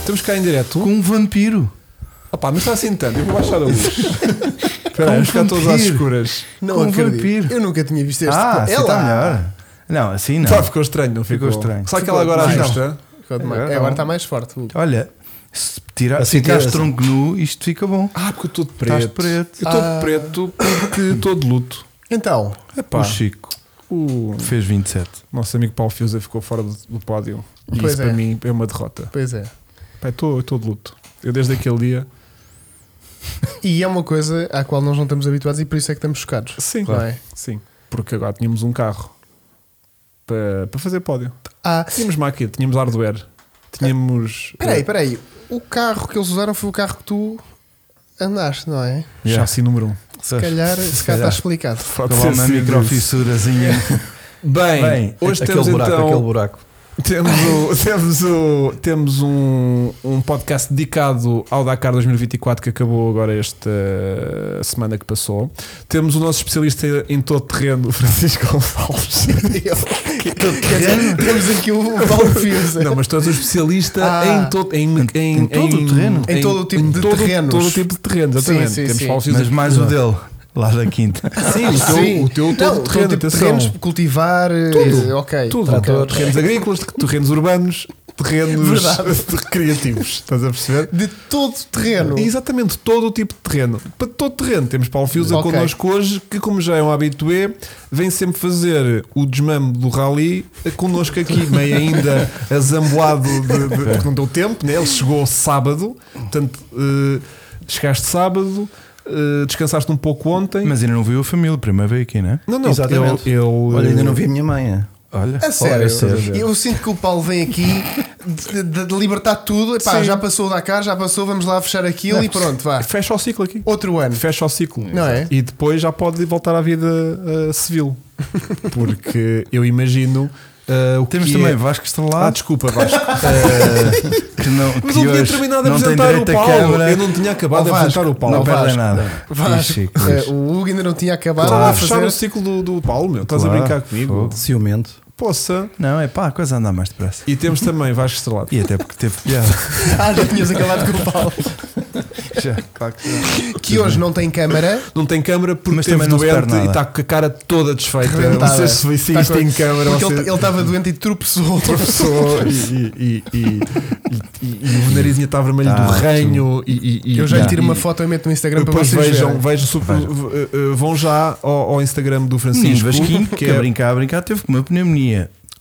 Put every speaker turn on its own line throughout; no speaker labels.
Estamos cá em direto.
Com um vampiro.
Opá, mas está assim tanto, eu vou baixar a luz. Espera aí,
Com
vamos ficar todos às
vampiro.
escuras.
Com
Não
um
acredito.
vampiro.
Eu nunca tinha visto este. tipo. É
ah,
co-
assim
é
Ela!
está melhor. Não, assim não.
Pá, ficou estranho, não ficou?
Ficou estranho.
Sabe que ela
Ficou
agora
mais.
ajusta?
Ficou demais.
Agora tá
Agora
bom.
está mais forte. Hugo.
Olha, se tirar,
Assim
se tirares
tira-se.
tronco nu, isto fica bom.
Ah, porque eu estou de
Estás
preto.
de preto.
Eu estou
Ah.
de preto porque estou de luto.
Então,
Epá,
O Chico
o
fez 27.
nosso amigo Paulo Fiusa ficou fora do, do pódio. E
Pois
isso
é.
para mim é uma derrota.
pois é.
Pá, eu estou eu estou de luto. Eu desde aquele dia.
E é uma coisa à qual nós não estamos habituados e por isso é que estamos chocados.
Sim,
Não é?
Sim. Porque agora tínhamos um carro para, para fazer pódio.
Ah,
Tínhamos máquina, tínhamos hardware, tínhamos.
peraí,
eh,
peraí. O carro que eles usaram foi o carro que tu andaste, não é?
Chassi número 1. Um.
Se calhar, se calhar está explicado.
Pode
Acabou uma microfissurazinha.
Bem,
Bem,
hoje
aquele
temos
buraco,
então.
aquele buraco.
Temos, o- temos, o- temos um, um podcast dedicado ao Dakar 2024 que acabou agora esta semana que passou. Temos o nosso especialista em todo terreno, Francisco Gonçalves.
Quer dizer, Temos aqui o Paulo Fiusa.
Não, mas tu és um especialista
Ah.
em, todo em, em,
em todo o terreno.
Em todo o tipo de
todo,
terrenos.
Todo o tipo de terreno, exatamente.
Sim, sim,
temos
sim.
Paulo Sousa
Mas mais o dele, lá da quinta.
Sim, o teu,
Sim.
o teu
Não,
todo
todo
terreno,
tipo de
atenção.
terrenos, cultivar, eh,
Tudo.
ok.
Tudo.
ok.
Terrenos agrícolas, terrenos urbanos, terrenos
Verdade.
criativos. Estás a perceber?
De todo terreno.
Exatamente, todo o tipo de terreno. Para todo terreno, temos Paulo Fiusa
Ok.
connosco hoje, que, como já é um habitué, vem sempre fazer o desmame do rally eh, connosco aqui, meio ainda azamboado de, de, porque não deu tempo. Né? Ele chegou sábado, portanto, eh, chegaste sábado, eh, descansaste um pouco ontem.
Mas ainda não viu a família, primeiro veio aqui, né?
não, não,
Exatamente.
ele. eh, ele-
Olha, ainda não vi a minha mãe. é?
Olha,
A sério,
é sério.
eu sinto que o Paulo vem aqui de, de- de libertar tudo. Epá,
Sim.
já passou o Dakar, já passou, vamos lá fechar aquilo e pronto, vá.
Fecha o ciclo aqui.
Outro ano.
Fecha o ciclo.
Não é?
E depois já pode voltar à vida eh, civil. Porque eu imagino. eh, o
Temos
que
também
é-
Vasco
Ah,
Estrelado,
desculpa, Vasco.
que não,
Mas
que
eu tinha
hoje
terminado a
não tem
apresentar o
direito à
Paulo.
câmara.
Eu não tinha acabado
Ó,
de
Vasco,
apresentar o Paulo.
Não
Pera,
perdem nada.
Vá.
Ixi, Chico,
Eh,
Chico.
o Hugo ainda não tinha acabado.
Estava
lá
a fechar
fazer-
o ciclo do, do Paulo, meu. Estás
Claro,
a brincar comigo?
fogo.
Ciumento.
Poça.
Não, é pá, a coisa anda mais depressa.
E temos também Vasco Estrelado.
E até porque teve piada.
Ah, já tinhas acabado com o Paulo.
Já, claro que já.
Uhum.
Que hoje não tem câmara.
Não tem câmara porque
Mas
teve
também não se perde
doente e
nada.
está com a cara toda desfeita.
Rebentada.
Não sei se foi se
Tá
isto
com-
tem câmara.
Porque
não sei-
ele estava doente e tropeçou.
Professor, e, e, e, e, e- e o narizinho está vermelho
Tá,
do ranho. E, e- e-
Eu já lhe
e-
tiro uma
e-
foto e meto no Instagram para
Depois um
vocês
vejam,
verem.
vejam, super- v- eh, eh, vão já ao, ao Instagram do
um Menino
Francisco,
Vasquinho,
que
que a
é
brincar, a brincar, teve uma pneumonia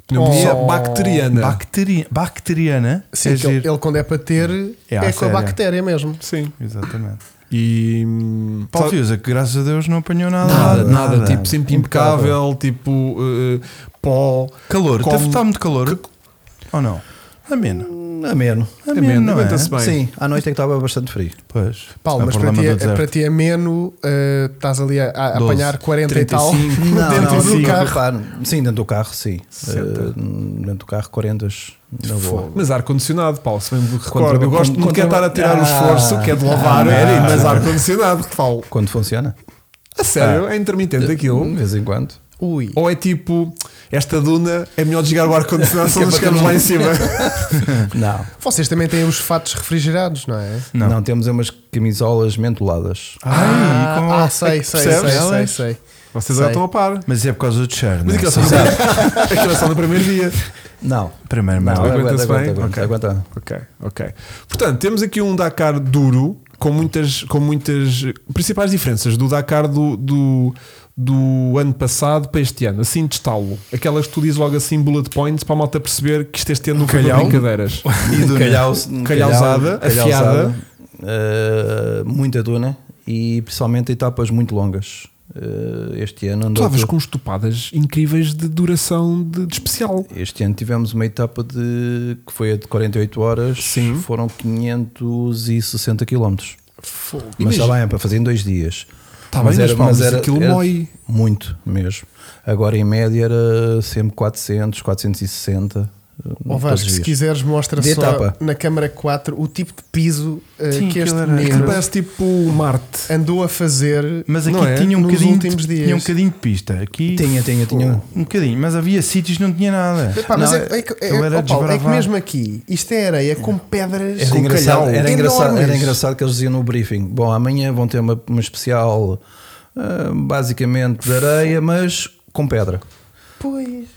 pneumonia
Oh.
bacteriana.
bacteri- bacteriana.
Sim,
é
que ele,
giro.
ele quando é para ter,
É
é,
à
com a
séria.
bactéria mesmo.
Sim.
Exatamente.
E. hum,
Paulo
sabe-
Fiusa, que graças a Deus não apanhou nada.
nada, nada, Tipo, sempre impecável, tipo. eh, pó.
Calor,
Como-
teve, está muito calor. Ou não? Ameno.
Ameno.
Ameno, não é?
aguenta-se bem.
Sim, à noite é que estava bastante frio.
Pois.
Paulo,
é o
mas para
problema
ti,
do
é,
deserto.
para ti é menos, eh, estás ali a, a
Doze,
apanhar 40 e tal.
35.
Dentro do carro.
repara, sim, dentro do carro, sim.
Sessenta.
Eh, dentro do carro, 40 na boa.
Mas ar-condicionado, Paulo, se bem me recordo.
Contra-
Eu gosto, não
contra-
quero estar a tirar o
Ah.
esforço, que é de lavar,
Ah.
mas ar-condicionado, Paulo.
Quando funciona?
A sério, é intermitente
De
aquilo.
vez em quando.
Ui.
Ou é tipo, esta duna é melhor desligar o ar-condicionado se não chegamos lá em cima.
Não.
Vocês também têm os fatos refrigerados, não é?
Não.
não. temos umas camisolas mentoladas.
Ai, como-
ah, sei, sei, sei,
percebes?
sei, sei,
Elas?
Vocês já
Sei.
estão a par.
Mas isso é por causa do cheiro.
Mas
não é?
aquilo são aquilo é só no primeiro dia.
Não.
Primeiro,
Não,
é?
não.
aguenta-se
aguenta, aguenta,
bem?
aguenta, aguenta.
Ok, ok. Portanto, temos aqui um Dakar duro, com muitas, com muitas eh, principais diferenças do Dakar do, do, do ano passado para este ano, assim de estalo. Aquelas que tu dizes logo assim, bullet points, para a malta perceber que este, este ano não foi para
Calhau.
brincadeiras.
E do
Calhau,
Calhauzada,
calhauzada,
afiada.
eh, muita duna e principalmente etapas muito longas. Eh, este ano
Tu
andou
estavas
tudo-
com estupadas incríveis de duração de, de especial.
Este ano tivemos uma etapa de que foi a de 48 horas,
Sim.
foram 560 km. Mas
Imagina.
está bem, é para fazer em dois dias.
Tá bem, mas, pá, mas aquilo mói.
Muito mesmo. Agora em média era sempre 400, 460.
Ou Vasco, se quiseres, mostra
De
só
etapa.
na câmara 4 o tipo de piso eh,
Sim,
que este
aquilo era-
Aquilo
menino
parece tipo Marte.
andou a fazer
Mas aqui
Não é?
tinha, um
Nos
bocadinho, de-
últimos dias.
tinha um bocadinho de pista. Aqui
Tinha, tinha, tinha.
um bocadinho, mas havia sítios que não tinha nada.
Epá, mas
Não,
é, é que- é-
eu era
ó Paulo, é que
desbravado.
mesmo aqui, isto é areia com pedras
Era
com
engraçado,
calhau,
era, engraçado, era
enormes.
engraçado que eles diziam no briefing: Bom, amanhã vão ter uma, uma especial ah, basicamente de areia, mas com pedra.
Pois.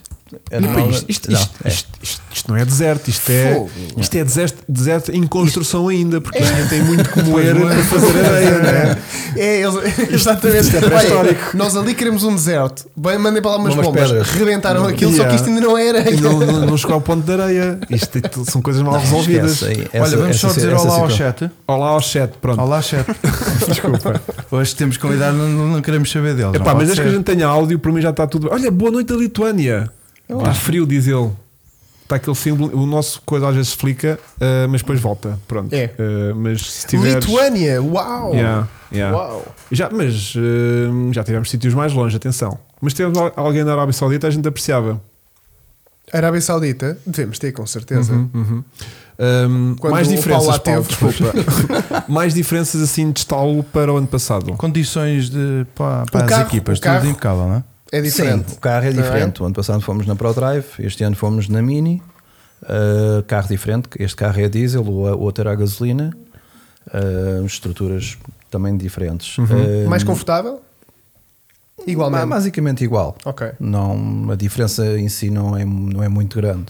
Era
E, pá,
uma-
Tipo isto, isto,
não,
isto,
é.
isto- isto- isto não é deserto, isto é,
Fogo.
isto é deserto, deserto em construção ainda, porque isto ainda tem muito que moer para fazer areia, não é?
É, eles, exatamente.
é pré-histórico.
Olha, nós ali queremos um deserto. Bem, mandem para lá umas
Umas
bombas.
pedras.
Rebentaram aquilo, só
Yeah.
que isto ainda não era
E
areia.
não, não, não chegou ao ponto de areia. Isto é tudo- são coisas mal
Não,
resolvidas.
esquece aí.
Olha,
Essa-
vamos só
essa-
dizer
essa
olá ao
situação.
chat.
Olá ao chat, pronto.
Olá, chat. Desculpa. Hoje temos convidado, não, não queremos saber deles.
Epá,
não
mas
pode
desde que a
ser.
gente tenha áudio, para mim já está tudo bem. Olha, boa noite da Lituânia. Está frio, diz ele. Está aquele símbolo. O nosso coisa às vezes flica, ah, mas depois volta. Pronto.
É.
Ah, mas se tiveres.
Lituânia, uau!
Yeah, yeah.
Uau!
Já, mas ah, já tivemos sítios mais longe, atenção. Mas temos al- alguém da Arábia Saudita, a gente apreciava.
Arábia Saudita, devemos ter, com certeza.
Uhum. Ahm,
Quando
mais
o
diferenças,
Paulo lá
Paulo,
teve.
desculpa. mais diferenças assim de estalo para o ano passado.
Condições de, para, para as
carro-
equipas,
o carro-
tudo impecável, não é?
É diferente.
Sim, o carro é
Não é?
diferente. O ano passado fomos na ProDrive, este ano fomos na Mini. Uh, carro diferente, este carro é diesel, o o outro era a gasolina. Uh, estruturas também diferentes. Uh,
Uhum. Mais confortável? Igualmente.
ba- Basicamente igual.
Ok.
Não, a diferença em si não é, não é muito grande.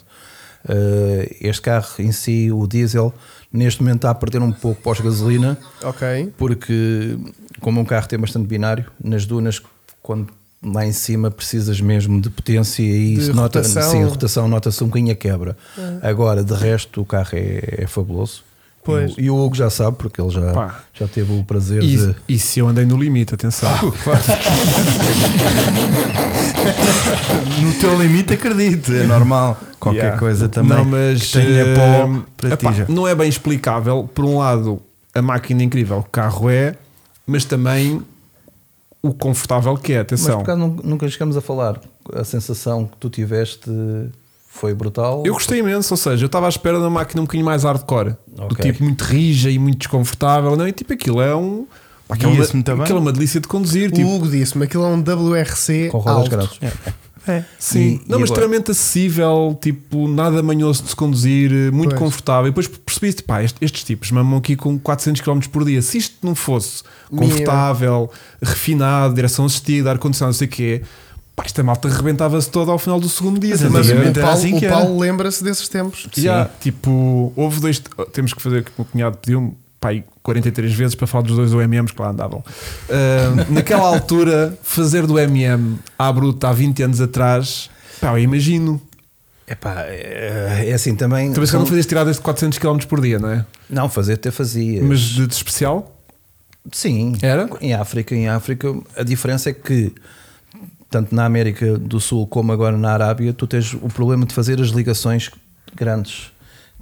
Uh, este carro em si, o diesel, neste momento está a perder um pouco pós-gasolina
Ok.
porque como um carro tem bastante binário, nas dunas, quando lá em cima precisas mesmo de potência e
De
isso nota,
rotação. É.
sim, rotação nota-se um bocadinho a quebra. Agora, de resto, o carro é, é fabuloso.
Pois.
E, o, e o Hugo já sabe, porque ele já,
Pá.
já teve o prazer
E,
de.
e se eu andei no limite, atenção.
No teu limite, acredito. É normal. Qualquer
Yeah.
coisa também.
Não, mas,
que tenha
eh,
pó para
epá,
ti já.
Não é bem explicável. Por um lado, a máquina incrível que o carro é, mas também o confortável que é.
Mas por
Atenção.
acaso nun- nunca chegamos a falar. A sensação que tu tiveste foi brutal.
Eu gostei imenso, ou seja, eu estava à espera de uma máquina um bocadinho mais hardcore, do
Ok.
tipo muito rija e muito desconfortável. Não, e tipo aquilo é um. pá, Aquilo é,
Guia-se muito
uma,
bem. Uh,
aquilo é uma delícia de conduzir.
O
Tipo,
Hugo disse-me aquilo é um WRC
com rodas
alto.
grandes.
É. Sim,
E-
não,
e
mas
agora?
extremamente acessível, tipo, nada manhoso de se conduzir, eh, muito
Pois.
confortável. E depois percebi-te, pá, est- estes tipos mamam aqui com 400 km por dia. Se isto não fosse
Meu.
confortável, refinado, direção assistida, ar-condicionado, não sei o quê, pá, esta malta arrebentava-se toda ao final do segundo dia.
Mas
estás a
mas
ver?
O
Era
Paulo,
assim
o
que era.
Paulo lembra-se desses tempos.
Yeah, tipo, houve dois. Temos que fazer, tipo, o meu cunhado pediu-me pai 43 vezes para falar dos dois OMMs que lá andavam. Ah, naquela altura, fazer do MM à bruta há 20 anos atrás, pá, eu imagino.
Epá, é, é assim também.
Talvez não fazias tiradas de 400 km por dia, não é?
Não, fazer até fazia.
Mas de, de especial?
Sim.
Era?
Em África, em África, a diferença é que tanto na América do Sul como agora na Arábia, tu tens o problema de fazer as ligações grandes.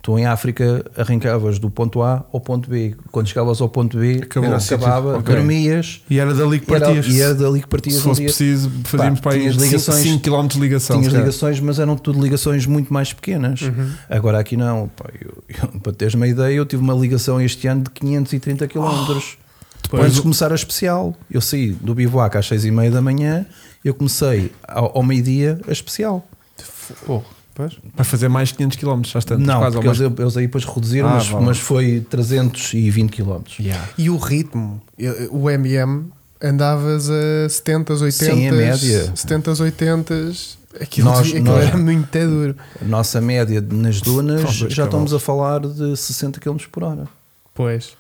Tu em África arrancavas do ponto A ao ponto B. Quando chegavas ao ponto B,
Acabou.
era- acabava,
Ok.
dormias
E era dali que
e era,
partias.
e era dali que partias
Se
um
fosse
dia.
preciso, fazíamos para aí
tinhas
5
ligações-
km de ligação.
Tinhas
se calhar.
ligações, mas eram tudo ligações muito mais pequenas.
Uhum.
Agora aqui não. Pá, eu- eu- para teres uma ideia, eu tive uma ligação este ano de 530 km.
Oh,
Antes de começar a especial, eu saí do bivouac às 6 e meia da manhã, eu comecei ao, ao meio-dia a especial.
Pô, pois.
Para fazer mais 500 km, já está.
não,
quase ao
porque
mais.
eles, eles aí depois reduziram,
Ah,
mas,
vale.
mas foi 320 km.
Yeah.
E o ritmo, Eu- o MM, andavas a 70, 80,
Sim, em média.
70, 80, aquilo,
Nós-
aquilo
nós-
era muito duro.
A nossa média de- nas dunas
São dois
já
cavalos.
estamos a falar de 60 km por hora.
Pois.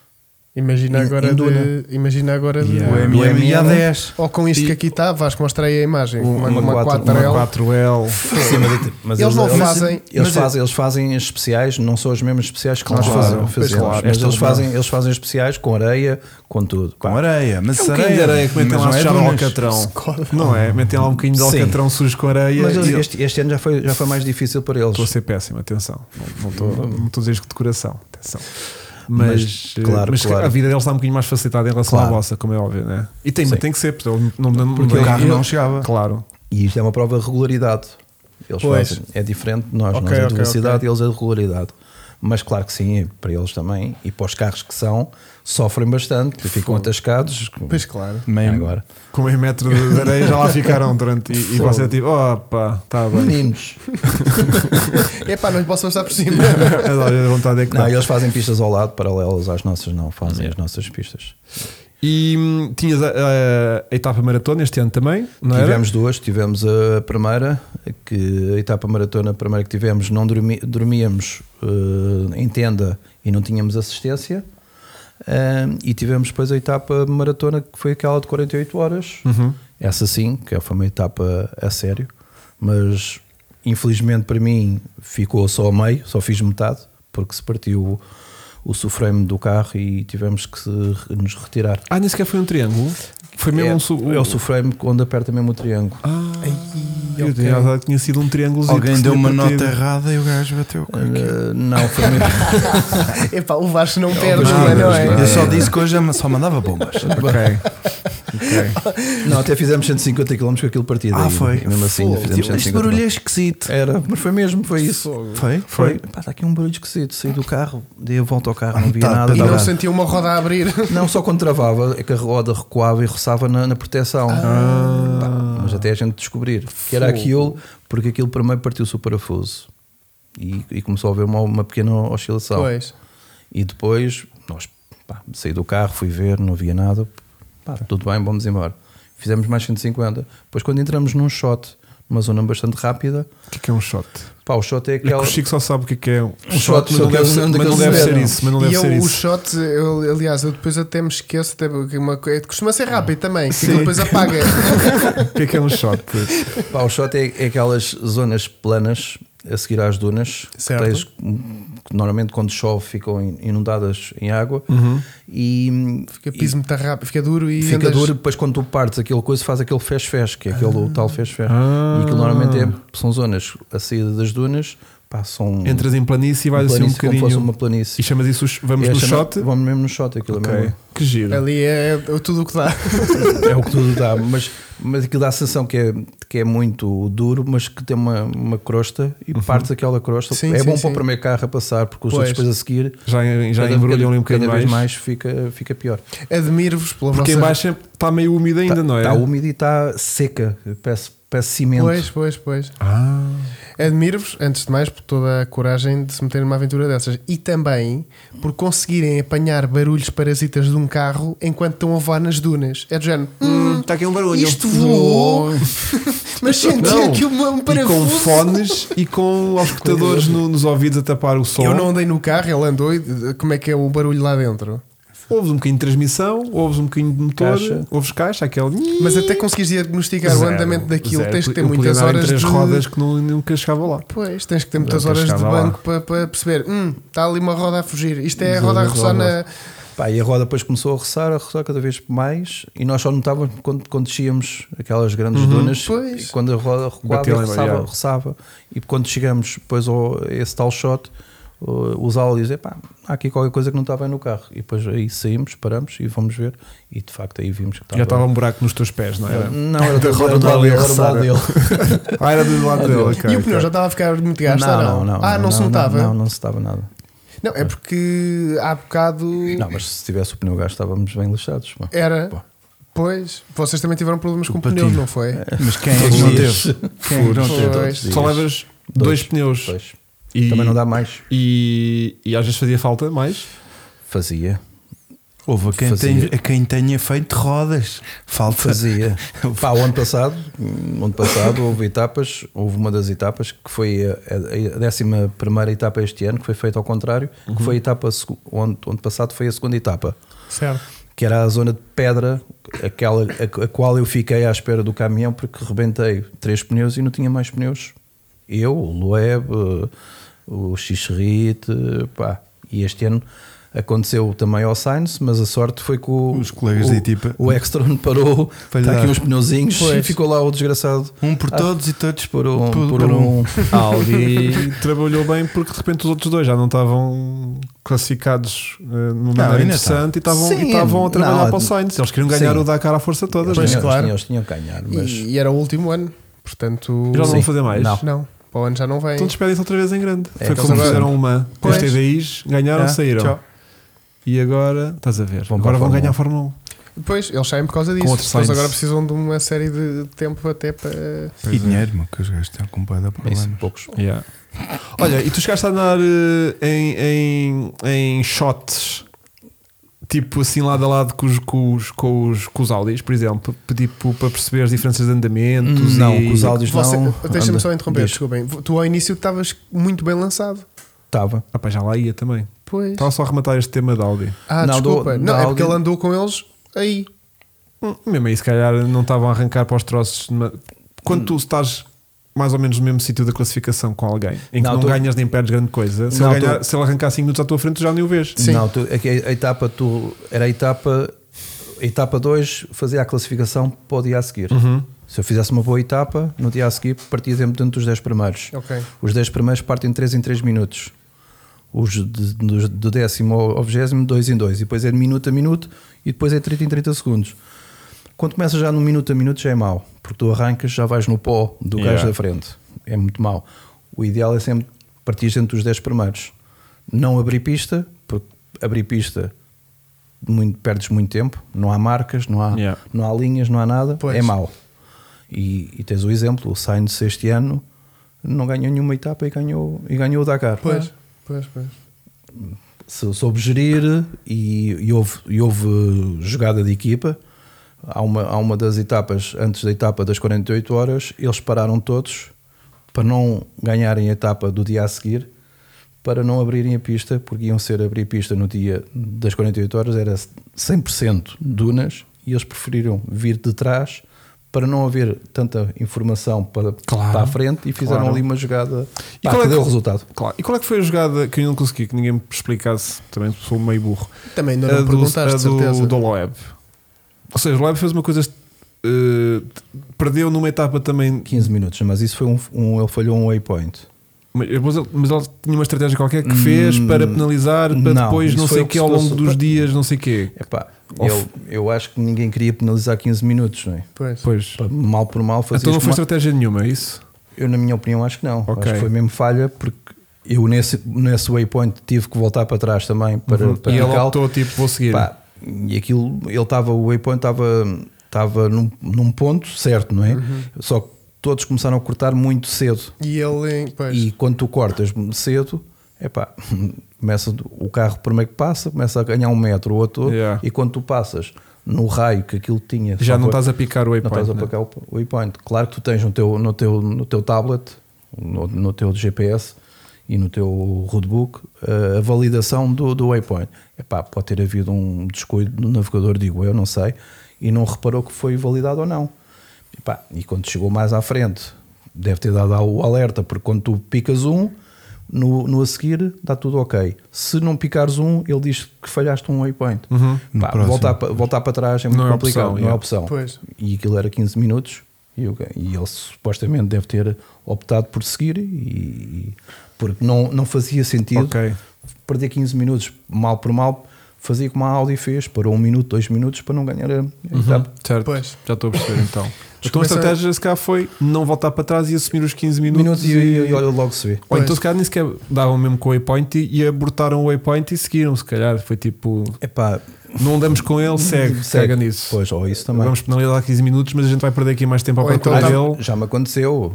Imagina
Em-
agora
em
de,
Duna.
imagina agora
Yeah.
O
O
de.
MM ia a
MM.
é
10.
Ou com isto
E-
que aqui está, Vasco, mostra aí a imagem. Uma, uma,
uma quatro-
4L.
Uma 4L.
Sim, mas, mas
Eles não fazem-
mas
Eles, fazem eles fazem as especiais, não são as mesmas especiais que nós
Claro,
fazemos.
pois
fazemos,
claro.
mas
Estas
eles
não.
fazem, eles fazem as especiais com areia, com tudo. Pá,
Com areia. Mas
É um bocadinho
areia.
de areia que metem
mas
lá
não é
sujar o
dunas.
alcatrão. Não é? Metem lá um bocadinho de
Sim.
alcatrão sujo com areia.
Mas
e-
eles- este, este ano já foi, já foi mais difícil para eles.
Estou a ser péssimo, atenção. Não- Não estou não estou a dizer isto de coração, atenção. Uhum. Mas,
Mas, claro,
mas
claro.
a vida deles está um bocadinho mais facilitada em relação à
Claro.
vossa, como é óbvio, né? E tem,
Sim.
tem que ser, porque, não, não, não,
Porque o
não-
carro não chegava.
Claro.
E isto é uma prova de regularidade. Eles
Pois.
fazem, é diferente de nós,
Ok,
nós é de
ok,
velocidade
ok.
e eles é de regularidade. Mas claro que sim, é para eles também, e para os carros que são, sofrem bastante, e ficam atascados.
Pois claro.
Meio-
Agora,
Com meio metro de areia já lá ficaram durante. E, e você é tipo, opa, está bem.
meninos.
É pá, não lhe posso passar por cima.
A vontade é que
Não,
dá.
eles fazem pistas ao lado, paralelas às nossas, não fazem as nossas pistas.
E hum, tinhas a, a- a etapa maratona este ano também, não era?
Tivemos duas, tivemos a primeira, que a etapa maratona primeira que tivemos, não dormi- dormíamos eh, em tenda e não tínhamos assistência. Ah, e tivemos depois a etapa maratona que foi aquela de 48 horas.
Uhum.
Essa sim, que é, foi uma etapa a sério, mas infelizmente para mim ficou só a meio, só fiz metade, porque se partiu o, o subframe do carro e tivemos que se- nos retirar.
Ah, nem sequer foi um triângulo. Foi mesmo
é,
um. su-
é o subframe onde aperta mesmo o triângulo.
Ah, eu tinha achado que tinha sido um triângulo.
Alguém deu uma
é
nota errada e o gajo bateu. com aquilo.
Eh, não, foi mesmo.
É pá, o Vasco não perde,
Mas
não,
nada,
não é?
Eu só disse que hoje eu só mandava bombas.
não, até fizemos 150 km com aquilo partido.
Ah,
ainda.
foi.
Mesmo assim, ainda fizemos 150
Este barulho é esquisito.
Era, mas foi mesmo, foi isso.
Foi?
Foi. Pá, está aqui um barulho esquisito. Saí do carro, dei a volta ao carro, não via
um
tá,
nada.
tá,
E
tá.
não sentiu uma roda a abrir.
Não, só quando travava, é que a roda recuava e roçava na, na proteção.
Ah.
Pá, mas até a gente descobrir que era aquilo, porque aquilo primeiro partiu-se o parafuso e, e começou a haver uma, uma pequena oscilação.
Pois.
E depois, nós, pá, saí do carro, fui ver, não havia nada, pá, tudo bem, vamos embora. Fizemos mais 150. Depois, quando entramos num shot, numa zona bastante rápida,
O que é que é um shot?
pá, o shot é
É que
aquela.
o Chico só sabe o que é que é um
shot,
shot, mas
só
não
que
deve
eu
ser-
não
mas não
daquele
deve ser
zero.
isso. Mas não
e
deve
eu,
ser
o
isso.
shot, eu- aliás, eu depois até me esqueço, até porque uma coisa, costuma ser rápido também, que aquilo depois apaga.
O que é que é um shot? pois?
Pá, o shot é, é aquelas zonas planas a seguir às dunas que
Certo.
tens, que normalmente quando chove ficam in- inundadas em água e
Uhum. Fica
e
piso muito rápido, fica duro e
fica
andas- Ah.
duro. Depois, quando tu partes aquele coisa, faz aquele fez-fez, que é aquele o tal fez-fez. E aquilo normalmente é- são zonas a saída das dunas, pá, são
Entras em planície e vais assim um
Um planície, como fosse
bocadinho.
uma planície.
E chamas isso, os- vamos
É,
no
chama-
shot?
Vamos mesmo no shot, aquilo é
Ok.
mesmo.
Que giro.
Ali é, é tudo o que dá.
é o que tudo dá, mas, mas aquilo dá a sensação que é, que é muito duro, mas que tem uma, uma crosta e
Uhum.
partes aquela crosta.
Sim,
é
sim,
bom
sim.
para o primeiro carro a passar, porque os
Pois.
outros depois a seguir
Já, já
cada-
embrulham ali um
cada,
bocadinho
cada
mais.
vez mais fica, fica pior.
Admiro-vos pela
Porque em
vossa.
baixo está meio úmido ainda, não é?
Está úmida tá e está seca, parece, parece cimento.
Pois, pois, pois.
Ah,
Admiro-vos, antes de mais, por toda a coragem de se meterem numa aventura dessas e também por conseguirem apanhar barulhos parasitas de um carro enquanto estão a voar nas dunas. É do género. "Hum,
está aqui um barulho.
isto voou, mas senti
Não,
aqui uma,
E
um
com
parafuso.
fones e com auscultadores no, nos ouvidos a tapar o som.
Eu não andei no carro, ele andou e como é que é o barulho lá dentro?
Ouves um bocadinho de transmissão, ouves um bocadinho de motor,
Caixa.
ouves caixa, aquele.
Mas até conseguires diagnosticar o
Zero,
andamento daquilo,
zero.
tens que ter
Eu podia
muitas
dar em
horas
três
de
rodas que não, nunca chegava lá.
Pois, tens que ter muitas
Nunca
horas de
chegava lá.
banco para, para perceber. Hum, está ali uma roda a fugir. Isto é a roda a
Roda,
roçar na.
Pá, e a roda depois começou a roçar, a roçar cada vez mais, e nós só notávamos quando, quando descíamos aquelas grandes dunas,
Pois.
e quando a roda recuava,
Batia lá em
roçava,
Mariana.
roçava. E quando chegamos depois ao, a esse tal shot, uh, os áudios dizem, pá, há aqui qualquer coisa que não estava aí no carro. E depois aí saímos, paramos e fomos ver, e de facto aí vimos que estava.
Já estava um buraco nos teus pés, não era?
Hum.
Não, era
Da
da
roda
roda
do
dele,
Alio
era o
roçar.
lado dele.
Ah, era do lado dele. ok,
e o pneu
ok.
já estava a ficar muito gasto? ah,
não, não,
Ah, não, se notava?
Não,
Não,
não, não se estava nada.
é porque há bocado.
Não, mas se tivesse o pneu gasto, estávamos bem lixados. pá.
Era.
Pá.
Pois, vocês também tiveram problemas com
Patinho.
pneus, não foi?
Mas quem é
Todos
que não
dias.
teve? Quem é que não teve?
Pois.
Só levas dois,
Dois.
pneus.
Pois.
E,
Também não dá mais.
E, e às vezes fazia falta mais.
Fazia.
Houve a quem,
Fazia.
tenha, a quem tenha feito rodas. Falta.
Fazia. Pá, o ano passado, hum, ano passado houve etapas, houve uma das etapas que foi a- a, a décima primeira etapa este ano, que foi feita ao contrário, que foi a etapa, segu- o ano, o ano passado foi a segunda etapa,
Certo.
que era a zona de pedra, aquela a, a qual eu fiquei à espera do caminhão porque rebentei três pneus e não tinha mais pneus. Eu, o Loeb, eh, o Xixerrite, pá, e este ano aconteceu também ao Sainz, mas a sorte foi que o,
Os colegas
o,
de equipa.
o Extron parou,
Para lhe
está aqui
dar.
uns pneuzinhos e
Pois.
ficou lá o desgraçado
Um por
Ah,
todos e todos
por um,
Por-
por,
por
um.
Audi trabalhou bem porque de repente os outros dois já não estavam classificados eh, numa maneira
ainda
interessante e estavam-
Sim,
e estavam a trabalhar
não,
para o Sainz. Eles queriam ganhar
sim.
o Dakar à força toda.
Eles
não é?
tinham-
claro.
eles tinham que ganhar, mas
E, e era o último ano, portanto.
Já não vão
Sim.
fazer mais.
Não.
Não. Para o ano já não vem.
Então despedem-se outra vez em grande.
É,
Foi
então
como
agora-
fizeram uma com os
Pois.
TDIs, ganharam,
Ah,
saíram.
tchau.
E agora, estás a ver,
Vão
agora
para
vão
a Fórmula um.
ganhar a Fórmula 1.
Depois, eles saem por causa disso.
outro
Eles
Sainz.
agora precisam de uma série de tempo até para.
E dinheiro, meu, que os gajos têm com bué de
Isso,
problemas.
poucos.
Hum, Olha, e tu chegaste a andar eh, em, em, em shots, tipo assim, lado a lado com os, com os, com os, com os Audis, por exemplo, p- tipo, para perceber as diferenças de andamentos?
Hum, Não,
e...
com os áudios
Você-
não.
Deixa-me
anda,
só interromper,
diz.
desculpem. Tu ao início estavas muito bem lançado.
Estava.
Ah, pá, já lá ia também.
Pois.
Estava só a rematar este tema da Audi.
Ah,
Não,
desculpa.
do-
não,
da
é porque
Audi-
ele andou com eles aí.
Hum, Mesmo aí, se calhar não estavam a arrancar para os troços. de ma- Quando
Hum.
tu estás mais ou menos no mesmo sítio da classificação com alguém, em que
Não,
não,
tu-
ganhas nem perdes grande coisa, se,
Não,
ele, ganhar,
tu-
se ele arrancar 5 minutos à tua frente, tu já nem o vês.
Sim.
Não, tu, é que a etapa tu era a etapa a etapa 2 fazia a classificação para o dia a seguir.
Uhum.
Se eu fizesse uma boa etapa, no dia a seguir partia sempre dentro dos 10 primeiros.
Ok.
Os 10 primeiros partem 3 em 3 minutos. Os de- dos- do décimo ao ao vigésimo, 2 em 2. E depois é de minuto a minuto e depois é 30 em 30 segundos. Quando começa já no minuto a minuto já é mau, porque tu arrancas, já vais no pó do
Yeah.
gajo da frente. É muito mau. O ideal é sempre partir entre os 10 primeiros. Não abrir pista, porque abrir pista muito- perdes muito tempo, não há marcas, não há,
Yeah.
não há linhas, não há nada,
Pois.
é mau. E, e tens o exemplo, o Sainz este ano não ganhou nenhuma etapa e ganhou, e ganhou o Dakar.
Pois, pois, pois.
Se soube gerir e, e houve, e houve jogada de equipa. Há uma, há uma das etapas, antes da etapa das 48 horas, eles pararam todos para não ganharem a etapa do dia a seguir, para não abrirem a pista, porque iam ser abrir pista no dia das 48 horas, era 100% dunas, e eles preferiram vir de trás para não haver tanta informação para,
Claro.
para a frente e fizeram
Claro.
ali uma jogada
E
pá,
qual é
que
que-
deu resultado.
Claro. E qual é que foi a jogada que eu não consegui, que ninguém me explicasse? Também sou meio burro.
Também ainda
a
não
do,
perguntaste,
a
de certeza.
do, do Loeb. Ou seja, o Loeb fez uma coisa. eh, perdeu numa etapa também.
15 minutos, mas isso foi um, um- ele falhou um waypoint.
Mas ele, mas ele tinha uma estratégia qualquer que fez
Hum,
para penalizar, para
não,
depois
isso
não
foi
sei
o
o
que
que ao
se
longo
passou.
dos dias, não sei o quê.
Epá,
Of-
eu, eu acho que ninguém queria penalizar 15 minutos, não é?
Pois.
Pois.
Pá, Mal por mal fazer
Então não foi estratégia nenhuma, é isso?
Eu, na minha opinião, acho que não.
Ok.
Acho que foi mesmo falha, porque eu nesse, nesse waypoint tive que voltar para trás também para,
Uhum.
para
e ele
aplicá-lo.
optou, tipo, vou seguir.
Pá, e aquilo, ele estava, o waypoint estava estava num, num ponto certo, não é?
Uhum.
Só que todos começaram a cortar muito cedo.
E ele. em- Pois.
E quando tu cortas cedo, epá, começa o carro primeiro que passa, começa a ganhar um metro ou outro,
Yeah.
e quando tu passas no raio que aquilo tinha,
Já
só
não
para-
estás a picar o
não
waypoint.
estás a
né?
pagar o o waypoint. Claro que tu tens no teu, no teu, no teu tablet, no, no teu GPS e no teu roadbook eh, a validação do, do waypoint. Epá, pode ter havido um descuido do navegador, digo eu, não sei, e não reparou que foi validado ou não. Epá, e quando chegou mais à frente, deve ter dado o alerta, porque quando tu picas um. No, no a seguir dá tudo ok. Se não picares um, ele diz que falhaste um waypoint.
No
Pá,
próximo.
voltar, pa- voltar para trás é muito
Uhum. Não é
complicado,
opção,
não é
yeah.
opção.
Pois.
E aquilo era 15 minutos e, eu- e ele supostamente deve ter optado por seguir e, e- porque não, não fazia sentido
Ok.
perder 15 minutos mal por mal, fazia como a Audi fez, parou um minuto, dois minutos para não ganhar a
Uhum.
a etapa.
Certo.
Pois.
Já estou a perceber então. Então a
começa-
estratégia se calhar foi não voltar para trás e assumir os 15 minutos.
minutos e, e, e olha logo se vê.
Ou
Pois.
então se calhar nem sequer davam mesmo com o waypoint e, e abortaram o waypoint e seguiram, se calhar. Foi tipo,
Epá,
não andamos com ele, segue, segue nisso.
Uhum. Pois, ou isso também.
Vamos penalizar 15 minutos, mas a gente vai perder aqui mais tempo à
Ou
procura
então-
dele.
Já me aconteceu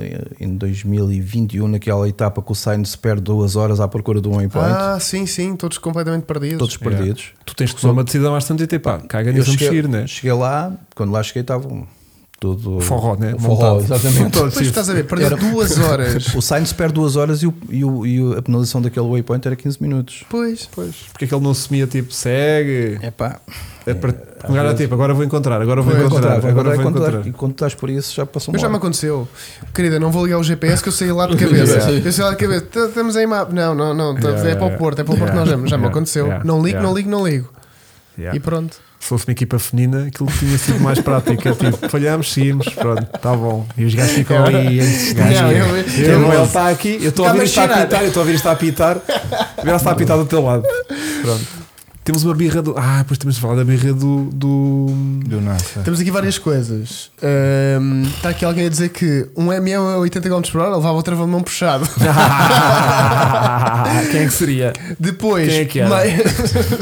eh, em 2021, naquela etapa que o Sainz perde duas horas à procura de um waypoint,
Ah, sim, sim, todos completamente perdidos.
todos perdidos.
Tu tens que tomar uma decisão às tantas e tipo, pá, caga
Eu
nisso, vamos seguir,
cheguei,
né?
cheguei lá, quando lá cheguei estava tudo.
Forró, né?
Forró,
Montado.
exatamente.
Montado.
Depois estás a ver, perdeu duas horas.
O Sainz perde duas horas e, o, e, o- e o- a penalização daquele waypoint era 15 minutos.
Pois, pois.
Porque é que ele não assumia tipo, segue.
É pá,
É para pegar a tipo, agora vou encontrar, agora vou
vou
encontrar,
encontrar, vou
agora
encontrar,
vou encontrar.
E quando estás por isso já passou
Eu já me
uma hora.
aconteceu. Querida, não vou ligar o GPS que eu saí lá de cabeça. Eu saí lá de cabeça. T- Estamos em mapa. Não, não, não. t-
Yeah,
é para
yeah.
o Porto, é para o Porto
Yeah,
nós vamos. Já me
yeah,
aconteceu.
yeah,
não ligo,
yeah.
não ligo, não ligo.
Yeah.
E pronto.
Se fosse uma equipa feminina, aquilo tinha sido mais prático. é Tipo, falhamos, seguimos, pronto, está bom. E os gajos ficam aí. esses gajos.
Não, eu-
Eu,
eu-
ele está aqui, eu estou a
Está
ouvir isto a
apaixonado.
apitar, eu estou a ouvir isto a apitar. Vê se está a apitar do teu lado. Pronto. Temos uma birra do. Ah, depois temos de falar da birra do. do-
Do NASA.
Temos aqui várias coisas. Ahm, Está aqui alguém a dizer que um M é 80 km por hora, levava outra mão puxado.
Quem é que seria?
Depois.
Quem é que era?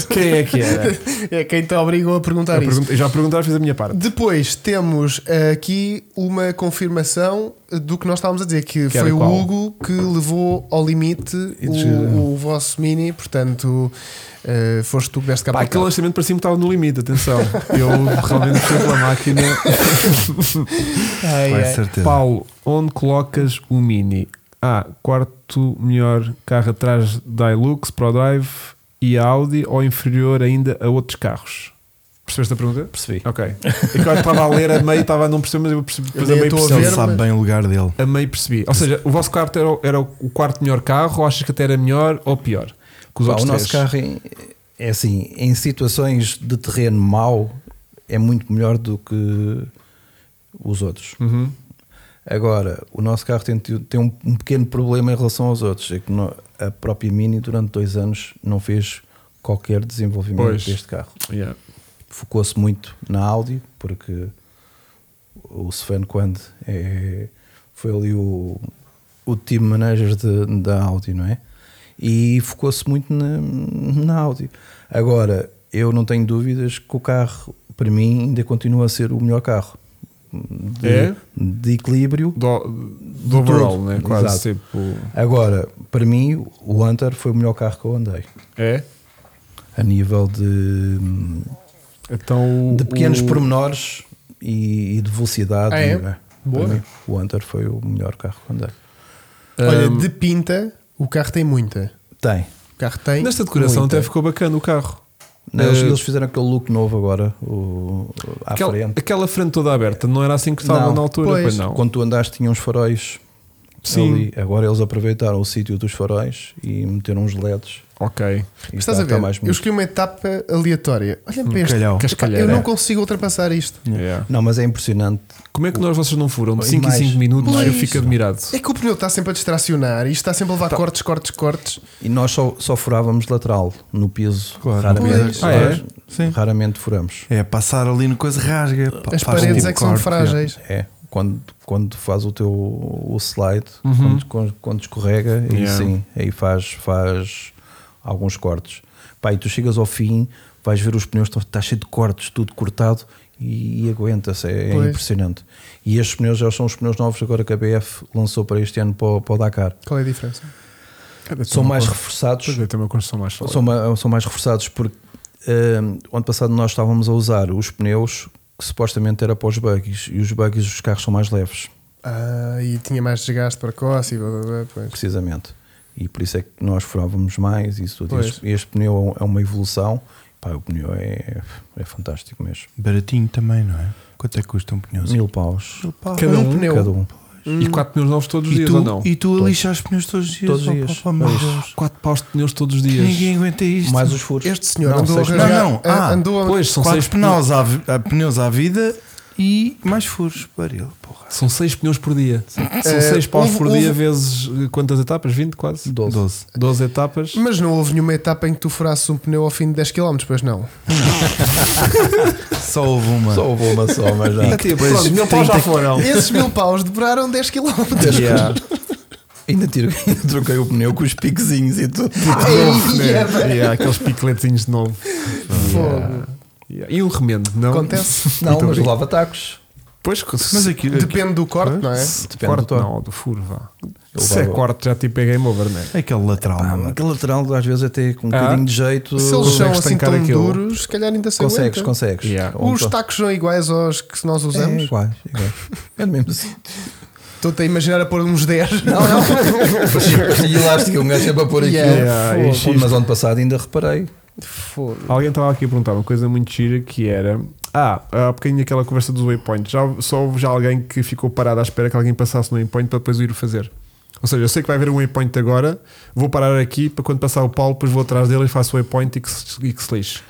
Quem é que era?
é quem te obrigou a perguntar
Eu
isso.
pergunto- eu já perguntaste, fiz a minha parte.
Depois temos eh, aqui uma confirmação do que nós estávamos a dizer, que,
Que era
foi o
qual?
Hugo que levou ao limite
E de-
o, o vosso mini, portanto eh, foste tu que deste capa.
Pá,
a
aquele
capa.
lançamento parecia que estava no limite, atenção. Eu realmente fui pela máquina.
Ai,
Vai,
ai.
certeza.
Paulo, onde colocas o Mini? A. Quarto melhor carro atrás da Hilux, ProDrive e Audi ou inferior ainda a outros carros? Percebeste a pergunta?
Percebi.
Ok. É que Eu estava a ler a meio, estava a não perceber, mas eu percebi. Depois a
Eu
meio
estou a
percebi.
Ele
ver,
sabe
mas-
bem o lugar dele.
A meio percebi. Ou seja, o vosso carro era, o- era o quarto melhor carro, ou achas que até era melhor ou pior? Que os
Pá,
outros
o nosso
três?
carro em- é assim, em situações de terreno mau, é muito melhor do que os outros.
Uhum.
Agora, o nosso carro tem, tido- tem um, um pequeno problema em relação aos outros. É que no- a própria Mini, durante dois anos, não fez qualquer desenvolvimento
Pois.
deste carro.
Yeah.
Focou-se muito na Audi, porque o Sven Quand é, foi ali o, o team manager de- da Audi, não é? E focou-se muito na, na Audi. Agora, eu não tenho dúvidas que o carro, para mim, ainda continua a ser o melhor carro. De-
É?
de equilíbrio
Do, do overall,
todo.
né? Quase
Exato.
tipo.
Agora, para mim, o Hunter foi o melhor carro que eu andei.
É?
A nível de,
Então,
de pequenos
o-
pormenores e, e de velocidade.
Ah,
né?
é?
Para
Boa.
mim, o Hunter foi o melhor carro que eu andei.
Olha, de pinta, o carro tem muita.
Tem.
O carro tem.
Nesta decoração
muita.
até ficou bacana o carro.
Não, Eles,
Eh,
eles fizeram aquele look novo agora, o, à
Aquela,
frente.
aquela frente toda aberta, não era assim que estava
Não.
na altura, pois,
Pois.
não.
Quando tu andaste, tinha uns faróis.
Sim.
ali. Agora eles aproveitaram o sítio dos faróis e meteram uns LEDs.
Ok.
E
Mas Estás
tá-
a
tá
ver?
mais
eu
bonito.
escolhi uma etapa aleatória. Olha para este.
calhau.
Epá,
Cascalheira.
eu não consigo ultrapassar isto.
Yeah.
Não, mas é impressionante.
Como é que nós vocês não foram? De
E
5 em
mais.
5 minutos,
Pois.
eu fico admirado.
É que o pneu está sempre a distracionar e isto está sempre a levar cortes, cortes, cortes.
E nós só, só furávamos lateral no piso.
Claro,
raramente,
pois.
Ah, é?
Sim.
raramente furamos.
É passar ali no coisa rasga. pa-
As
faz
paredes
um
é que são
corte,
frágeis.
É, quando, quando faz o teu o slide, quando, quando, quando escorrega, aí
Yeah.
sim, aí faz, faz alguns cortes. Pá, e tu chegas ao fim, vais ver os pneus, estão- está cheio de cortes, tudo cortado e, e aguenta-se, é, é
Pois.
impressionante. E estes pneus já são os pneus novos agora que a BF lançou para este ano para, o- para o Dakar.
Qual é a diferença?
São mais reforçados,
Pois é. deve ter uma construção mais forte.
são, ma- são mais reforçados porque hum, o ano passado nós estávamos a usar os pneus que supostamente era para os buggies e os buggies os carros são mais leves.
Ah, e tinha mais desgaste precoce e blá, blá, blá, pois.
precisamente. E por isso é que nós furávamos mais e isso tudo.
Pois.
Este, este pneu é um- é uma evolução. Pá, o pneu é, é fantástico mesmo.
Baratinho também, não é? Quanto é que custa um pneuzinho?
Mil paus.
Cada um,
pneu.
Cada um.
E 4 pneus novos todos os
E
dias, ou não?
tu, e tu a lixar os pneus todos os dias?
Todos os
oh,
dias.
pá, meu
Pois.
Deus.
4 paus de pneus todos os dias.
Ninguém aguenta isto.
Mais os furos.
Este senhor
um. Não,
andou, a
seis-
Não,
rasgar-
não,
a-
ah,
andou a-
Pois, são
Quatro
6 pneus.
pneus à, vi- a pneus à vida e mais furos. Baril, porra.
São 6 pneus por dia. São
Eh,
6 paus
houve-
por dia,
houve-
vezes eh, quantas etapas? 20 quase?
Doze.
12.
12 etapas.
Mas não houve nenhuma etapa em que tu furasses um pneu ao fim de 10 km, pois não.
Só houve uma.
Só houve uma só, mas já.
Ah, tipo, pronto, mil paus já foram.
Esses mil paus demoraram 10 km.
Yeah.
ainda, tiro, ainda troquei o pneu com os piquezinhos e tudo.
Tipo Yeah, né? aqueles picletinhos de novo.
Fogo.
Yeah. E um remendo, não?
Acontece.
Não,
Muito
mas
bem.
lava tacos.
Pois,
Mas
se,
aquilo,
Depende do corte, não é?
se
Depende
corte,
do toque.
não, do furo, vá.
Ele
Se
vai-
é corte, já tipo é game over, né?
aquele lateral.
Ah,
não é?
aquele lateral às vezes até com um
Ah.
bocadinho de jeito.
Se eles são
Consegues
assim tão
tancar aquilo.
duros, se calhar ainda se
Consegues,
aguenta.
consegues.
Yeah.
Ou
Os
então-
tacos são iguais aos que nós
É,
usamos.
iguais, iguais. É do mesmo assim.
Estou-te a imaginar a pôr uns 10.
Não, não. e elástica, um gajo é para pôr aqui.
Yeah,
Yeah,
fogo.
e xixi.
Mas ano passado ainda reparei.
Fogo.
Alguém estava aqui a perguntar uma coisa muito gira que era. Ah, há bocadinho aquela conversa dos waypoints. Já, só houve já alguém que ficou parado à espera que alguém passasse no waypoint para depois o ir fazer. Ou seja, eu sei que vai haver um waypoint agora, vou parar aqui para quando passar o Paulo, depois vou atrás dele e faço o waypoint e que se, e que se lixe.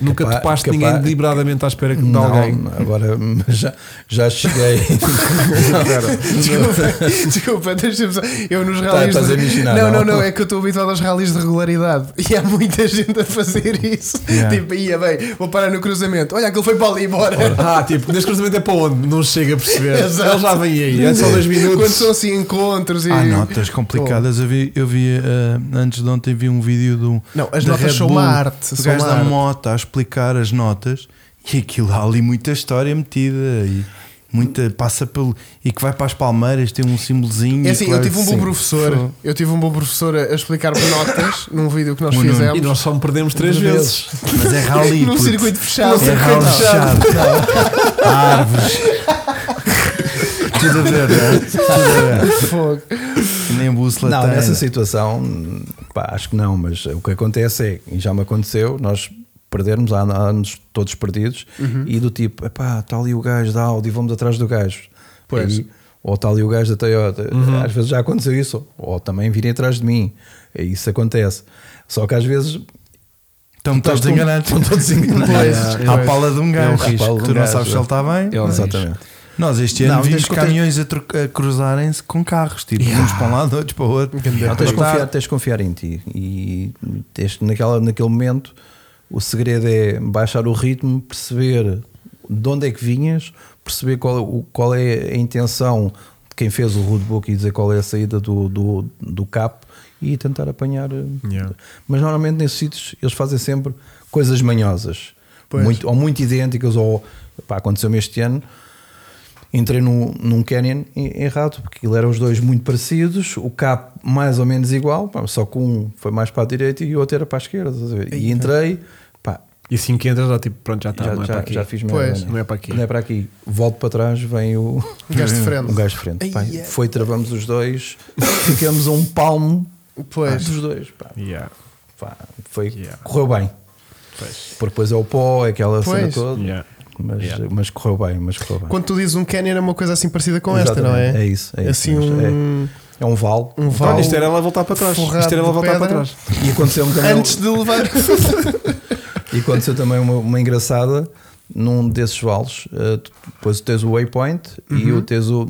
Nunca
capaz-
topaste
capaz-
ninguém deliberadamente à espera que de
Não,
alguém.
agora mas já, já cheguei.
Desculpa, desculpa, deixa-me só. Eu nos
Tá,
rallies.
estás a
de-
imaginar,
não, não,
não?
não, é que eu estou habituado aos rallies de regularidade e há muita gente a fazer isso.
Yeah.
Tipo, ia bem, vou parar no cruzamento. Olha, aquele foi para ali, bora.
Ah, tipo, neste cruzamento é para onde? Não chega a perceber.
Exato.
Ele já vem aí, é só dois
Quando
minutos.
são assim encontros e.
Há notas complicadas. Eu vi, eu vi eh, antes de ontem, vi um vídeo do.
Não, as
da
notas
Red
são
Bull,
uma arte,
do
são
gajo
uma
da
arte.
moto a explicar as notas e aquilo há ali muita história metida e muita passa pelo. e que vai para as palmeiras, tem um símbolozinho.
É assim,
que
eu
vai-
tive um bom
Sim.
professor. Eu tive um bom professor a a explicar-me notas num vídeo que nós
O Nuno.
E
fizemos.
nós só me perdemos três
Três
vezes.
Mas é rally.
Num
puto.
circuito fechado.
É rally fechado. é. Árvores. Tudo a ver, não é? Tudo a ver.
Fogo.
Nem bússola
Não,
tem.
nessa situação, pá, acho que não, mas o que acontece é, e já me aconteceu, nós perdermos há anos todos perdidos e do tipo, pá, está ali o gajo da Audi, vamos atrás do gajo.
Pois.
E- ou está ali o gajo da Toyota. Às vezes já aconteceu isso, ou também virem atrás de mim. E Isso acontece. Só que às vezes
Estão todos enganados.
Estão todos enganados.
Pois,
À pala de um gajo. é.
um risco.
tu não
Gajo.
sabes se ele está bem.
Eu-
mas-
Exatamente.
Nós este ano
Não,
vimos
tens que ter-
caminhões a, tro- a cruzarem-se com carros, tipo, uns para um lado, outros para o outro.
Não, tens, de
Mas tá-
confiar, tens de confiar em ti. E tens, naquela, naquele momento, o segredo é baixar o ritmo, perceber de onde é que vinhas, perceber qual, é o- qual é a intenção de quem fez o roadbook e dizer qual é a saída do, do, do capo e tentar apanhar. eh,
Yeah.
Mas normalmente nesses sítios eles fazem sempre coisas manhosas,
Pois.
Muito- ou muito idênticas, ou pá, aconteceu-me este ano entrei num, num canyon e- errado, porque aquilo eram os dois muito parecidos, o capo mais ou menos igual, pá, só que um foi mais para a direita e o outro era para a esquerda. estás a ver? E entrei, pá,
E assim que entras, já tipo, pronto, já está,
já,
não é
já-
para aqui.
já fiz
Pois.
merda.
Não é para aqui.
Não é para aqui. Volto para trás, vem o,
Um Gajo de frente.
o gajo de frente. pá.
Ai, é.
Foi, travamos os dois, ficamos a um palmo
Pois.
dos dois. pá.
Yeah.
Pá, foi,
Yeah.
Correu bem.
Pois.
Porque depois é o pó, é aquela cena
Pois.
toda.
Yeah.
Mas,
Yeah.
mas correu bem, mas correu bem.
Quando tu dizes um canyon é uma coisa assim parecida com esta, não
Exatamente,
é?
É isso. É isso,
assim
mas é-
um.
É um vale.
Um vale.
Olha, isto era ela voltar para trás.
Forrado
Isto era ela
de
voltar para
pedra.
trás.
E aconteceu também, um
Antes de levar.
e aconteceu também uma, uma engraçada num desses vales. eh, tu- depois tens o waypoint e o tens o.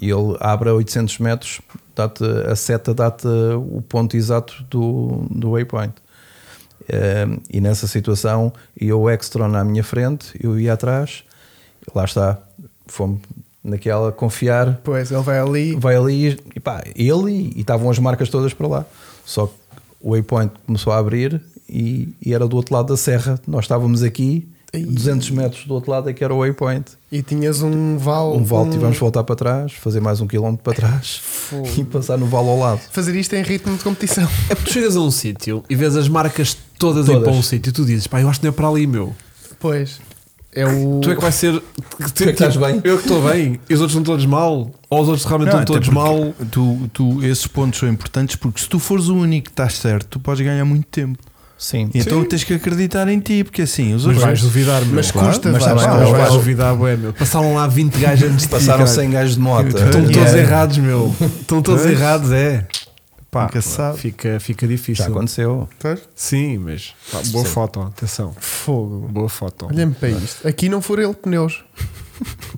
E ele abre a 800 metros, dá-te, a seta dá-te o ponto exato do, do waypoint. Eh, e nessa situação, ia o Extron à minha frente, eu ia atrás, lá está, fomos naquela confiar,
Pois, ele vai ali.
vai ali e- e pá, ele e estavam as marcas todas para lá. Só que o waypoint começou a abrir e, e era do outro lado da serra. Nós estávamos aqui, 200 metros do outro lado é que era o waypoint.
E tinhas um val.
Um vale, tivemos que voltar para trás, fazer mais um quilómetro para trás e passar no vale ao lado.
Fazer isto em ritmo de competição.
É porque tu chegas a um sítio e vês as marcas todas,
Todas.
em para um sítio e tu dizes, pá, eu acho que não é para ali, meu.
Pois. É o.
Tu é que vai ser. Tu
que estás bem.
Eu é que estou bem. E os outros não todos mal. Ou os outros realmente
Não,
estão
até
todos
porque
mal.
Tu, tu, esses pontos são importantes porque se tu fores o único que estás certo, tu podes ganhar muito tempo.
Sim.
E então tens que acreditar em ti, porque assim,
Mas
os outros.
vais duvidar, meu.
Mas
Claro.
custa,
mas
vai,
sabes
vai,
que não
vai.
vais duvidar, bué, meu. Passaram lá 20 gajos antes de ti,
Passaram
cara.
100 gajos de moto. Então,
Estão
E
todos
era-
errados, meu. Estão todos
Pois.
errados, é. Pá,
Nunca se sabe.
fica, fica
Já
difícil.
aconteceu.
Sim, mas. pá, boa foto, atenção.
Fogo.
Boa foto.
Olha-me para isto. Aqui não foram ele pneus.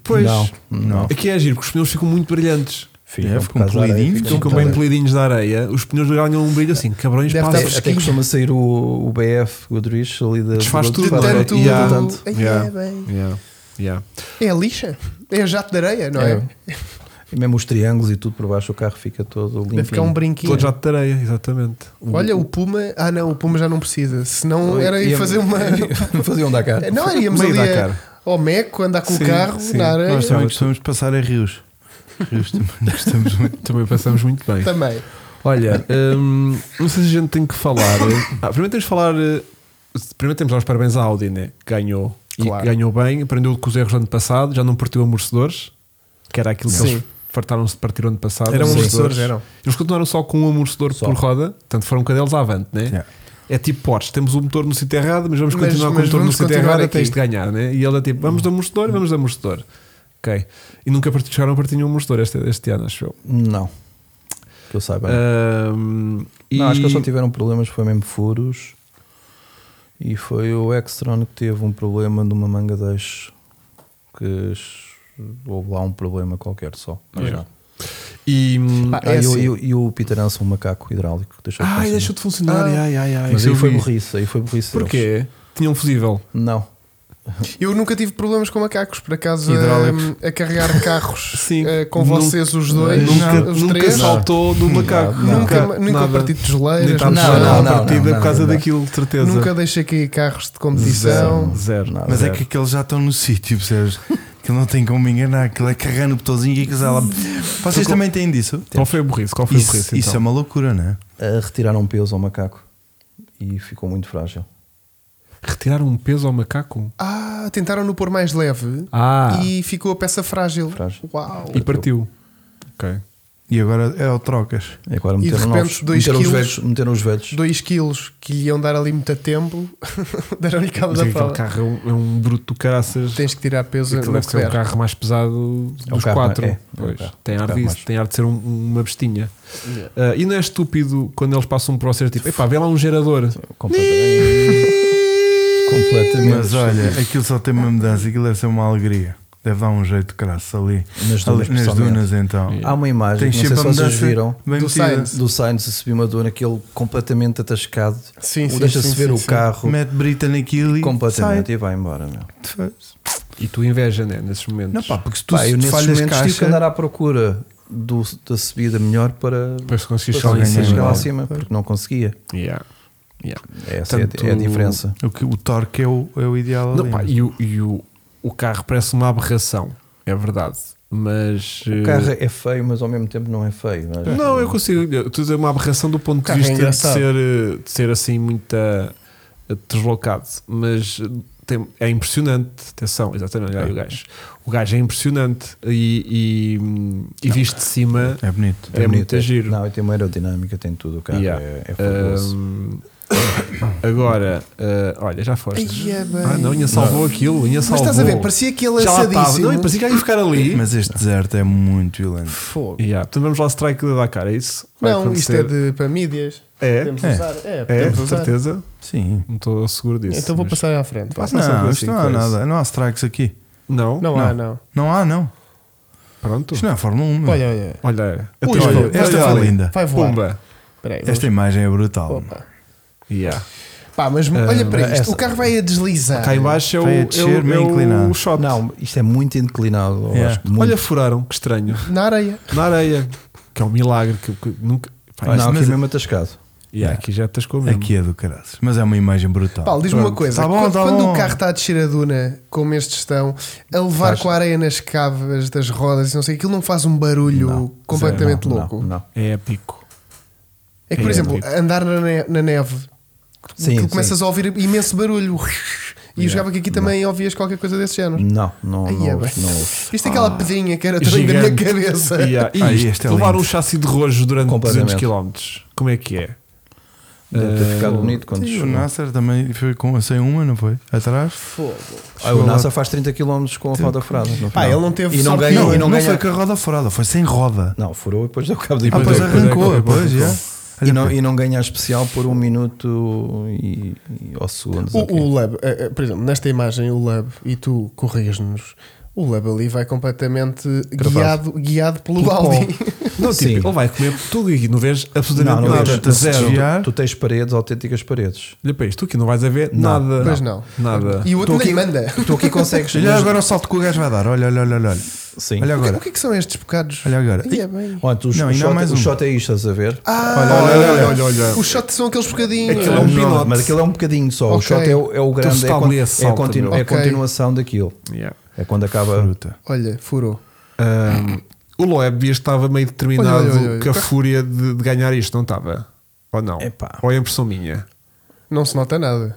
Pois.
Não, não. um
Aqui é giro, porque os pneus ficam muito brilhantes.
Ficam
É,
por
ficam
causa da areia,
polidinhos,
ficam
Ficam
por
bem
causa
pelidinhos da areia. Os pneus ganham um brilho assim, cabrões,
Deve
da
passa.
estar
areia. Até
fresquinhos.
costuma sair o, o BF, o Drish ali da.
Desfaz
do-
tudo,
da-
não é?
Tanto.
Yeah.
Tanto.
Ai,
Yeah.
é, bem.
Yeah, yeah.
É a lixa. É a jato de areia, não é?
É. E mesmo os triângulos e tudo por baixo, o carro fica todo limpinho.
Deve ficar um brinquinho.
Todo já de areia, exatamente.
Olha, o Puma. Ah, não, o Puma já não precisa. Senão era ir
Ia-
fazer uma.
fazer um Dakar.
É, Não, iríamos
Meio
ali
da
a-
cara.
ao Meco, andar com
Sim,
o carro
sim.
na areia.
Nós também gostamos de passar a rios. Rios também gostamos muito.
Também passamos muito bem.
Também.
Olha, hum, não sei se a gente tem que falar. Ah, primeiro temos de falar. eh, Primeiro temos de dar os parabéns à Audi, né? Que Ganhou.
Claro.
E ganhou bem, aprendeu com os erros do ano passado, já não partiu amortecedores, que era aquilo que
Sim.
eles fartaram-se de partir ano passado.
Eram
Sim.
amortecedores, eram.
Eles continuaram só com um amortecedor
Só.
por roda, portanto foram um deles à avante, né?
Yeah.
É tipo Porsche, temos o motor no sítio errado, mas vamos
Mas-
continuar com o
mas
motor no
vamos
sítio
continuar
errado
aqui.
até isto ganhar, né? E ele é tipo, vamos de amortecedor, vamos de amortecedor. Ok. E nunca part- chegaram a partir nenhum amortecedor este, este ano, acho eu.
Não. que eu saiba.
Eh,
Ahm, e-
Não, acho que eles só tiveram problemas, foi mesmo furos. E foi o Extron que teve um problema de uma manga de eixo que es- houve lá um problema qualquer só. Mas
Yeah.
não.
E.
é. Pá,
Ah,
é
e, o-
assim.
e o- e o Peter Anson, um macaco hidráulico, que deixou de
Ah, Ai,
funcionar.
deixou de funcionar.
Ah.
ai, ai, ai.
é? Mas
isso
aí
eu
foi
vi.
burrice, aí foi burrice. deles.
Porquê? Tinha um fusível.
Não.
Eu nunca tive problemas com macacos, por acaso hum,
Hidráulicos.
a, a carregar carros
Sim.
eh, com
Nunca-
vocês os dois,
nunca
os
nunca
três,
saltou do macaco.
não.
nunca, nunca,
nada.
parti de
Nem
geleiras,
estava
Não,
não,
não,
não,
não,
partida
não,
por causa
não.
daquilo, de certeza.
nunca deixei cair carros de competição.
Zero.
Zero.
Nada,
Mas é
zero.
que aqueles já estão no sítio, percebes? Aquilo não tem como enganar, aquilo é carregar no botãozinho e aquilo lá. Vocês também têm disso?
Qual foi o burrice? Qual foi o
Isso,
burrice?
isso é
então?
uma loucura, não é?
Ah, retiraram um peso ao macaco e ficou muito frágil.
Retirar um peso ao macaco?
Ah, tentaram no pôr mais leve
Ah, e,
e ficou a peça frágil.
Frágil.
Uau!
partiu. Ok.
E agora é o trocas.
E agora
E de
meteram,
repente,
novos,
dois
meteram os
quilos.
velhos. Meteram os velhos.
2 quilos que lhe iam dar ali muito tempo, deram-lhe cabo
Mas
da
é que aquele
prova.
carro é um, é um bruto do caraças.
Tens que tirar peso
Aquilo
no
deve
que
ser é o
der.
carro mais pesado
É o
dos
carro,
quatro.
é, é o
Pois,
carro.
tem, ar
Carro
disso,
mais.
tem ar de ser um- uma bestinha. Ah, e não é estúpido quando eles passam por vocês tipo, epá, vê lá um gerador.
Completamente. Completamente.
Mas olha, aquilo só tem uma mudança, aquilo deve ser uma alegria. Deve dar um jeito crasso ali.
Nas dunas,
Ali- Nas
especialmente.
dunas, então.
Yeah.
Há uma
Tem
imagem que não
sempre
sei
a
se
mudança.
vocês viram
bem
Do
metida.
Sainz.
do Sainz a subir uma dona, aquele completamente atascado.
Sim, sim,
Deixa-se
sim,
ver
sim,
o
sim.
carro
Mete brita naquilo e.
completamente e vai embora. Meu.
sai.
E tu inveja, né? Nesses momentos.
Não, pá, porque se tu
Pá, eu
se
nesses
falhas
momentos tive que
caixa,
andar à procura do, da subida melhor para,
Depois se conseguires
para
chegar lá em
conseguir
cima.
chegar
não
lá
é?
acima, porque não conseguia.
Yeah. Yeah.
Essa é a-
Portanto,
é, a diferença.
o, que- o torque é o, é o ideal
Não,
ali.
pá, e o, e o, o carro parece uma aberração, é verdade. Mas.
O carro é feio, mas ao mesmo tempo não é feio.
eh, Não, eu consigo. eu Estou a dizer uma aberração do ponto de
carro é
vista de,
engraçado.
ser, eh, de ser assim muito eh, deslocado. Mas eh, tem- é impressionante. Atenção, exatamente. olha aí o
Ah,
gajo. O gajo é impressionante e, e, hum, e visto de cima.
É bonito.
É muito giro.
Não, e tem uma aerodinâmica, tem tudo o carro.
Yeah.
É, é fabuloso.
hum, agora, eh, olha, já foste.
Ai, é bem.
Ah, não, ainda salvou aquilo, ainda
Mas
salvou.
estás a ver, parecia que ele é
já lá estava.
lançadíssimo.
Não, e parecia que ia ficar ali.
Mas este deserto é muito violento.
Fogo.
Yeah. Portanto, vamos lá strike da Dakar, é isso? Vai
Não, isto é
acontecer.
de para mídias.
É,
Podemos
É.
usar. É,
é,
podemos
de
usar.
certeza.
Sim.
Não estou seguro disso.
Então vou
mas-
passar à frente.
Passa
Não,
sempre
isto
assim,
não há
coisa.
nada. Não há strikes aqui.
Não?
Não, há, não.
Não há, não.
Pronto.
Isto não é Fórmula 1. meu.
Olha, olha.
Olha,
Até
Ui,
olha,
olha,
esta
olha.
foi linda.
Vai voar.
Pumba.
Espera aí, vamos-
Esta imagem é brutal.
Opa.
Yeah.
Pá, mas olha para isto.
essa-
O carro vai a deslizar.
Ah, Cá em baixo é o,
Vai a
é
descer,
o, é
meio inclinado.
o shot.
Não, isto é muito inclinado. eu
Yeah.
acho, muito.
Olha, furaram, que estranho.
Na areia.
Na areia, que é um milagre que, que nunca. Pá,
não,
isto-
aqui
mas-
mesmo é atascado.
Yeah, Aqui já estás com mesmo.
Aqui é do caraças. Mas é uma imagem brutal.
Paulo, diz-me
Pronto.
uma coisa:
Tá bom,
quando,
tá
quando
bom.
o carro está a descer a duna, como estes estão, a levar
Faz.
com a areia nas cavas das rodas e não sei, aquilo não faz um barulho
Não,
completamente
Não,
louco.
Não, não.
É épico.
É que, por
É,
exemplo,
tipo-
andar na ne- na neve,
Sim,
tu
sim.
começas a ouvir imenso barulho. E eu jogava que aqui também ouvias qualquer coisa desse género.
Não, não,
Aí
não,
é
ouves,
bem.
não ouves.
Isto é aquela pedrinha que era também da
Gigante.
minha cabeça.
Yeah. E
Ah,
isto,
este é
levar
lindo.
um chassi de rojo durante
Completamente.
200 km. Como é que é?
Deve ter ficado
Eh,
bonito quando
Sim,
chegou.
o Nasser também foi com sem uma, não foi? Atrás?
Ah, o NASA faz 30 km com a roda furada. no
Pá,
final.
ele um não teve
E não
sorte
ganhou,
nenhuma.
e não ganha-
foi com a roda furada, foi sem roda.
Não, furou e depois deu cabo de
ah,
depois
pois
é, pois é,
arrancou,
pois é,
pois,
pois é.
já.
e, não, e não ganha a especial por um minuto e, e ao segundo.
O, o Lab, eh, eh, por exemplo, nesta imagem, o Lab, e tu corrias-nos, o Lab ali vai completamente guiado, guiado pelo Audi.
Não, tipo,
Sim.
ele vai comer tudo e não vês
não,
absolutamente
não,
nada.
não,
tenta-se
zero.
desviar.
tu tens paredes, autênticas paredes.
Olha para isto, tu aqui não vais a ver
Não,
nada.
Pois não.
Nada.
E o outro
Tu
nem
aqui-
manda.
Tu aqui consegues.
Olha agora o salto que o gajo vai dar, olha, olha, olha, olha.
Sim.
Olha
O que, o
agora.
que é que são estes bocados?
Olha agora.
Ai, é bem.
Olha, tu,
Não,
o,
ainda há
shot,
mais
o
um.
shot é isto, estás a ver?
Ah,
Olha, olha, olha, olha, olha.
Os shots são aqueles bocadinhos.
Aquilo é um
Não,
pinote.
Mas aquilo é um bocadinho só. O
Ok.
shot é, o- é o grande. É,
está
con-
ali a
é
salta,
continu-
meu.
é a
Ok.
continuação daquilo.
Yeah.
É quando acaba.
Fruta.
Olha, furou.
Ahm, o Loeb estava meio determinado
Olha, olha, olha, olha.
com a fúria de, de ganhar isto, não estava? Ou não?
Epá.
Ou é impressão minha?
Não se nota nada.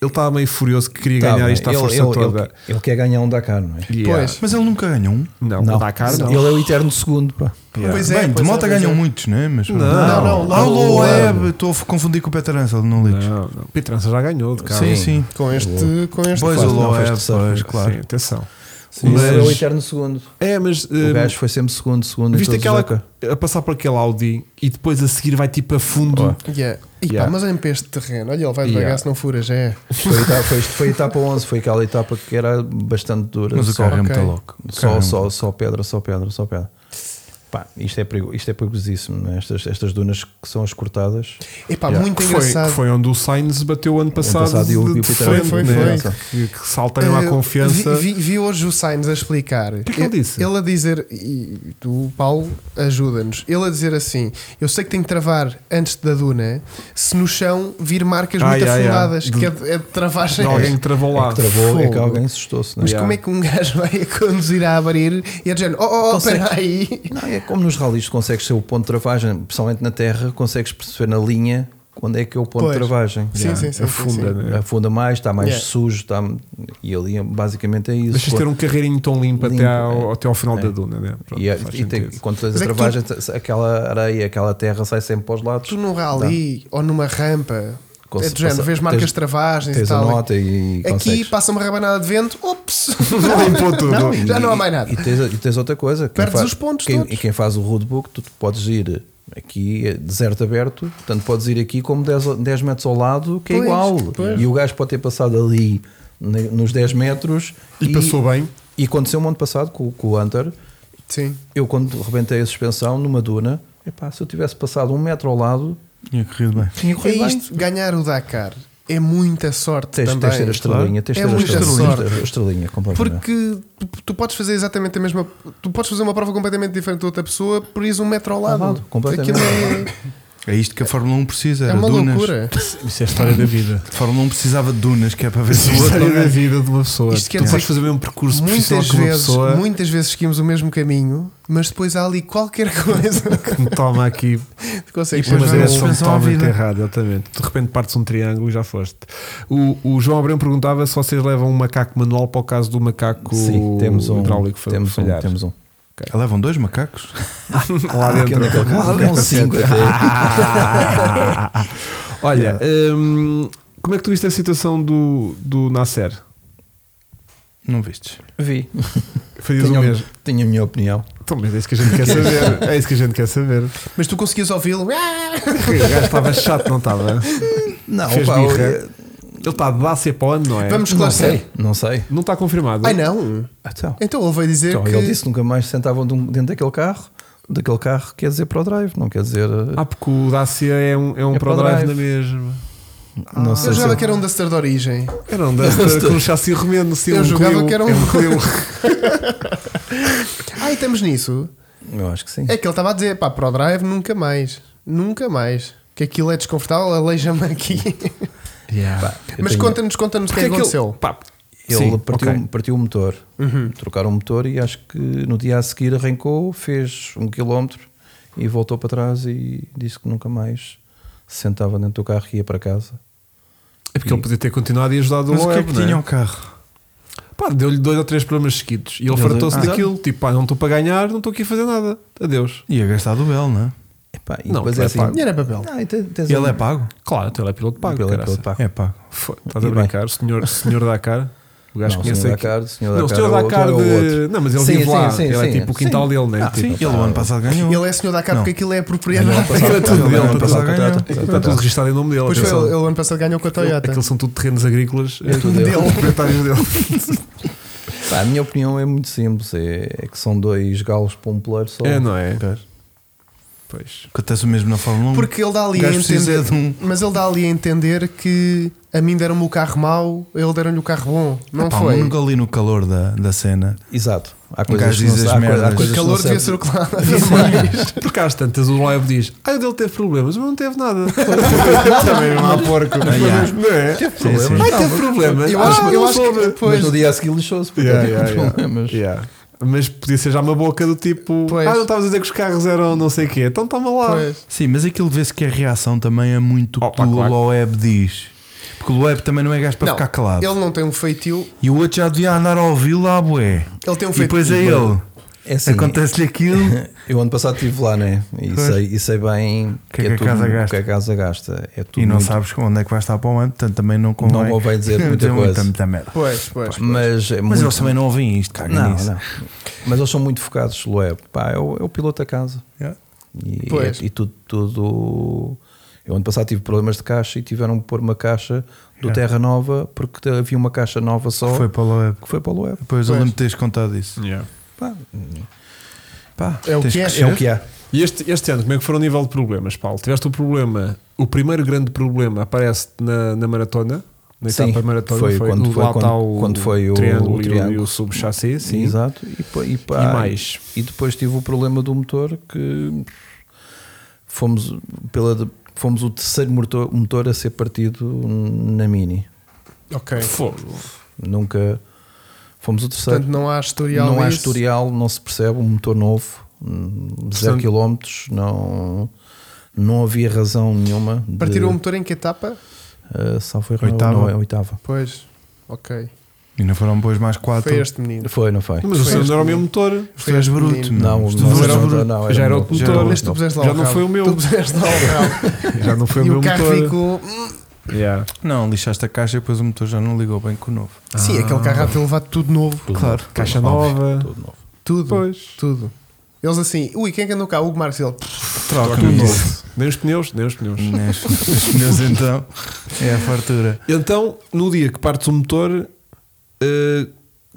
Ele estava meio furioso que queria ganhar
Tá,
isto à
ele-
força
ele-
toda.
Ele, ele quer ganhar um Dakar, não é?
Yeah.
Pois.
Mas ele nunca ganhou um.
Não, não. dá cara, não.
Ele é o eterno segundo, pá.
Pois é,
Bem, de
pois é,
moto
pois
ganham
é.
muitos, não é? Mas
Não,
não,
Ah, o
não.
Loeb, estou a confundir com o Peter Ansel, não lixo.
Não, não. Pitrança já ganhou de cara.
Sim, sim.
Com este. Com este
Pois o
fato.
Não,
Loeb,
fez de surf,
pois, claro.
Sim, atenção.
O meu é o
Mas-
eterno segundo.
É, mas.
O
hum,
gajo foi sempre segundo, segundo. em
Viste
todos os
aquela
Dakar.
a passar por aquele Audi e depois a seguir vai tipo a fundo.
Yeah. E pá,
Yeah.
mas olhem para este terreno. Olha, ele vai devagar
Yeah.
se não furas. É.
Foi, a etapa, foi, foi a etapa 11, foi aquela etapa que era bastante dura.
Mas o
só,
carro é
ok.
muito louco. O carro
só,
é
só,
muito-
só pedra, só pedra, só pedra. Pá, isto é, perigo, isto é perigosíssimo, né? estas, estas dunas que são as cortadas.
E pá,
Yeah.
muito
Que foi,
engraçado.
que foi onde o Sainz bateu o ano passado,
passado e o-
de,
e o
de
Peter
frente,
Foi,
né?
foi.
Que, que saltaram à
Eh,
confiança.
Vi, vi- vi hoje o Sainz a explicar.
que é que ele disse?
Ele a dizer, e tu, Paulo, ajuda-nos. Ele a dizer assim: Eu sei que tenho que travar antes da duna, se no chão vir marcas
Ah,
muito
yeah, yeah.
afundadas,
De-
que é, é de
de
travagem.
alguém que travou lá.
É que travou, é que
fogo.
alguém assustou-se. Né?
Mas como é que um gajo vai a conduzir a abrir e a dizer: Oh, oh, oh,
Consegue-
peraí.
Não, é como nos ralis, consegues ser o ponto de travagem, principalmente na terra, consegues perceber na linha quando é que é o ponto
Pois.
de travagem.
Sim, sim, sim,
afunda,
sim,
né?
sim.
Afunda mais, está mais
Yeah.
sujo, está... e ali basicamente é isso.
Deixas ter um carreirinho tão limpo,
Limpo,
até, ao,
é.
até ao final
É.
da duna, né? Pronto,
E, é-
faz
e tem-
sentido.
e quando tens
Mas
a
é que
travagem, t- aquela areia, aquela terra sai sempre para os lados.
Tu num rally ou numa rampa, é de género, vês marcas de travagens e
tens a
tal.
nota e
Aqui
consegues.
passa uma rabanada de vento, ops!
Limpou tudo.
Não, já
e-
não há mais nada.
E tens, e tens outra coisa. quem
Perdes
fa-
os pontos
quem,
todos.
E quem faz o roadbook, tu, tu podes ir aqui, é deserto aberto, portanto podes ir aqui como 10, ao- 10 metros ao lado, que é
Pois,
igual.
pois.
E o gajo pode ter passado ali ne- nos 10 metros
E passou bem.
E aconteceu um ano passado com, com o Hunter.
Sim.
Eu, quando rebentei a suspensão numa duna, epá, se eu tivesse passado um metro ao lado,
Tinha corrido bem.
tinha
É
corrido bem.
isto, ganhar o Dakar é muita sorte
Tens,
também.
tens de ter a estrelinha, tens de
É
ter a
muita
estrelinha,
sorte.
a estrelinha completamente.
Porque tu, tu podes fazer exatamente a mesma. Tu podes fazer uma prova completamente diferente da outra pessoa, por isso um metro ao lado.
lado, completamente.
Aquilo é,
É isto que a Fórmula 1 precisa.
é
Era
uma
dunas.
loucura.
Isso é a história da vida.
A Fórmula 1 precisava de dunas, que é para ver se
Isso é
o
a
outro.
história da
ganha.
vida de uma pessoa.
Isto quer
tu
dizer
podes
que
fazer o mesmo um percurso profissional
Muitas
que uma
vezes,
pessoa
muitas vezes seguimos o mesmo caminho, mas depois há ali qualquer coisa que
que me toma aqui
consegues
Mas
fazer.
é
a
só
suspensão à
totalmente
vida.
errado, exatamente. De repente partes um triângulo e já foste. O, o João Abreu perguntava se vocês levam um macaco manual para o caso do macaco
Sim, temos um,
hidráulico fa-
temos um,
falhar.
temos um.
Ah, Levam dois macacos?
Lá dentro.
Aquele- aquele- aquele- um cinco até.
Olha, hum, como é que tu viste a situação do, do Nasser?
Não vistes?
Vi.
Fazias o
Tinha,
mesmo.
tinha a minha opinião.
Então, mas é isso que a gente quer saber. É isso que a gente quer saber.
Mas tu conseguias ouvi-lo. Ah,
O gajo estava chato, não estava?
Não,
Fez
pá, eu-
birra. Ele está de Dácia para o ano, não é?
Vamos
não
esclarecer.
sei, não sei.
Não está confirmado.
Ai não.
Então,
Então ele veio dizer
então,
que.
ele disse que nunca mais se sentavam de um- dentro daquele carro. Daquele carro quer dizer para o drive, não quer dizer.
Ah, porque o Dácia é um, é um
É
pro
ProDrive.
drive na mesma.
eh, não
eu
sei se.
jogava que era um Duster de origem.
Era um Duster com um chassi remendo, sim,
Eu
um
jogava
Clio,
que era um-
é Clio.
Ah, e estamos nisso.
Eu acho que sim.
É que ele estava a dizer, pá, para o drive nunca mais. Nunca mais. Que aquilo é desconfortável, aleija-me aqui.
Pá, eu
Mas
tenho-
conta-nos, conta-nos o que é que aconteceu.
Pá, é
Ele
Sim,
partiu,
ok.
partiu o motor, trocaram o motor e acho que no dia a seguir arrancou, fez um quilómetro e voltou para trás e disse que nunca mais se sentava dentro do carro e ia para casa.
É porque ele podia ter continuado e ajudado
Mas
o
o que é
web,
que
né?
não é?
tinha o carro?
Pá, deu-lhe dois ou três problemas seguidos e ele
Deu-lhe-
fartou-se
Ah.
daquilo. Tipo, pá, não estou para ganhar, não estou aqui a fazer nada. Adeus.
Ia gastar do Bel, não é?
Epá, e
Não,
depois é,
é
assim.
pago.
Dinheiro é papel.
Não, e te- tens
Ele
um-
é pago?
Claro, então ele é piloto pago.
Ele é
caraça.
piloto pago.
É pago.
Fo- Estás a
E
brincar? O senhor, o senhor Dakar? O gajo
Não, o
conhece
senhor
aqui.
Dakar, o senhor
não, o
Dakar
senhor
é o outro,
Dakar
é o
de.
outro.
Não, mas ele
Sim,
vive
sim,
lá.
sim,
ele é
sim.
tipo o quintal
Sim.
dele, né?
Ah,
tipo,
Ele o ano passado ganhou.
Ele é senhor da cara
Não.
porque aquilo é a
Ele
propriedade.
passava-
Era tudo
ele
dele,
passava
passava
contrato,
ganhar.
passava
Está tudo
contrato.
registrado em nome dele.
Pois foi,
atenção.
ele ele ano passado ganhou com a Toyota.
Aqueles são tudo terrenos agrícolas.
É tudo dele.
Os proprietários dele.
Pá, a minha opinião é muito simples: é, é que são dois galos para um poleiro só.
É, não é? Pois.
Acontece o mesmo na Fórmula 1.
Porque ele dá ali
O
a
gajo precisa
entender.
de um-
Mas ele dá ali a entender que a mim deram-me o carro mau, ele deram-lhe o carro bom. Não
Epá,
foi.
Nunca um ali no calor da, da cena.
Exato. Há
gajo
coisas que
diz
não,
as
há coi- há
merdas.
coisas
O
que
calor
não
devia
servem.
ser o que lá.
Porque às tantas o Loeb diz: Ah, o dele teve problemas, mas não teve nada. Também não há porco.
yeah.
Não é?
Sim,
Vai
sim.
ter problemas.
Eu acho,
Ah,
eu
não
acho que
soube.
Mas no
depois.
dia a seguir lixou-se porque
Yeah,
teve
yeah, yeah.
problemas.
Yeah. Mas podia ser já uma boca do tipo:
Pois.
Ah, não estavas a dizer que os carros eram não sei o quê, então toma lá.
Pois.
Sim, mas aquilo vê-se que a reação também é muito
Oh,
o
pá,
que o
claro.
Loeb diz. Porque o Loeb também não é gajo para
Não,
ficar calado.
ele não tem um feitio.
E o outro já devia andar a ouvi-lo à bué.
Ele tem um
E
feitio.
depois é ele.
É assim,
Acontece-lhe aquilo.
eu ano passado estive lá, né? E
Pois.
sei, e sei bem o
Que é que a casa gasta.
que a casa gasta. É tudo
E não
muito-
sabes onde é que vai estar para o ano, portanto também não convém.
Não convém dizer muita coisa.
muita merda.
Pois, pois.
Mas, é
Mas
muito-
eles também não ouvem isto, caga
não,
nisso.
não. Mas eles são muito focados, Loé. Pá, é o, é o piloto da casa.
Yeah.
E, é,
Pois.
e tudo, tudo. Eu ano passado tive problemas de caixa e tiveram que pôr uma caixa do
Yeah.
Terra Nova porque havia uma caixa nova só
Foi para lá.
que foi para o Loé.
Depois eu lembro de teres contado isso.
Pá, pá,
É o
Tens
que é.
que-
é o que há.
E este, este ano, como é que foi o nível de problemas, Paulo? Tiveste o problema, o primeiro grande problema aparece na, na maratona, na
Sim,
etapa maratona,
foi quando
o-
foi-
lá está
quando-
o,
quando foi o
triângulo,
triângulo.
e o, e o subchassi, sim.
Exato. E, pá, e,
E
pá,
mais.
E depois tive o problema do motor que fomos, pela, de- fomos o terceiro motor, motor a ser partido na Mini.
É? Ok.
Fogo.
Nunca fomos o terceiro.
Portanto, não há historial.
não há
disso.
historial, não se percebe, um motor novo, hum, zero
Portanto-
quilómetros, não, não havia razão nenhuma. de-
Partiram o motor em que etapa?
Ah, salvo erro, não,
Oitava.
não, é a oitava.
Pois. Ok.
E não foram depois mais quatro.
Foi este menino.
Foi, não É foi?
Mas o
Foi
Sandro
este
era o mesmo
menino.
motor.
Isto és
Foi este
bruto,
menino.
Não,
meu.
o
Isto
nosso
tu
era
és
o
bruto.
não, um
já era
o
outro
nosso.
já era
motor.
Mas tu puseste lá
Já
o
não
rabo.
foi o meu.
Tu puseste lá o rabo.
Já não foi
e o
meu
carro
motor.
ficou.
Yeah.
Não, lixaste a caixa e depois o motor já não ligou bem com o novo.
Sim, aquele carro há de ter levado tudo novo.
Tudo
Claro.
novo,
Caixa
tudo novo,
nova.
tudo novo.
Tudo.
Pois.
Tudo. Eles assim, ui, quem é que andou cá? Hugo Marques. Ele,
Troca
Tudo
isso.
novo. Nem os pneus, nem os pneus.
Nes- Os meus então é a fartura.
Então, no dia que partes o motor, eh,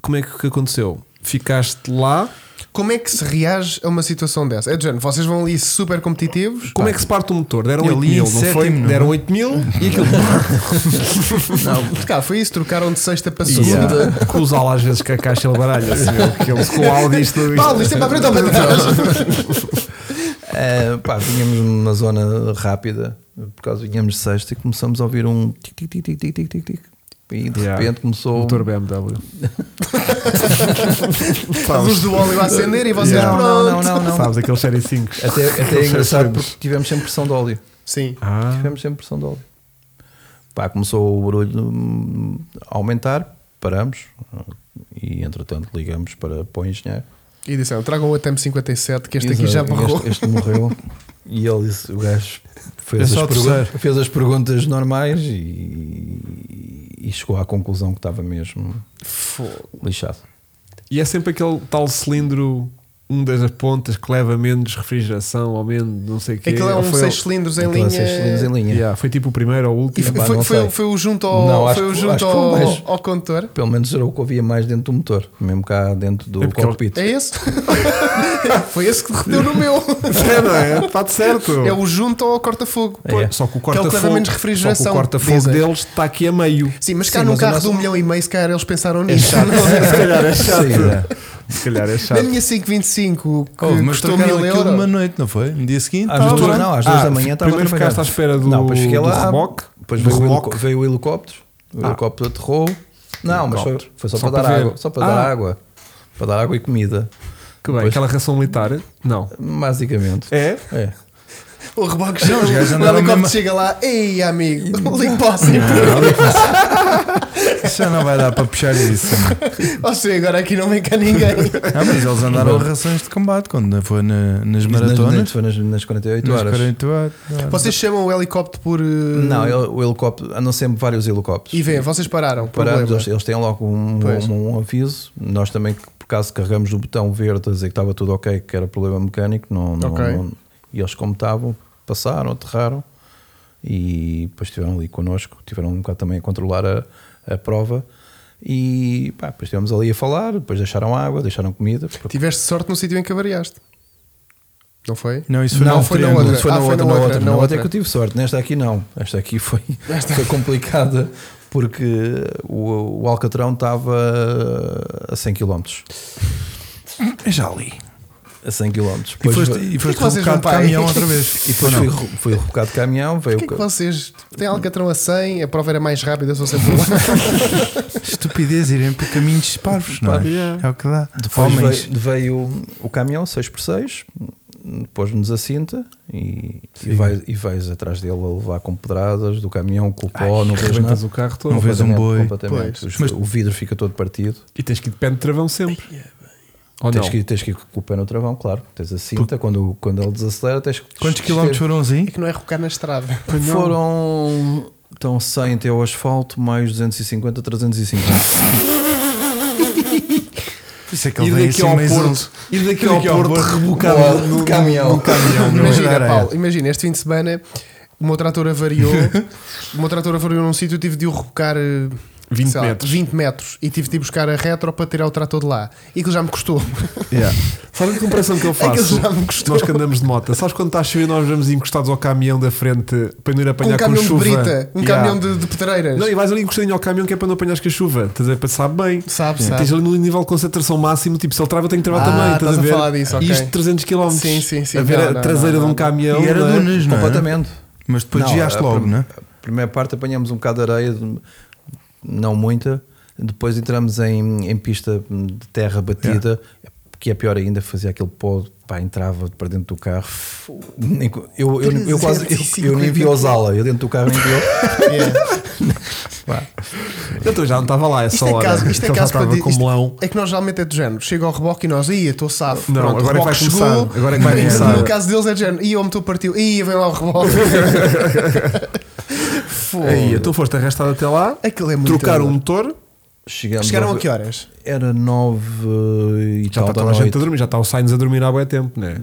como é que que aconteceu? Ficaste lá.
Como é que se reage a uma situação dessa? É de género, vocês vão ali super competitivos.
Como
Pá,
é que se parte o motor? Deram
Ele
8 mil,
em
não foi?
sétimo, não é?
Deram 8 mil e aquilo.
Não, cá, foi isso, trocaram de sexta para
E,
segunda.
ah, Que usá-la às vezes que a caixa ele baralha. Assim, ele- que ele com o áudio isto.
Paulo, isto é para a frente ou para trás?
Ah, pá, vinhamos numa zona rápida, por causa vinhamos de sexta e começamos a ouvir um tic tic tic tic tic tic tic tic. E de
Yeah.
repente começou.
Motor BMW.
A luz do óleo a acender e vocês
Yeah.
Não,
pronto.
não, não, não.
Sabes, aquele Sherry 5.
Até, até é engraçado porque tivemos sempre pressão de óleo.
Sim.
Ah,
Tivemos sempre pressão de óleo. Pá, começou o barulho hum, a aumentar, paramos e entretanto ligamos para, para o engenheiro.
E disseram, tragam o ATM57 que este aqui já
Exato,
borrou.
Este, este morreu. E ele disse, o gajo fez,
É só
as
o
pergun-
terceiro.
fez as perguntas normais e, e chegou à conclusão que estava mesmo lixado.
E é sempre aquele tal cilindro, um das pontas que leva menos refrigeração ou menos não sei o quê.
Aquilo é
Ou
um
foi
6 cilindros em
Então,
linha.
seis cilindros em linha.
Yeah, foi tipo o primeiro ou o
E
último.
Epá,
foi,
não
foi,
sei.
foi o junto ao,
Não, acho
foi o
que-
junto
acho que
ao,
foi mais.
ao condutor.
Pelo menos era o que havia mais dentro do motor, mesmo cá dentro do
É porque ele-
cockpit.
É esse? foi esse que derreteu no meu.
É, não é? Está de certo.
É o junto ao corta-fogo.
É.
Só que o
Que é o que leva
corta-fogo
menos
só que
refrigeração,
o corta-fogo
dizem.
deles está aqui a meio.
Sim, mas cá
Sim,
num
mas a
carro
nossa-
de um milhão e meio, se calhar eles
É
pensaram nisso.
Se calhar é chato.
Sim, era.
Se calhar é
Na
chato.
minha 525, que
Oh, mas
custou
trocaram
mil
aquilo numa
euros.
noite, não foi? No dia seguinte?
Às duas,
estava lá.
não, às duas
Ah,
da manhã estava
Primeiro
trabalhado.
ficaste à espera do,
Não, pois fiquei
do
lá,
reboque.
Depois
do
veio o, helico-
reboque. Ah.
veio o helicóptero, o helicóptero aterrou. Não, mas foi,
Helicóptero.
foi só,
Só
para,
para
dar
ver.
água, só para dar
Ah.
água, para dar água e comida,
Que bem,
Pois.
aquela ração militar? Não.
basicamente.
É?
É.
O reboque
Não, os gajos
chega, o
andaram
helicóptero
mesmo-
chega lá. Ei, amigo, ligo para o sempre.
Já não vai dar para puxar isso. é?
Você agora aqui não vem cá ninguém.
Ah, mas eles andaram a rações de combate quando foi na- nas
Nas,
maratonas.
foi nas, nas 48
Nas
horas.
48 horas.
Vocês chamam o helicóptero por. eh,
Não, ele- o helicóptero, andam sempre vários helicópteros.
E vêem, vocês pararam. problema.
Parados, eles, eles têm logo um,
Pois.
um- um aviso. Nós também, por acaso, carregamos o botão verde a dizer que estava tudo ok, que era problema mecânico. Não, não-
Ok.
não- e eles, como estavam, passaram, aterraram e depois estiveram ali connosco. Tiveram um bocado também a controlar a, a prova. E pá, depois estivemos ali a falar. Depois deixaram água, deixaram comida. porque-
Tiveste sorte no sítio em que avariaste. Não foi?
Não, isso foi
Não,
no
foi na
triângulo.
outra.
Foi
Ah,
na
foi na
outra, na
outra,
outra.
na
Na outra
outra.
é que eu tive sorte. Nesta aqui não. Esta aqui foi, foi complicada porque o, o Alcatrão estava a 100 km.
Já li.
A 100 km.
E
Depois
foste,
ve-
e foste
vocês
rebocado de
vão para aí?
caminhão outra vez.
e depois fui, ro- fui rebocado de caminhão, veio
Porquê que
o ca-
vocês têm Alcatrão a 100? A prova era mais rápida, sou sempre lá.
Estupidez irem por caminhos parvos, não é?
Yeah.
É o que dá.
depois
Homens.
veio, veio o caminhão 6x6, pôs-nos a cinta e, e, vais, e vais atrás dele a levar com pedradas do caminhão, com o pó, oh, não vês
Arrebentas
nada.
o carro todo.
Não vês um
Completamente,
boi.
completamente.
Pois.
Os-
Mas-
o vidro fica todo partido.
é
E tens que ir de pé de travão sempre. Ou
Tens
não?
que, tens que ir com o pé no travão, claro. Tens a cinta, quando, quando ele desacelera, tens que.
Quantos quilómetros foram assim?
É que não é rocar na estrada.
Foram. Então 100 até ao asfalto, mais 250, 350.
Isso é que
E
ele veio
daqui
assim
ao
mais um.
Porto, e daqui ao Porto, rebocado
Boa,
no-
de caminhão.
no caminhão. meu.
Imagina,
era
Paulo, imagina, este fim de semana o meu trator avariou, o meu trator avariou num sítio e tive de o rebocar eh,
20
sei lá,
metros.
20 metros e tive de ir buscar a retro para tirar o trator de lá. E aquilo já me custou.
Yeah. Sabe a comparação que eu
Aquilo
faço?
É já me custou.
Nós que andamos de moto, sabes quando está a chover e nós vamos encostados ao caminhão da frente para não ir
Com um
apanhar com,
caminhão de
chuva?
brita, um
Yeah.
caminhão de, de pedreiras.
Não, e vais ali encostadinho ao caminhão que é para não apanhares com a chuva. Estás a ver? Sabe bem.
Sabe,
Tens
sabe?
ali no nível de concentração máximo, tipo, se ele trava, eu tenho que travar
Ah,
também. Estás
estás
a
a
ver?
falar disso, ok.
E isto 300 km.
Sim, sim, sim.
A ver
Não,
a
não,
traseira
não,
de um
não.
caminhão.
E era
não é?
dunas, não é?
Completamente.
Mas depois
Não,
desviaste
a
logo,
prim-
não é?
A primeira parte apanhamos um bocado de areia, de- não muita. Depois entramos em, em pista de terra batida, que é pior ainda, fazia aquele pó, pá, entrava para dentro do carro. Nem co- Eu, eu, eu, quase- eu, eu nem vi os ala, eu dentro do carro nem vi o-
Yeah.
Eu então, já não estava lá essa
Isto é
hora.
caso, isto é
Ele já
caso para
estava
dizer.
com melão.
É que nós geralmente é de género. Chega ao reboque e nós, ia, estou safo.
Não,
Pronto,
agora
o
é que vai
reboque
começar.
chegou.
Agora é que vai
E
começar.
No caso deles é de género. Ia, o motor partiu. Ia, vem lá o reboque.
Aí,
Foda.
tu foste arrastado até lá,
Aquilo é muito.
trocaram o motor,
Chegamos
Chegaram
ao-
a que horas?
Era nove e
já está
tal da
toda a gente
noite. Hum,
a dormir, já está o Sainz a dormir há bem tempo, né?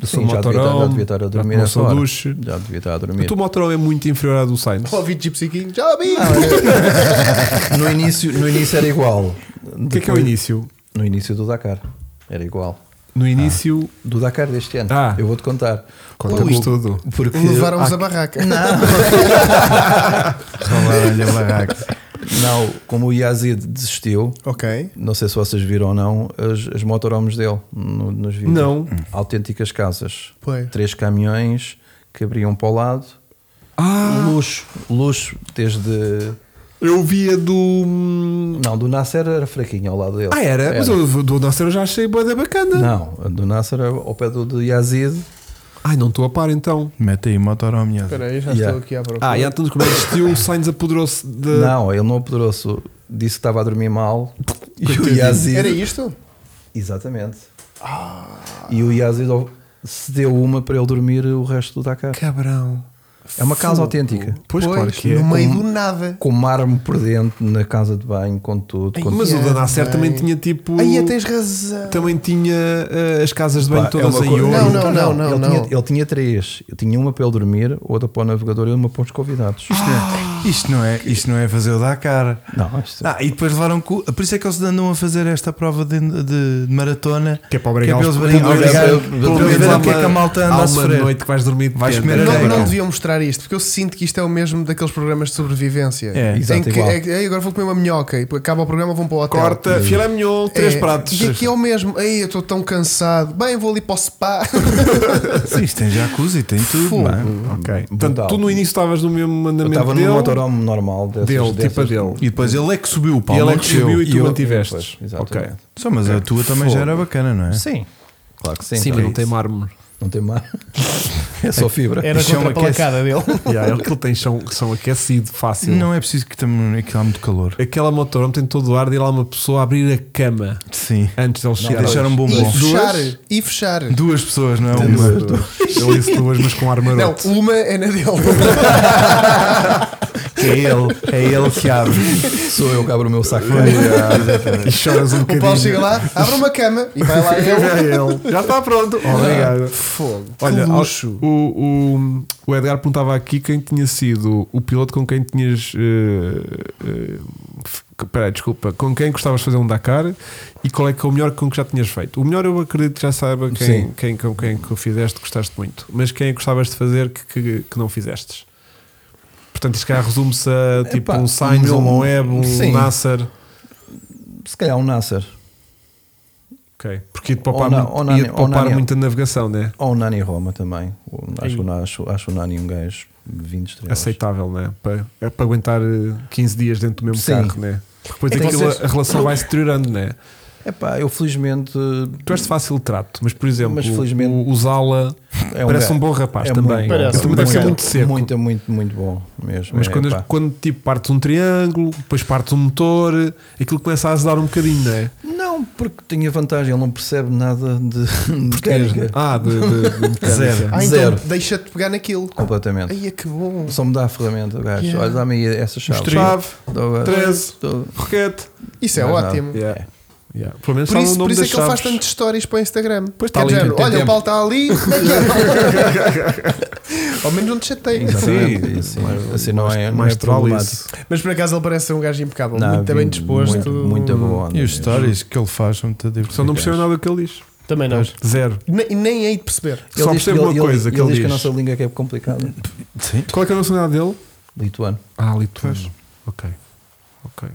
Eu sou
Sim, já devia, estar, já
motorão, tá
devia estar a dormir
já
essa
sou
hora.
duche.
Já devia estar a
O
dormir.
teu motorão é muito inferior à do Sainz.
Ouvi Gypsy King. Já vi!
No, início, no início era igual.
O que é que é o início?
No início do Dakar. Era igual.
No início,
Do Dakar deste ano.
Ah.
Eu vou-te contar.
conta-nos tudo.
Porque
Levaram-nos a barraca.
Roubaram-lhe a barraca.
Não, como o Yazid desistiu,
Ok.
não sei se vocês viram ou não, as, as motorhomes dele no- nos vídeos.
Não.
Autênticas casas.
Pois.
Três caminhões que abriam para o lado.
Ah,
Luxo, luxo, desde.
eu via do.
Não, do Nasser era fraquinho ao lado dele.
Ah, era? Mas o do Nasser eu já achei boa da bacana.
Não, a do Nasser era ao pé do, do Yazid.
Ai, não estou a par então.
Mete aí, motorhome. Yazid.
Espera aí, já
Yeah.
estou aqui à procura.
Ah, e então como é que existiu, o Sainz apoderou-se de.
Não, ele não apoderou-se. Disse que estava a dormir mal. E o
Coitadinho.
Yazid.
Era isto?
Exatamente.
Ah.
E o Yazid cedeu uma para ele dormir o resto do Dakar.
Cabrão.
É uma casa autêntica.
Pois, claro que é.
No meio do nada.
Com mármore por dentro, na casa de banho, com tudo. Com
Mas o
Yeah,
da Nasser
bem.
também tinha tipo.
Aí tens razão.
Também tinha eh, as casas de banho
Pá, é
todas
uma
em
coisa-
ouro.
Não, não, não, não,
ele,
não.
Tinha, ele tinha três. Eu tinha uma para ele dormir, outra para o navegador e uma para os convidados.
Isto, é, isto, não é, isto não é fazer o Dakar.
Não, isto-
Ah, e depois levaram cu. Por isso é que eles andam a fazer esta prova de, de- de maratona.
Que é para obrigar
Que é
os-
para eles verem-
pelo menos-
obrigar-
pelo
para
menos
verem
há
o que é que a
uma-
malta anda
há
a
uma
sofrer.
noite que vais dormir de
Vais
pena.
comer a
Não,
Era
não
igual.
deviam mostrar isto, porque eu sinto que isto é o mesmo daqueles programas de sobrevivência.
É,
exato,
em que
igual.
é, é, agora vou comer uma minhoca e acaba o programa, vão para o hotel.
Corta, filé mignon, três
É,
pratos.
E aqui é o mesmo. Ei, eu estou tão cansado. Bem, vou ali para o spa.
Sim, isto tem jacuzzi, tem tudo.
Fogo.
não é?
Ok. Portanto,
Brutal.
tu no início estavas no mesmo
eu
andamento
estava
dele,
num motorhome normal dessas,
dele,
dessas-
tipo a dele.
E depois ele é que subiu, o
E
Paulo
ele
não
é que subiu
desceu.
e tu
E eu-
mantiveste.
Pois,
ok.
exatamente.
Só, mas a tua também já era bacana, não é?
Sim. Claro que sim.
Sim, é
então.
mas não tem mármore.
Não tem mar. é só fibra.
Era Isto é um contra a aquece. palacada
dele.
yeah, é ele tem chão, chão aquecido fácil.
Não é preciso que também aquilo há muito calor.
Aquela motorhome tem todo o ar de ir lá uma pessoa abrir a cama
Sim.
antes de eles
E
chegarem.
deixar um
E
bombom.
fechar. E fechar.
Duas pessoas, não é?
Ele
Uma.
disse duas. Ele disse duas, mas com um ar
Não,
maroto.
uma é na dele.
É ele, é ele que abre.
Sou eu que abro o meu saco.
E choras um
O
bocadinho.
Paulo chega lá, abre uma cama e vai lá ele.
É ele. Já
tá
está pronto. Obrigado.
Fogo.
Olha,
que luxo.
O, o, o Edgar perguntava aqui quem tinha sido o piloto com quem tinhas. eh, eh, f- Peraí, desculpa, com quem gostavas de fazer um Dakar e qual é que é o melhor com que já tinhas feito? O melhor eu acredito que já saiba quem,
Sim.
quem, com quem que o fizeste, gostaste muito, mas quem é que gostavas de fazer que, que, que não fizestes? Portanto, isto cá resume-se a tipo
Epá,
um Sainz,
o meu-
um Web, um
Sim.
Nasser.
Se calhar um Nasser.
Ok, porque ia-te
Ou
poupar,
na-
muito,
ou na-
ia-te
ou
poupar
na-
muita navegação, né?
Ou o Nani Roma também. O- Acho, o Na- acho, acho o Nani um gajo 20 estrelas.
aceitável, né? Para, é para aguentar eh, 15 dias dentro do mesmo
Sim.
carro, né? Porque depois
É que
aquilo,
vocês-
a relação vai se deteriorando, né?
Epá, eu felizmente.
Tu és de fácil trato, mas por exemplo,
Mas, felizmente-
o, o Zala
é
parece
gajo-
um bom rapaz
é
também.
muito-
Parece,
Ele também deve ser
muito.
muito seco.
Muito, muito, muito bom mesmo.
Mas
é,
quando,
pá.
quando tipo partes um triângulo, depois partes um motor, aquilo começa a azedar um bocadinho, né?
Não, Não, porque tinha vantagem, ele não percebe nada de mecânica.
Ah, de, de, de mecânica.
Zero.
Ah, então
Zero.
deixa-te pegar naquilo.
Completamente.
Aí é que bom.
Só me dá a ferramenta, o gajo.
Yeah.
Olha, dá-me aí essa chave.
Chave,
Dou a-
13.
dou-
roquete.
Isso é
Mais nada.
ótimo.
Yeah. Yeah. Pelo menos
Por
sabe o
isso, por
nome
isso é
das
que ele faz
chaves.
tantas histórias para o Instagram.
Pois
Que
está
é
ali,
de género,
tem
olha, o
tempo.
pau está ali. Ao menos não te chatei.
Exatamente.
Sim.
Assim, assim não é, não é
mais troll
problemático.
isso. é
Mas por acaso ele parece ser um gajo impecável.
Não,
muito bem
muito-
disposto.
Muito, muito boa onda
E os
mesmo.
stories que ele faz são muito divertidos.
Só não percebo
é
nada do que ele diz.
Também não.
Zero.
Ne- E nem aí de perceber.
Só
diz
percebo
que
uma coisa que
ele
ele
diz que a
diz.
nossa língua é que é complicada.
Sim.
Qual é, que é a nacionalidade dele?
Lituano.
Ah, lituano. Ok. Ok.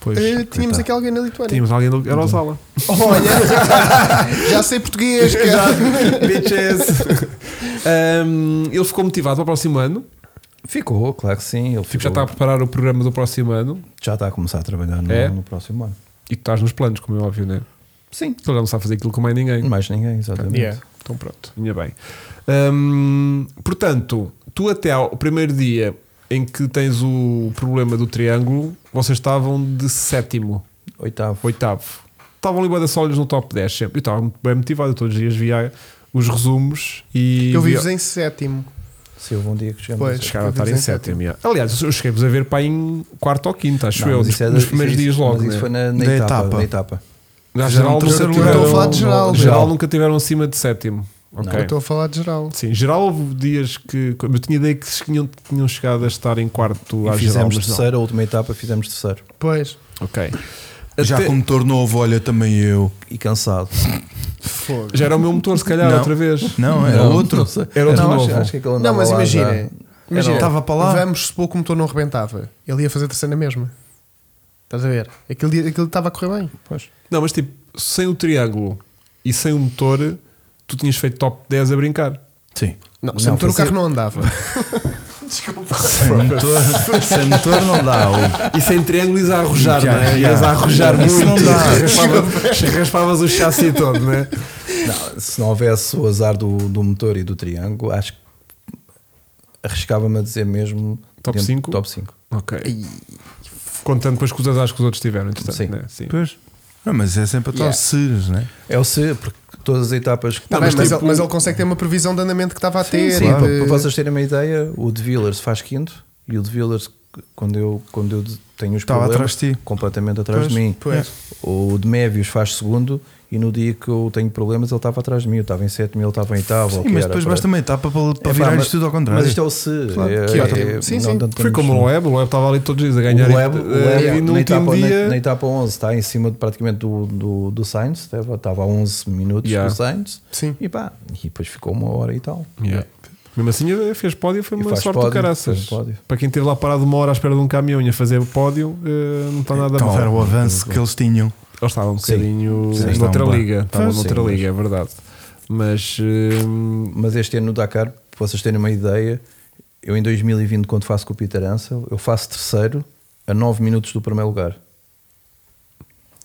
Pois.
Eh, tínhamos
coitado.
aqui alguém na Lituânia.
Tínhamos alguém do Erosala.
Olha, já sei português. é- cara.
Bitches. Ahm, ele ficou motivado para o próximo ano. Tipo,
Ficou, claro que sim. Ele
Já
ficou,
está a preparar o programa do próximo ano.
já está a começar a trabalhar no,
É?
no próximo ano.
E tu estás nos planos, como é óbvio, né?
Sim.
Ele já não sabe fazer aquilo com mais ninguém.
Mais ninguém, exatamente.
Yeah.
Então pronto, ainda bem. Ahm, portanto, tu até ao primeiro dia em que tens o problema do triângulo, vocês estavam de sétimo,
Oitavo.
oitavo. Estavam ali bué de sólidos no top 10 sempre. Eu estava muito bem motivado, eu todos os dias via os resumos e...
Eu
via-
vivo em sétimo.
Se houve um dia que chegamos
Pois.
a-
Chegaram a estar tá em
Vivos em sétimo.
sétimo. Ah, yeah. Aliás, eu cheguei-vos a ver para em quarto ou quinto, acho
Não,
eu,
mas
nos,
isso é da-
nos
isso é
primeiros
isso-
dias logo.
Mas isso
né?
foi na, na
Da
etapa,
etapa.
na etapa.
Na geral,
Não,
nunca
eu
tiveram,
estou a falar de geral.
na geral nunca tiveram acima de sétimo. Ok.
Eu estou a falar de geral.
Sim, geral houve dias que. Eu tinha ideia que se tinham, tinham chegado a estar em quarto à
E
geral.
fizemos
mas não.
terceiro, a última etapa fizemos terceiro.
Pois.
Ok.
Já
Até-
com motor novo, olha também eu.
E cansado.
Fogo.
já era o meu motor, se calhar,
Não.
outra vez.
Não, era
Não,
outro.
não sei.
Era outro
Não, acho-
novo.
acho que aquele
Não,
andava
mas
lá
imagina.
já.
Imagina.
Estava para lá.
Vamos supor que o motor não rebentava. Ele ia fazer terceira na mesma. Estás a ver? Aquilo, dia- aquilo estava a correr bem.
Pois.
Não, mas tipo, sem o triângulo e sem o motor, tu tinhas feito top 10 a brincar.
Sim.
Não,
Não,
sem motor o
fazia-
carro não andava. Tá
Sem motor, sem motor não
Ah,
dá. o-
E sem triângulo ias a arrojar,
Já,
não é?
já.
Ias a arrojar
Isso
muito.
não dá.
Raspavas, raspavas o chassi todo, não é?
Não, se não houvesse o azar do, do motor e do triângulo, acho que arriscava-me a dizer mesmo
Top
dentro-
cinco?
Top 5.
Ok. Contando com as coisas acho que os outros tiveram, entretanto.
Sim.
Né? Sim.
Pois. Não, mas é sempre a tal
Yeah.
seres, né?
É o C, porque todas as etapas que
Tá bem, mas, ele, mas ele consegue ter uma previsão de andamento que estava a ter. eh, e
Sim, para,
de-
para vocês terem uma ideia, o de Villers faz quinto e o de Villers, quando eu, quando eu tenho os
Estava
problemas,
atrás de ti.
completamente atrás
Pois,
de mim.
pois.
O de Mévios faz segundo e no dia que eu tenho problemas ele estava atrás de mim. Eu estava em sétimo, ele estava em oitavo. ou
Sim,
o que
mas
era,
depois
para-
basta uma etapa para, para
É pá,
virar
mas-
isto tudo ao contrário.
Mas isto é o C.
Claro,
é-
que
é-
ótimo. Sim, sim.
não
Foi
temos- um-
como o Loeb, o Loeb estava ali todos os dias a ganhar.
o Leb,
eh,
o Leb
e no último
na, etapa, na-
dia.
na etapa 11 está tá em cima de, praticamente do, do, do Sainz, estava, estava a 11 minutos
Yeah.
do Sainz
Sim.
e pá, e depois ficou uma hora e tal.
Yeah. Mesmo assim, fez pódio, foi
E
uma
faz
sorte
pódio,
do caraças.
faz pódio.
Para quem esteve lá parado uma hora à espera de um caminhão e a fazer pódio, eh, não está nada
Então
mal.
era o avanço que eles tinham.
Ou estava um
Sim.
bocadinho
Sim,
noutra
estavam bem.
liga. Estava
Sim,
noutra
mas-
liga, é verdade. Mas eh,
Mas este ano no Dakar, para vocês terem uma ideia, eu em 2020, quando faço com o Peter Ansel, eu faço terceiro a 9 minutos do primeiro lugar.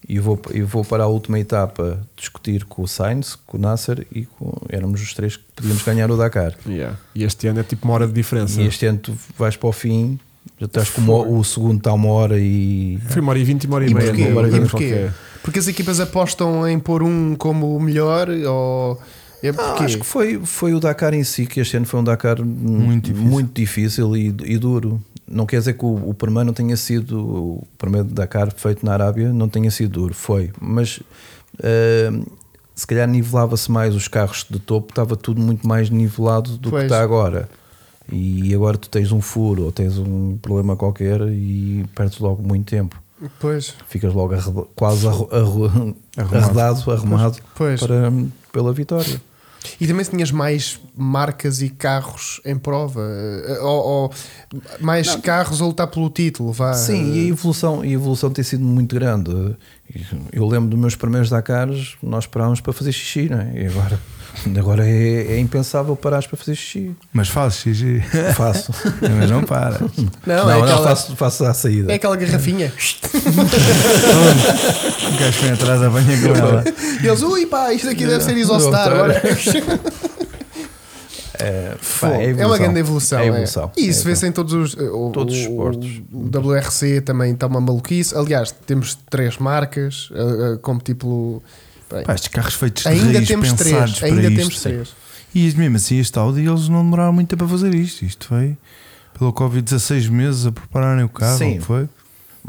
E vou, e vou para a última etapa discutir com o Sainz, com o Nasser e com, éramos os três que podíamos ganhar o Dakar.
yeah. e este ano é tipo uma hora de diferença.
E este ano tu vais para o fim, já estás com uma- o segundo está uma hora e.
Foi uma hora e vinte e uma hora e,
E
meia.
porquê?
uma hora
E
meia
porquê?
qualquer.
Porque as equipas apostam em pôr um como o melhor ou. É
Não,
porque
Ah, acho que foi, foi o Dakar em si, que este ano foi um Dakar muito difícil, muito difícil e, e duro. Não quer dizer que o, o primeiro não tenha sido, o primeiro Dakar feito na Arábia não tenha sido duro, foi. Mas ahm, se calhar nivelava-se mais os carros de topo, estava tudo muito mais nivelado do
Pois.
que está agora. E agora tu tens um furo ou tens um problema qualquer e perdes logo muito tempo.
Pois,
Ficas logo arreda- quase arro- arro-
Arrumado.
arredado, arrumado
pois.
para, pela vitória.
E também se tinhas mais marcas e carros em prova, eh, ou, ou mais carros a lutar pelo título, vá.
Sim, e a evolução, e a evolução tem sido muito grande. Eu lembro dos meus primeiros Dakars, nós parávamos para fazer xixi, não é? E agora, agora é, é impensável parares para fazer xixi.
Mas faz, xixi.
Faço.
Mas não para.
Não,
não,
é,
não,
aquela,
faço, faço à saída.
é aquela garrafinha.
O gajo vem atrás da banha com ela.
E eles, ui pá, isto aqui deve ser
Não,
isostar.
não,
olha."
É,
Pô,
pá, é
é, uma grande evolução.
É
é.
evolução.
E isso
É
vê-se em todos os. eh, O,
Todos os
o-
esportes.
O WRC também está uma maluquice. Aliás, temos três marcas, a- a- como tipo. bem,
Pá, estes carros feitos de
ainda
raiz,
temos
pensados
três.
para
Ainda
isto.
temos três.
E mesmo assim, este Audi, eles não demoraram muito tempo a fazer isto. Isto foi pelo Covid 16 meses a prepararem o carro,
Sim.
não foi?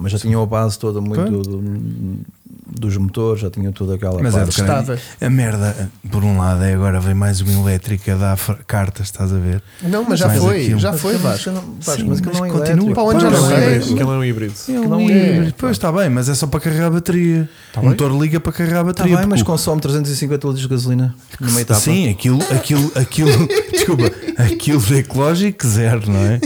Mas já tinham a base toda muito
Pronto.
do- do- dos motores, já tinham toda aquela
Mas é
base.
do caralho.
Testada.
A merda, por um lado, é agora vem mais uma elétrica a dar fra- cartas, estás a ver?
Não, mas já
Mais
foi.
aquilo.
Já foi, Vasco.
é Vasco,
Sim,
mas que
mas
não é
continua.
elétrico.
Para onde já
Pois,
não
é
é?
Que ele é um híbrido.
não
um
é.
híbrido. Pois está bem, mas é só para carregar a bateria. o motor liga para carregar a
Tá
bateria.
bem,
porque
mas
o-
consome 350 litros de gasolina numa etapa.
Sim, aquilo, aquilo, aquilo, desculpa, aquilo de ecológico zero, não é?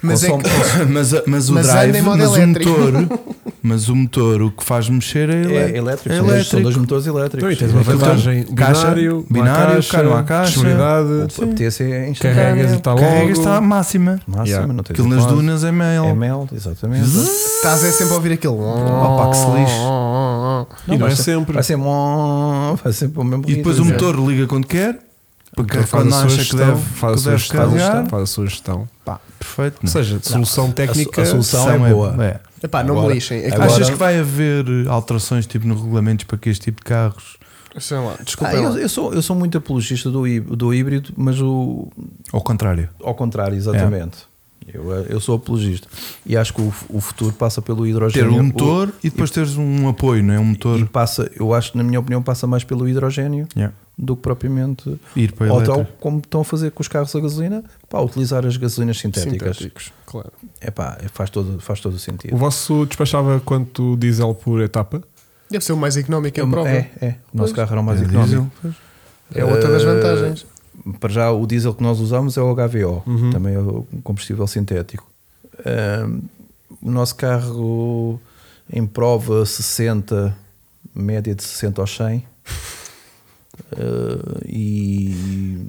Mas é
Consome-
que.
mas, a- mas o
Mas anda
drive,
em modo
mas o
elétrico.
motor, mas o motor, o que faz mexer é,
É
ele-
elétrico,
é
são dois- são dois
elétrico.
motores elétricos.
Então, e tens uma
Então,
vantagem.
caixa,
Binário, uma
binário,
caixa,
cano à caixa,
disponibilidade,
Se apetece, é instantâneo.
carregas e está logo.
Carrega está à máxima.
Máxima,
Yeah.
não tens
Aquilo nas
hipótese.
dunas é mel.
É mel, exatamente.
Estás é sempre a ouvir aquilo.
Opa, que se lixe.
E não
vai
é
ser-
sempre.
Vai ser, mó- vai ser para o mesmo
E depois o
ritmo.
motor liga quando quer, porque
Então Faz
quando
a sua
acha que
gestão,
deve,
faz a
que
sua
deve carregar.
gestão, faz a sua gestão.
Pá, perfeito.
Ou
não.
seja, solução técnica.
a solução
São
é boa.
é.
Epá, não me
Agora-
lixem. É que-
Agora-
Achas que vai haver alterações tipo no regulamentos para que este tipo de carros?
Sei lá,
Ah,
desculpa.
eu, eu sou, eu sou muito apologista do, hí- do híbrido, mas o,
Ao contrário.
ao contrário, exatamente. Eu, eu sou apologista. E acho que o, o futuro passa pelo
Ter
hidrogênio.
um motor e depois teres um apoio, não é? Um
E
motor.
passa, eu acho que, na minha opinião, passa mais pelo hidrogênio
Yeah.
do que propriamente.
Ir para
Ou tal
elétrico.
como estão a fazer com os carros a gasolina, para utilizar as gasolinas sintéticas.
Sintéticos, claro.
É pá, faz todo, faz todo o
O
sentido.
vosso despachava quanto diesel por etapa?
Deve ser o mais económico em prova.
É,
É,
é. O nosso carro era o mais
É
económico.
diesel.
outra das
Eh,
vantagens.
Para já, o diesel que nós usamos é o HVO,
Uhum.
também é o combustível sintético. Ahm, o nosso carro em prova 60, média de 60 aos 100. Ah, e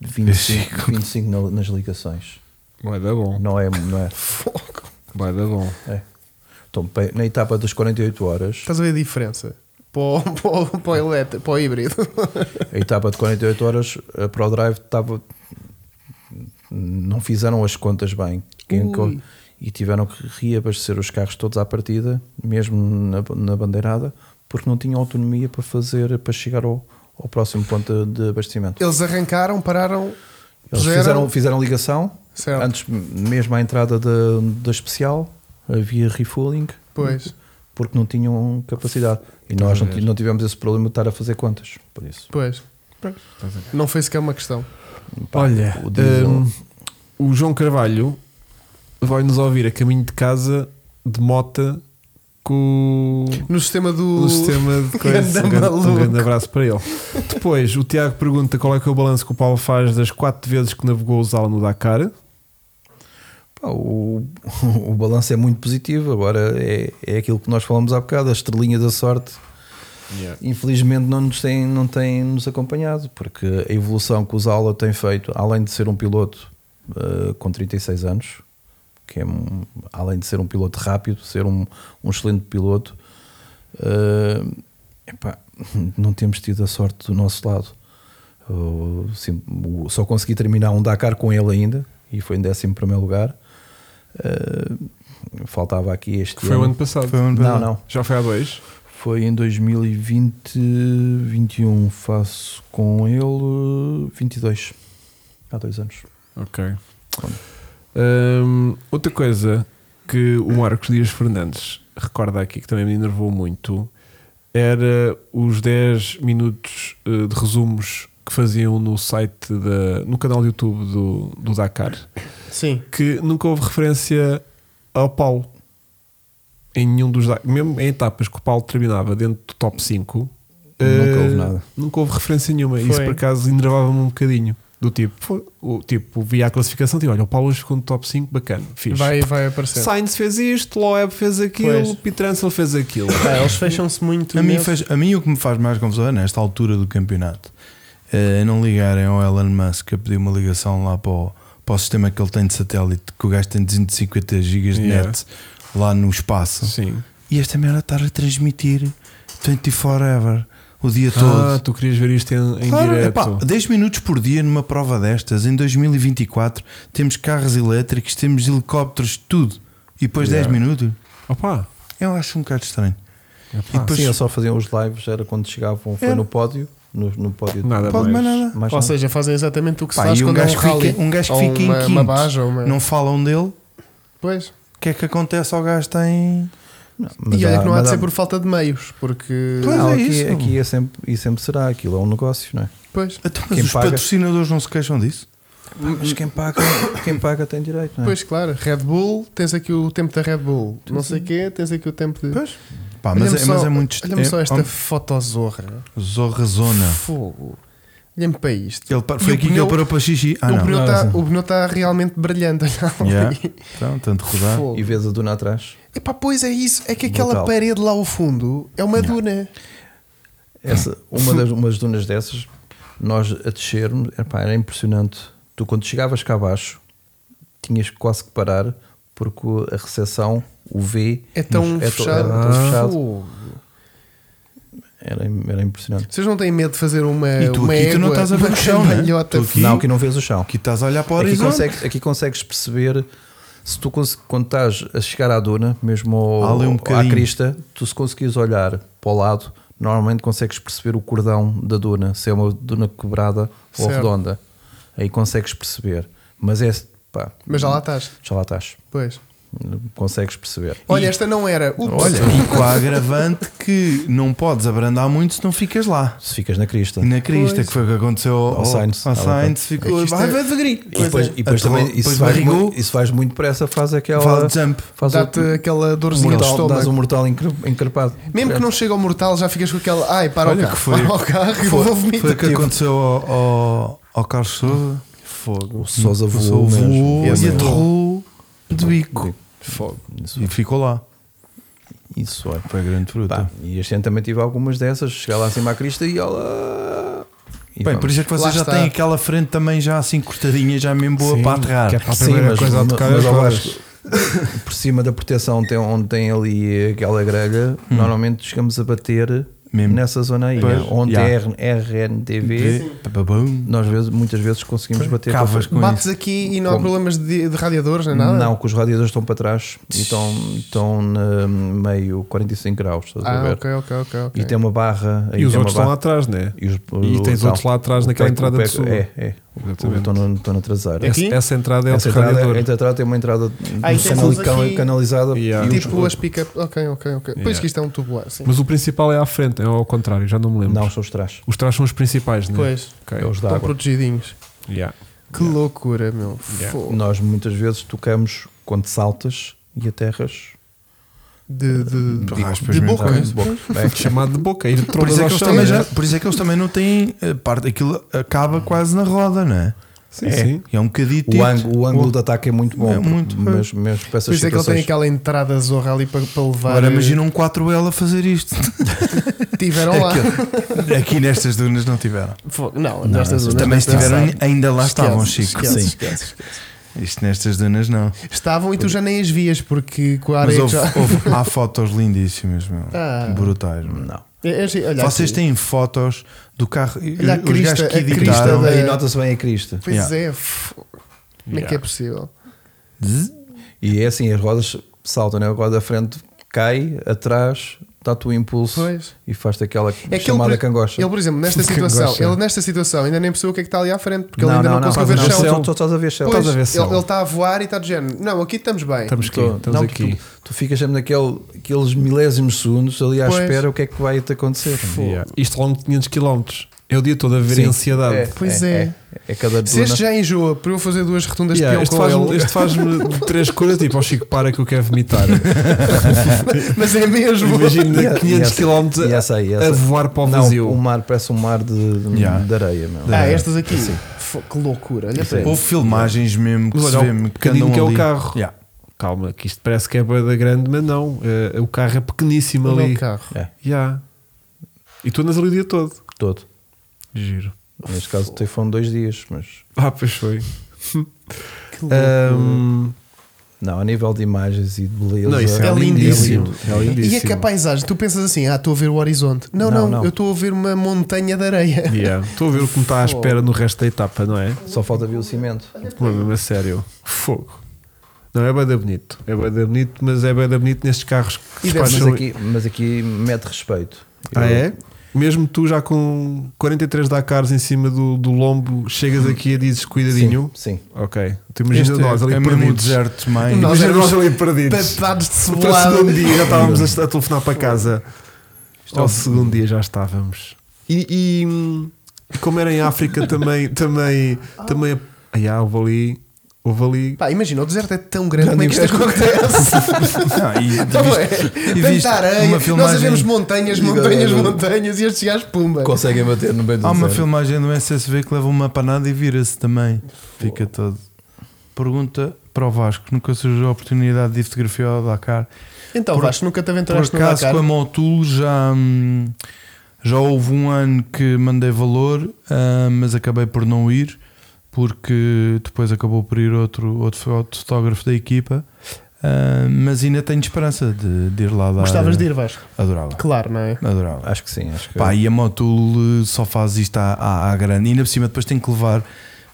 25, 25 na- nas ligações.
Vai dar bom.
Não é, não é.
Vai dar bom.
é. Então, pe- na etapa das 48 horas,
Estás a ver a diferença? Para o, para o- para o elétrico, para o híbrido.
a etapa de 48 horas, eh, a ProDrive estava. Não fizeram as contas bem. Quem co-
Ui.
e tiveram que reabastecer os carros todos à partida, mesmo na, na bandeirada, porque não tinham autonomia para fazer para chegar ao, ao próximo ponto de, de abastecimento.
Eles arrancaram, pararam,
Eles
puseram-
fizeram, É. fizeram ligação,
Certo.
antes mesmo à entrada da, da especial, havia refueling,
Pois,
porque não tinham capacidade. E nós não, ti- não tivemos esse problema de estar a fazer contas, por isso.
pois. Não foi sequer uma questão.
Pá,
Olha,
o diesel-
hum, o João Carvalho vai nos ouvir a caminho de casa de mota com
No sistema do.
o sistema de coisa.
Ganda
Um grande, um
maluco.
grande abraço para ele. Depois, o Tiago pergunta qual é que é o balanço que o Paulo faz das quatro vezes que navegou usá-lo no Dakar.
Pá, o, o balanço é muito positivo. Agora é, é aquilo que nós falamos há bocado, a estrelinha da sorte. Infelizmente não nos tem, não tem nos acompanhado, porque a evolução que o Zala tem feito, além de ser um piloto eh, com 36 anos, que é um- além de ser um piloto rápido, ser um, um excelente piloto, eh, epá, não temos tido a sorte do nosso lado. Eu, sim, o- só consegui terminar um Dakar com ele ainda e foi em 11 primeiro lugar. Eh, faltava aqui este
Que é um foi o
ano.
ano passado.
Foi o ano
Não,
passado.
não.
Já foi há dois.
Foi em 2020, 21. Faço com ele 22. Há dois anos.
Ok. Hum, outra coisa que o Marcos Dias Fernandes recorda aqui que também me enervou muito era os 10 minutos eh, de resumos que faziam no site da, no canal do YouTube do, do Dakar
Sim.
que nunca houve referência ao Paulo em nenhum dos da- mesmo em etapas que o Paulo terminava dentro do top 5
Nunca houve nada.
nunca houve referência nenhuma e
Foi.
isso por acaso enervava-me um bocadinho do tipo, foi- o, tipo via a classificação tipo, olha o Paulo hoje ficou no top 5 bacana fixe.
Vai, vai aparecer.
Sainz fez isto, Loeb fez
Pois.
aquilo Pete Russell fez aquilo
Pá, Ah, eles fecham-se muito.
A mim,
nesse-
faz- a mim o que me faz mais confusão é nesta altura do campeonato eh, não ligarem ao Elon Musk a pedir uma ligação lá para o, para o sistema que ele tem de satélite, que o gajo tem 250 GB de
Yeah.
net lá no espaço.
sim
E esta merda estar a transmitir 24 hour o dia
Ah,
todo.
tu querias ver isto em, em
Claro,
direto.
epá, 10 minutos por dia numa prova destas, em 2024, temos carros elétricos, temos helicópteros, tudo. E depois 10 minutos,
Opa,
eu acho um bocado estranho.
epá, é
E depois-
Ah, Sim, eles só faziam os lives, era quando chegavam, foi
Era.
no pódio, no, no pódio.
nada
Pode mais
mais.
nada.
Mais
É. Ou
nada.
seja, fazem exatamente o que se
Pá,
faz
e um
quando é
gajo
um
que
rally.
fica- um gajo que
ou
fica em
uma, uma
quinto.
baja, ou uma...
Não falam dele,
Pois.
o que é que acontece ao gajo tem.
Não, mas
E olha que não há
mas
de ser por falta de meios, porque...
Pois.
Não,
é
aqui,
isso.
aqui é sempre, e sempre será, aquilo é um negócio, não é?
Pois.
Então, mas
Quem
os
paga?
patrocinadores não se queixam disso?
Hum.
Mas quem paga, quem paga tem direito, não é?
Pois, claro. Red Bull, tens aqui o tempo da Red Bull. Não sei o quê, tens aqui o tempo de...
Pois. Pá, mas,
Olha-me
é, mas
só-
é muito est-
Olha-me só
é-
esta
hom-
fotozorra.
Zorra zona.
Fogo. Olha-me para isto.
Ele par-
E
foi
o
aqui que
pneu-
ele parou para xixi. Ah,
o,
não.
pneu
não,
tá-
sim.
o pneu está realmente brilhante. Olha ali.
Yeah. Então, tanto rodar.
Fogo.
E vês a dona atrás.
Epá, pois é isso. É que aquela
Brutal.
parede lá ao fundo é uma duna.
Essa,
Ah.
uma das umas dunas dessas, nós a descermos, epá, era impressionante. Tu quando chegavas cá abaixo, tinhas quase que parar porque a recepção, o V,
É tão
nos- é to-
fechado.
Era, tão fechado.
Fogo.
Era, era impressionante.
Vocês não têm medo de fazer uma,
E tu
uma
aqui,
égua,
tu não estás a ver
uma
o chão, né?
cambalhota? assim?
Tu aqui-
Não, aqui não vês o chão.
Aqui estás a olhar
É
para o
Aqui
horizonte.
É consegues, aqui consegues perceber se tu cons- quando estás a chegar à duna, mesmo ao-
Há ali um
à
bocadinho.
crista, tu se conseguires olhar para o lado, normalmente consegues perceber o cordão da duna, se é uma duna quebrada ou
Certo.
redonda. Aí consegues perceber. Mas é pá,
Mas já lá estás,
já lá estás.
pois.
Consegues perceber.
Olha, esta não era. Ups.
Olha, e com a agravante que não podes abrandar muito se não ficas lá.
Se ficas na crista.
E na crista,
Pois.
é que foi o que aconteceu ao,
Ao Sainz.
ao
Ah,
Sainz, ficou.
É que isto
vai,
é-
vai devagarinho.
E depois, e depois
Aterrou,
também, isso,
depois
vais
barrigou,
muito, isso vais muito pressa, faz aquela.
faz jump.
Faz
Dá-te aquela
um
dorzinha de
mortal, dás
estômago.
um mortal encre- É. encarpado.
Mesmo que não chegue ao mortal, já ficas com aquela. Ai, para
Olha
o carro,
que foi-
para o carro, e
Foi,
vou
foi o que
vomitar. Tipo,
aconteceu ao, ao, ao Carlos Souza.
Fogo,
O Sousa
O
voou,
Sousa
mesmo.
voou
Esse
e é
mesmo.
aterrou de bico.
fogo.
Isso,
E ficou lá.
isso é.
Foi grande fruta.
Pá, e este ano também tive algumas dessas. Chegar lá acima à crista e olá. E
Bem,
vamos.
por isso é que
Lá
vocês já
está.
têm aquela frente também já assim cortadinha, já mesmo boa
Sim,
para aterrar.
que é para a
Sim,
primeira
mas-
coisa a
mas-
tocar
mas
é
eu
fora.
acho por cima da proteção tem, onde tem ali aquela grelha, normalmente chegamos a bater
Mesmo.
nessa zona aí,
Pois,
onde
já.
é R- RNTV.
Vê, bababum.
Nós vezes, muitas vezes conseguimos bater com-
Cavas com
Bates
isso.
aqui e não há
Como?
problemas de, de radiadores, não é nada?
Não, que os radiadores estão para trás e estão, estão na meio 45 graus, estás a
Ah,
ver?
ok, ok, ok. ok.
E tem uma barra. aí
E os
tem uma
outros estão lá
barra-
atrás, né?
E, os,
E tens outros lá atrás,
o
naquela
pé-
entrada
o pé-
de sul.
É, é.
Exatamente.
Estão na, estão na traseira.
Essa,
Aqui?
essa entrada é
Essa
o
entrada,
radiador.
a entrada tem uma entrada
Ah, e tem
canali-
luz aqui.
canalizada
Yeah.
e os-
Tipo as pick-up. Ok, ok, ok. Pois
Yeah.
que isto é um tubular, sim.
Mas o principal é à frente, é ao contrário, já não me lembro.
Não, são os trás.
Os trás são os principais, né?
Pois,
Ok.
É os da
estão
água.
protegidinhos.
Yeah.
Que loucura, meu.
Yeah.
Fogo.
Nós muitas vezes tocamos quando saltas e aterras Então,
De, de, de,
Raspas
de
mesmo,
boca.
tá?
De boca.
Chamado de boca, ir de
Por
trombas
isso, é
ao
que eles
chão.
também já- por isso é que eles também não têm eh, parte, aquilo acaba quase na roda, não é?
Sim,
é,
sim.
é um bocadinho
O, ângulo, o ângulo de ataque é muito bom.
É muito,
mas, mas para
Por
essas
isso é que ele tem
situações-
aquela entrada zorra ali para, para levar. eh,
Agora imagina um 4L a fazer isto.
Tiveram lá.
Aqui nestas dunas não tiveram.
Fogo. Não, nestas zonas
Também
não se
estiveram,
sabe.
ainda lá estavam,
Esquece,
Chico.
esquece,
Sim.
esquece, esquece.
Isto nestas dunas não.
Estavam e tu já nem as vias, porque com a
Mas
areia
houve,
já.
houve- há fotos lindíssimas, meu.
Ah.
Brutais, meu.
Não.
É- é- olha
Vocês
aqui.
têm fotos do carro. e
Olha a
os
crista,
gajos que
a crista
editaram.
da-
Aí nota-se bem a crista.
Pois
Yeah.
é, fogo. como é que é possível?
Zzz.
E é assim, as rodas saltam, né? a roda da frente cai, atrás dá-te o impulso
Pois.
e faz-te aquela
É que ele,
chamada
por-
cangocha.
Ele, por exemplo, nesta situação, ele nesta situação ainda nem percebeu o que é que está ali à frente, porque ele ainda não, conseguiu ver
não,
o chão.
Tu estás a ver chão.
Pois,
a ver céu.
ele, ele está a voar e está do género. Não, aqui estamos bem.
Estamos aqui,
Tô-
estamos
não,
aqui.
Tu, tu ficas sempre naquele, aqueles milésimos segundos ali à
Pois.
espera o que é que vai te acontecer.
Yeah. Isto longo de 500 km. É o dia todo a ver
Sim.
ansiedade.
É,
Pois
é,
é.
é. é cada
Se
duna.
este já enjoa para eu fazer duas rotundas
Yeah,
de
este
peão Um com
faz-me
ele,
este faz-me de três cores, tipo, ao Chico, para que eu quero vomitar.
mas é mesmo.
Imagina
Yeah,
500
yeah,
km
e essa aí,
a
essa.
voar para o
Não,
vazio.
o mar parece um mar de, de,
Yeah.
de areia, meu.
Ah, estas aqui. Fo- Que loucura. Olha para
Houve
isso.
filmagens mesmo que
Mas
se
olha,
vê
o
mesmo
pequenino
andam
que é o
ali.
carro.
Yeah.
Calma, que isto parece que é boeda grande, mas não. Eh, o carro é pequeníssimo
Olha
ali.
o carro.
É,
Yeah. E tu andas ali o dia todo.
todo.
Giro.
Neste caso te foram dois dias, mas
Ah, pois foi.
Que loucura.
Ahm,
Não, a nível de imagens e de beleza.
Não, isso é,
É
lindíssimo.
lindo.
É
E
lindíssimo.
é que a paisagem, tu pensas assim, ah, estou a ver o horizonte. Não,
Não,
não,
não.
eu estou a ver uma montanha de areia.
Yeah. Estou a ver o que me está à espera no resto da etapa, não é?
Só falta ver o cimento.
Mas mesmo a sério, fogo. Não é bada bonito, é bada bonito, mas é bada bonito nestes carros que
E
se
deve-
faz
Mas
show-
aqui, mas aqui mete respeito.
Ah,
Eu-
é? Mesmo tu já com 43 Dakars em cima do, do lombo, chegas aqui e dizes cuidadinho.
Sim, sim.
Ok. Tu imagina
Este
nós
é,
ali
é mesmo o
perdidos.
deserto mais.
Nós
Imagina
éramos
nós ali perdidos.
Patados de
Para o segundo
cebolado.
dia já estávamos a, a telefonar para casa.
é
Ao
um
segundo dia já estávamos. E, e, hum, como era em África também, também, também. Ah, já, houve ali. Houve ali.
Pá, imagina, o deserto é tão grande, como é que isto acontece?
Não, e
Não
viste-
é?
e viste
Tanta areia,
uma
nós
filmagem-
sabemos montanhas, montanhas, montanhas e estes gajos pumba.
Conseguem bater no meio do
Há uma
deserto.
filmagem do SSV que leva uma panada e vira-se também. Fica todo. Pergunta para o Vasco: nunca surgiu a oportunidade de ir fotografiar ao Dakar.
Então,
Por-
Vasco, nunca te
Por
aventuraste no
acaso,
Dakar?
com a Motul já, hum, já houve um ano que mandei valor, ah, mas acabei por não ir, porque depois acabou por ir outro, outro, fo- outro fotógrafo da equipa. ah, mas ainda tenho esperança de, de ir lá dar.
Gostavas de ir, Vasco?
Adorava.
Claro, não é?
Adorava.
Acho que sim, acho que
Pá, e a Motul eh, só faz isto à, à, à grande. E ainda por cima, depois tem que levar,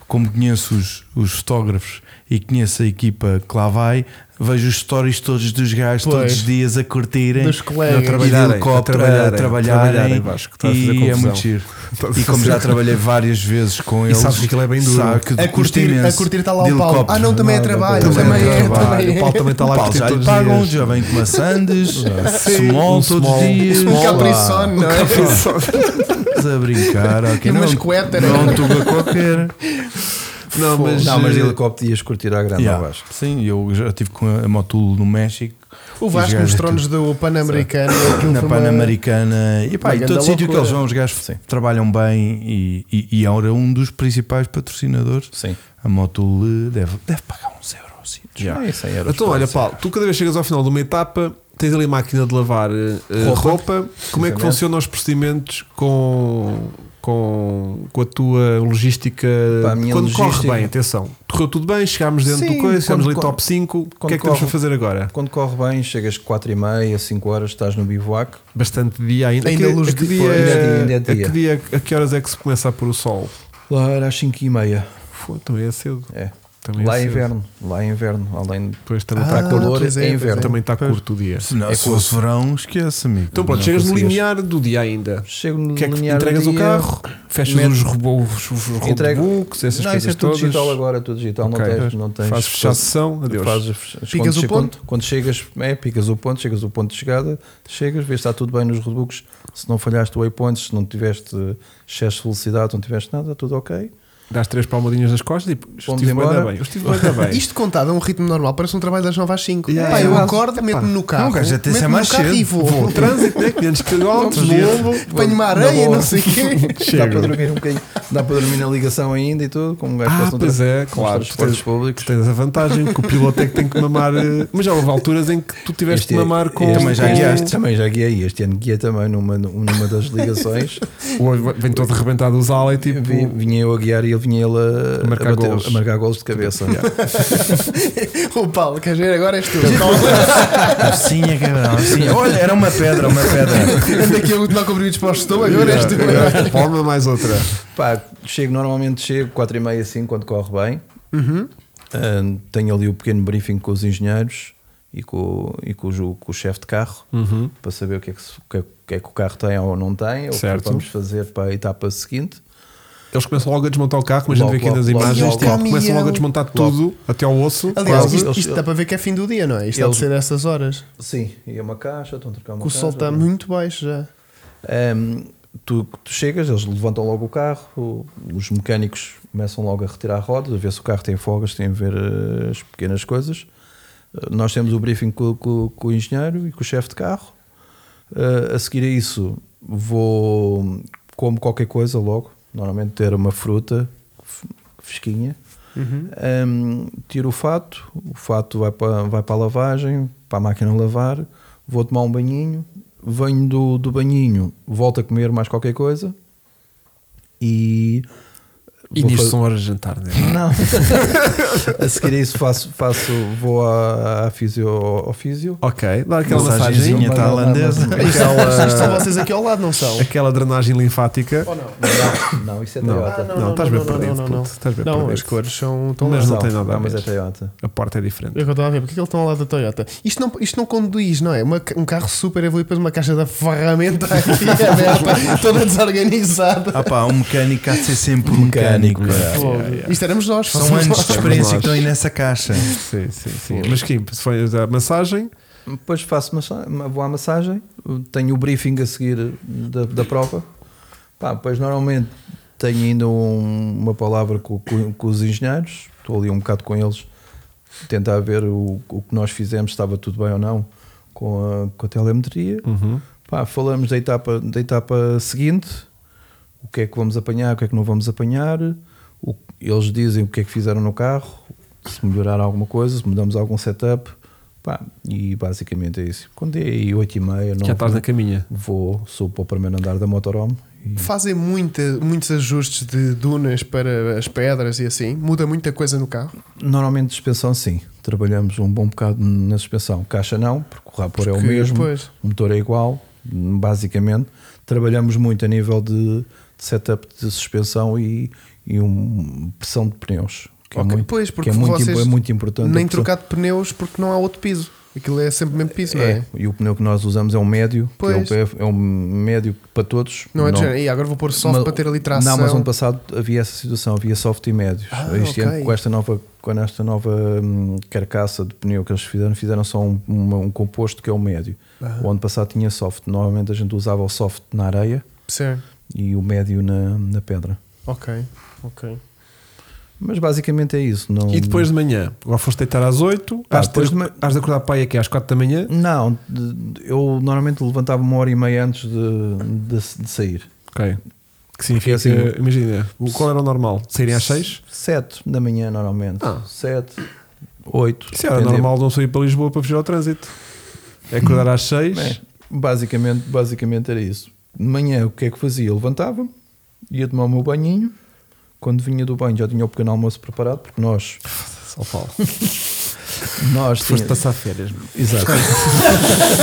como conheço os, os fotógrafos e conheço a equipa que lá vai, vejo os stories todos dos gajos
Pois.
todos os dias a curtirem.
Dos
e
colegas.
de helicóptero, a
a
trabalharem,
Vasco, está a fazer
e é
confusão.
muito giro.
Estás a
E como
fazer-
já trabalhei várias vezes com
E
eles,
sabes que aquilo é bem duro.
sabe que
A
custa
curtir-
imenso.
a curtir está lá o
De
Paulo.
helicóptero.
Ah, não, também é trabalho,
também é,
também é.
O Paulo também está lá a
Pá,
curtir
já lhe
todos os
pagam,
dias.
já vem com maçandes,
Sim, um
small todos os
small.
dias.
Um capriçone, não é?
Estás a brincar, ok.
E né?
não,
umas cuetas.
Não é um tuba qualquer.
Não,
Mas,
mas,
não, mas de
eh,
helicóptero ias curtir à grande,
Yeah.
eu acho.
Sim, eu já estive com a Motul no México.
O
Os
Vasco
gajos
mostrou-nos do Pan-Americano. aquilo
Na
foi uma-
Pan-Americana e, pá,
uma
e todo
grande
sítio que
loucura.
eles vão, os gajos trabalham bem e, e, e era um dos principais patrocinadores.
Sim.
A Motul eh, deve, deve pagar uns euros.
Yeah.
É isso aí, era
Então,
os
olha,
planos.
Paulo, tu cada vez chegas ao final de uma etapa, tens ali a máquina de lavar eh, eh, roupa. Como é que
Exatamente.
funcionam os procedimentos com, com, com a tua logística?
Pá, a minha
quando corre
logística-
bem, atenção, correu tudo bem, chegámos dentro
Sim,
do coisa, chegámos
quando
ali
co-
top 5. O
quando
que é que temos
corre-
para fazer agora?
Quando corre bem, chegas 4 e meia, 5 horas, estás no bivac.
Bastante dia ainda.
Ainda
a que,
luz
a que
de-
dia,
Ainda é dia, ainda é
a que
dia.
dia- a que horas é que se começa a pôr o sol?
Lá era às 5 e meia.
Fô, também é cedo.
É.
Também
lá
é
é
cedo.
inverno. Lá é inverno. Além de
Depois também
estar
está
calor,
pois é,
é,
pois
inverno.
é.
também tá curto o dia.
Se, não,
É
se fosse verão, esquece, amigo.
Então pronto,
Não
chegas no
conseguias.
limiar do dia ainda.
Chego no
O que é que
linear do
entregas o
dia,
carro, fechas
metes-
os robôs, os
Entrega-
roadbooks, essas
não,
coisas
isso é tudo
todas.
digital agora, tudo digital.
Ok.
Não tens, não tens.
Fazes fechar a sessão, adeus.
Fazes,
Picas
quando,
o
che-
ponto?
Quando, quando chegas, é, picas o ponto, chegas ao ponto de chegada, chegas, vês se está tudo bem nos reducos, se não falhaste o waypoint, se não tiveste excesso de velocidade, não tiveste nada, tudo ok.
Dás três palmadinhas nas costas e tipo,
Vamos
estive bem,
embora.
da bem. Eu estive bem, da é, bem.
Isto contado a um ritmo normal, parece um trabalho das 9 às 5.
Yeah,
Pá, eu
yeah.
acordo, meto-me no carro.
Não, gajo, até isso é
meto-me
mais
no carro
cedo.
e vou.
Vou ao trânsito, né? 500 quilómetros,
Outro dia.
lobo.
Apanho uma
Na
areia,
boa.
não sei o quê.
Dá para dormir um bocadinho, dá para dormir na ligação ainda e tudo, como um gajo
Ah,
passa no
pois
tra-
é,
nos
claro. Tu
transportes
tens,
públicos.
tens a vantagem que o piloto é que tem que mamar. eh, Mas já houve alturas em que tu tiveste
Este-
que mamar com. um
Também já
com-
guiaste, também já guiei. Este ano guiei também numa, numa das ligações.
Ou Vem todo arrebentado os ala e tipo.
Vi- vinha eu a guiar e ele vinha ele a,
A marcar
a, bater-
golos. Tipo,
a marcar golos de cabeça.
O Paulo, quer dizer, agora és tu.
Ocinha, cabrão, ocinha. Olha, era uma pedra, uma pedra.
Anda aqui a tomar comprimidos para o estômago, agora és tu.
Palma mais outra.
Pá, chego, normalmente chego 4 e meia, 5 quando corre bem.
Uhum.
Ah, tenho ali o pequeno briefing com os engenheiros e com, e com, o, ju- com o chefe de carro
Uhum.
para saber o que, é que, se- o que é- o que é que o carro tem ou não tem, ou o
Certo.
que vamos fazer para a etapa seguinte.
Eles começam logo a desmontar o carro, mas a gente vê aqui
Logo,
nas
logo,
imagens,
logo,
tipo,
logo.
começam logo a desmontar tudo até ao osso.
Aliás,
quase.
isto,
eles-
isto dá para ver que é fim do dia, não é? Isto há de
eles-
ser essas horas.
Sim, e é uma caixa, estão a trocar uma
Que o
caixa.
sol está muito baixo já.
Ahm, tu, tu chegas, eles levantam logo o carro, o- os mecânicos começam logo a retirar rodas, a ver se o carro tem folgas, tem a ver eh, as pequenas coisas. Eh, Nós temos o briefing co- co- com, o engenheiro e com o chefe de carro. Eh, a seguir a isso, vou como qualquer coisa logo, normalmente ter uma fruta f- fresquinha. Ahm, tiro o fato, o fato vai para, vai para a lavagem, para a máquina de lavar, vou tomar um banhinho, venho do, do banhinho, volto a comer mais qualquer coisa e
E
vou
nisto
fa-
são horas de jantar, né?
Não. a seguir a isso faço, faço vou à, à fisio, ao fisio.
Ok, dá aquela
Massagenzinha.
massagem,
Minha tailandesa.
Isto são
aquela,
vocês aqui ao lado, não são?
aquela drenagem linfática.
Ou Oh, não?
Não, não, isso é
Não.
Toyota.
não,
Ah, Não, estás bem
não, não,
perdido.
não, não.
puto, Estás bem
Não, as
perdido.
cores são estão lá.
Mas É não tem nada a
mas
ver.
é Toyota.
A porta é
É
diferente.
o que eu estava a ver, porque é que eles estão lá da Toyota? Isto não, isto não conduz, não é? Uma ca- um carro super evoluído, depois uma caixa da ferramenta aqui aberta, toda desorganizada.
Ah pá, um mecânico há de ser sempre um mecânico. cara.
Fogo. Isto éramos nós,
São
vocês-
anos de experiência que estão aí nessa caixa.
Sim, sim, sim. Mas Kim, se foi a massagem,
Depois faço massa- vou à massagem, tenho o briefing a seguir da, da prova. Pá, depois normalmente tenho ainda um- uma palavra com, com- com os engenheiros, estou ali um bocado com eles, tentar ver o, o que nós fizemos, se estava tudo bem ou não com a, com a telemetria. Pá, falamos da etapa, da etapa seguinte, o que é que vamos apanhar, o que é que não vamos apanhar, o- eles dizem o que é que fizeram no carro, se melhorar alguma coisa, se mudamos algum setup, pá, e basicamente é isso. Quando é aí 8 e meia,
já estás na
não
caminha.
vou, subo para o primeiro andar da motorhome e
Fazem muita, muitos ajustes de dunas para as pedras e assim. Muda muita coisa no carro.
normalmente suspensão sim, trabalhamos um bom bocado na suspensão, caixa não, porque o rapor é o
Porque,
mesmo,
pois.
o motor é igual, basicamente, trabalhamos muito a nível de, de setup de suspensão e, e um, pressão de pneus. Que
Ok,
é muito,
pois, porque
que é muito, impo-
vocês
é muito importante. a
Nem
pressão-
trocar de pneus porque não há outro piso. Aquilo é sempre o mesmo piso, não
É,
é?
e o pneu que nós usamos é um médio, que é, o
Pois.
PF, é um médio para todos.
Não é de género. E agora vou pôr soft
Mas
para ter ali tração.
Na Amazon passado havia essa situação, havia soft e médios.
Ah,
este
ok.
ano, com esta nova, com esta nova hum, carcaça de pneu que eles fizeram, fizeram só um, uma- um composto que é o médio.
Ah.
O ano passado tinha soft. Normalmente a gente usava o soft na areia
Sim.
e o médio na, na pedra.
Ok, ok.
Mas basicamente é isso. Não,
E depois de manhã, agora foste deitar às 8,
Pá,
has, de ter-
depois de ma-
has de acordar para aí aqui às 4 da manhã.
Não, de- de- eu normalmente levantava uma hora e meia antes de, de- de sair.
Ok. Que significa,
Porque assim-
que, imagina, o- qual era o normal? Saírem às 6?
Sete da manhã normalmente.
Ah.
Sete, oito.
Isso era
dependendo.
normal não sair para Lisboa para fugir ao trânsito. É acordar às 6.
É, basicamente, basicamente era isso. De manhã o que é que fazia? Levantava-me, ia tomar o meu banhinho. Quando vinha do banho já tinha o pequeno almoço preparado, porque nós.
Só Paulo.
nós
Foste
tinha,
passar férias. meu.
Exato.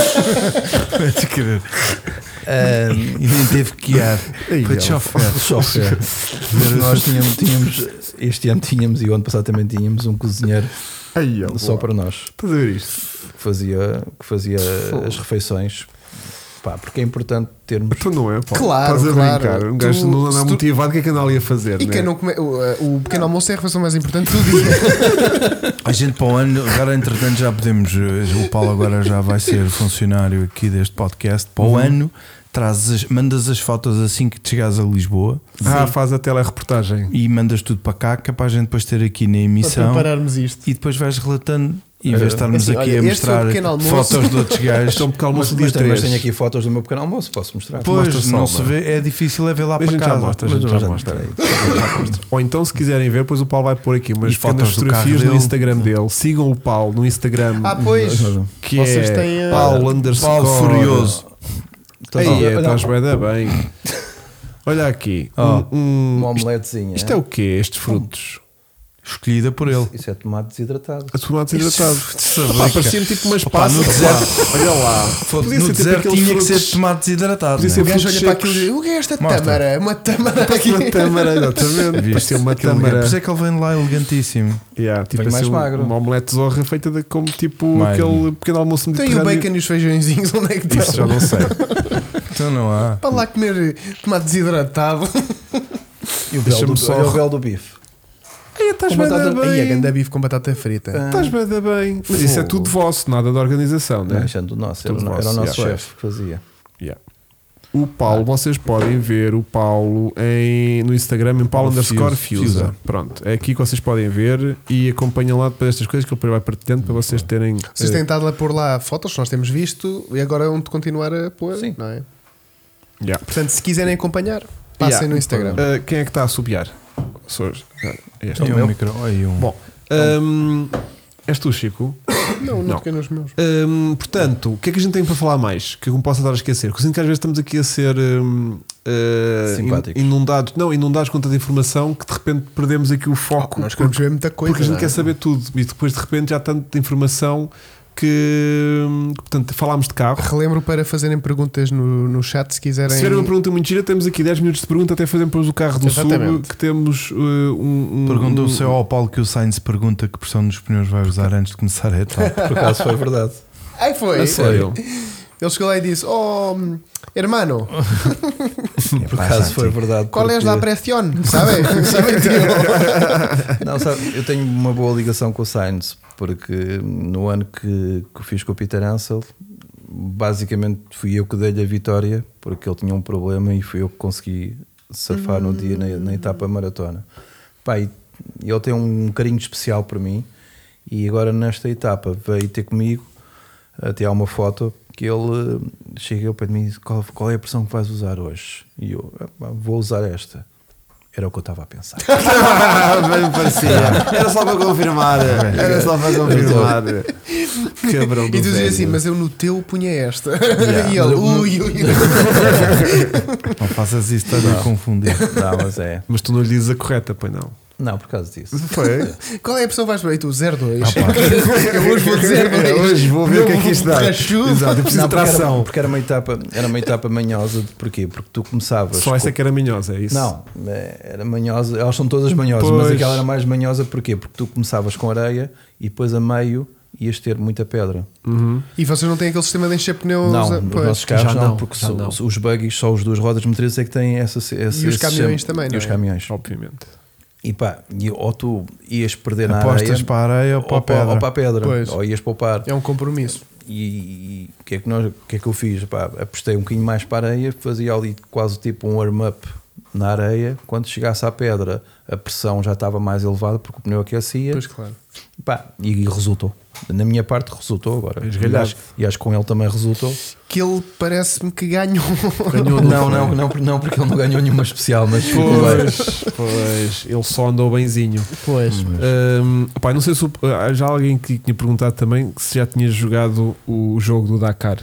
Pode crer.
Ahm,
E nem teve que guiar.
Ei,
Foi de
ó.
chofer.
chofer. Mas nós tínhamos, tínhamos- Este ano tínhamos e o ano passado também tínhamos um cozinheiro
Ei, ó,
só
boa.
para nós.
Estás a ver isto?
que fazia, que fazia as refeições. Pá, porque é importante termos.
Tu não é, Paulo.
Claro,
Estás a
claro.
brincar. Um gajo
Tu-
não anda
se tu-
motivado, o que é que anda ali a fazer?
E
né?
quem não come. O, o pequeno almoço é a refeição mais importante do
é
dia.
A gente para o ano, agora entretanto já podemos. eh, O Paulo agora já vai ser funcionário aqui deste podcast. Para o ano, trazes, as- mandas as fotos assim que chegares a Lisboa
Ah, faz a telereportagem.
e mandas tudo para cá, que é para a gente depois ter aqui na emissão
prepararmos isto.
e depois vais relatando. E em vez de estarmos
Assim,
aqui
olha,
a
este foi o
mostrar
pequeno almoço.
fotos de outros gajos,
Estão porque
Mas,
almoço
mas
dia
tenho, mas
3.
tenho aqui fotos do meu pequeno almoço, posso mostrar.
pois
mostra só,
não se
mano.
vê, é difícil é ver lá
A
para
gente já
casa.
mostra, a
Mas
gente
não,
já
já
mostra.
mostrei.
Ou então, se quiserem ver, depois o Paulo vai pôr aqui umas
E
pequenas
fotos do carro
fotografias no
dele.
Instagram dele. Sigam o Paulo no Instagram.
Ah, pois.
que
Vocês
é
têm, eh,
Paulo underscore.
Paulo Furioso.
Estás a
Ei,
ver?
é,
Olha,
estás bem, da bem. Olha aqui.
Ó.
Um- um-
Uma omeletezinha.
isto é o quê? Estes
um
frutos?
Escolhida por ele.
Isso é tomate desidratado.
A tomate desidratado.
sabrica.
Pá, Parecia-me tipo umas
Opa, no
passas. pá. Olha lá. Podia ser
no
tipo
deserto
aqueles
tinha que
frutos.
ser tomado desidratado.
Podia
não é?
ser
O gajo
Frutos
olha para
secos.
aquilo e diz: O que é esta
Mostra.
tâmara? Uma tâmara aqui.
Uma tâmara, exatamente. Parecia uma
Aquele gajo. Por
tâmara.
isso é que ele vem lá elegantíssimo.
Yeah, tipo
Bem
assim,
mais
um-
magro.
uma omelete de zorra feita de, como tipo
Mais.
aquele pequeno almoço
Tem o
mediterrâneo.
bacon e os feijõezinhos, onde é que
Isso já
estão?
não sei.
Então não há.
Para lá comer tomate desidratado.
E o
Deixa-me
belo do,
só-
olha o belo do bife.
Aí estás
Com
bem,
batata.
da
Aí a
bem.
ganda bife com batata frita.
Estás bem, da bem. Mas isso é tudo vosso, nada da organização,
Não,
né?
isso é do nosso, era,
Tudo
o- era o
vosso,
nosso
yeah.
chefe que fazia.
Yeah. O Paulo,
Ah.
vocês podem ver o Paulo em, no Instagram em Paulo
Fuse,
underscore Fusa.
Fusa.
Pronto, é aqui que vocês podem ver e acompanham lá depois estas coisas que ele depois vai partilhando para vocês terem.
Vocês
eh,
têm estado a pôr lá fotos que nós temos visto e agora é onde continuar a pôr,
Sim.
não é?
yeah.
Portanto, se quiserem acompanhar, passem
Yeah.
no Instagram.
Eh, quem é que está a subiar? Sou este.
Tem um micro. Olha, um.
Bom, hum, és tu, Chico?
Não, não,
Não.
toquei nos meus.
Hum, portanto, o que é que a gente tem para falar mais? Que eu me posso estar a esquecer? Que eu sinto que às vezes estamos aqui a ser hum, eh,
Simpáticos.
in- inundados, não, inundados com tanta informação que de repente perdemos aqui o foco
Nós queremos ver muita coisa.
porque a gente
não é?
quer saber tudo e depois de repente já há tanta informação que hum, portanto falámos de carro.
Relembro para fazerem perguntas no, no chat se quiserem.
Se tiver uma pergunta muito gira, temos aqui 10 minutos de pergunta até fazermos depois o carro do sul
Exatamente.
que temos eh, um, um-
Pergunta é o
um-
seu ao Paulo que o Sainz pergunta que pressão dos pneus vai usar antes de começar a etapa.
Por acaso foi verdade.
Ai, foi!
A sério.
Ele chegou lá e disse: Oh, hermano,
Por acaso foi verdade.
qual é a
porque-
presión? Sabe? Sabe, tio?
Não, sabe, eu tenho uma boa ligação com o Sainz, porque no ano que, que fiz com o Peter Ansel, basicamente fui eu que dei-lhe a vitória, porque ele tinha um problema e fui eu que consegui surfar no dia na, na etapa maratona. Pá, e ele tem um carinho especial para mim, e agora nesta etapa veio ter comigo, até há uma foto que ele eh, chega para mim e diz: qual, qual é a pressão que vais usar hoje? E eu, "Ah, pá, vou usar esta. Era o que eu estava a pensar.
Bem me parecia. Era só para confirmar. Era só para confirmar. Cabrão do
E tu dizia
velho.
assim: Mas eu no teu punha esta.
Yeah.
E
Mas
ele:
eu-
Ui, ui, ui.
Não faças isso, estás a confundir.
Não, mas é.
Mas tu não lhe dizes a correta, pois não.
Não, por causa disso.
Foi.
Qual é a pressão que vais para aí? Tu, 02.
Ah, pá.
eu hoje vou dizer:
É, hoje vou ver o que é que isto dá. Exato, eu preciso
Não,
de
porque era-
tração.
Porque era uma etapa, era uma etapa manhosa. De, porquê? Porque tu começavas.
Só essa é que era minhosa, é isso?
Não, era manhosa. Elas são todas manhosas,
Pois.
mas aquela era mais manhosa. Porquê? Porque tu começavas com areia e depois a meio ias ter muita pedra.
E vocês não têm aquele sistema de encher pneus?
Não,
ah,
os
pois.
nossos carros
Já
não,
não,
porque
já
só-
não.
os buggies, só os duas rodas motrizes é que têm essa. esse- esse
os caminhões
sistema.
também, não
E os
é?
caminhões.
Obviamente.
E pá, e ou tu ias perder na
Apostas
areia,
para a areia ou para a
ou
pedra.
para a pedra,
Pois.
ou ias poupar.
É um compromisso.
E e o que, é que nós- o que é que eu fiz? Pá, apostei um bocadinho mais para a areia, fazia ali quase tipo um warm-up na areia. Quando chegasse à pedra, a pressão já estava mais elevada porque o pneu aquecia.
Pois, claro.
Pá, e resultou. Na minha parte, resultou agora. E
Esgalhado.
acho, e acho que com ele também resultou.
Que ele parece-me que ganhou.
Não, não, não, não, porque ele não ganhou nenhuma especial, mas ficou bem.
Pois, pois, ele só andou benzinho.
Pois.
Hum, pá, não sei se o- há já alguém que tinha perguntado também se já tinha jogado o jogo do Dakar.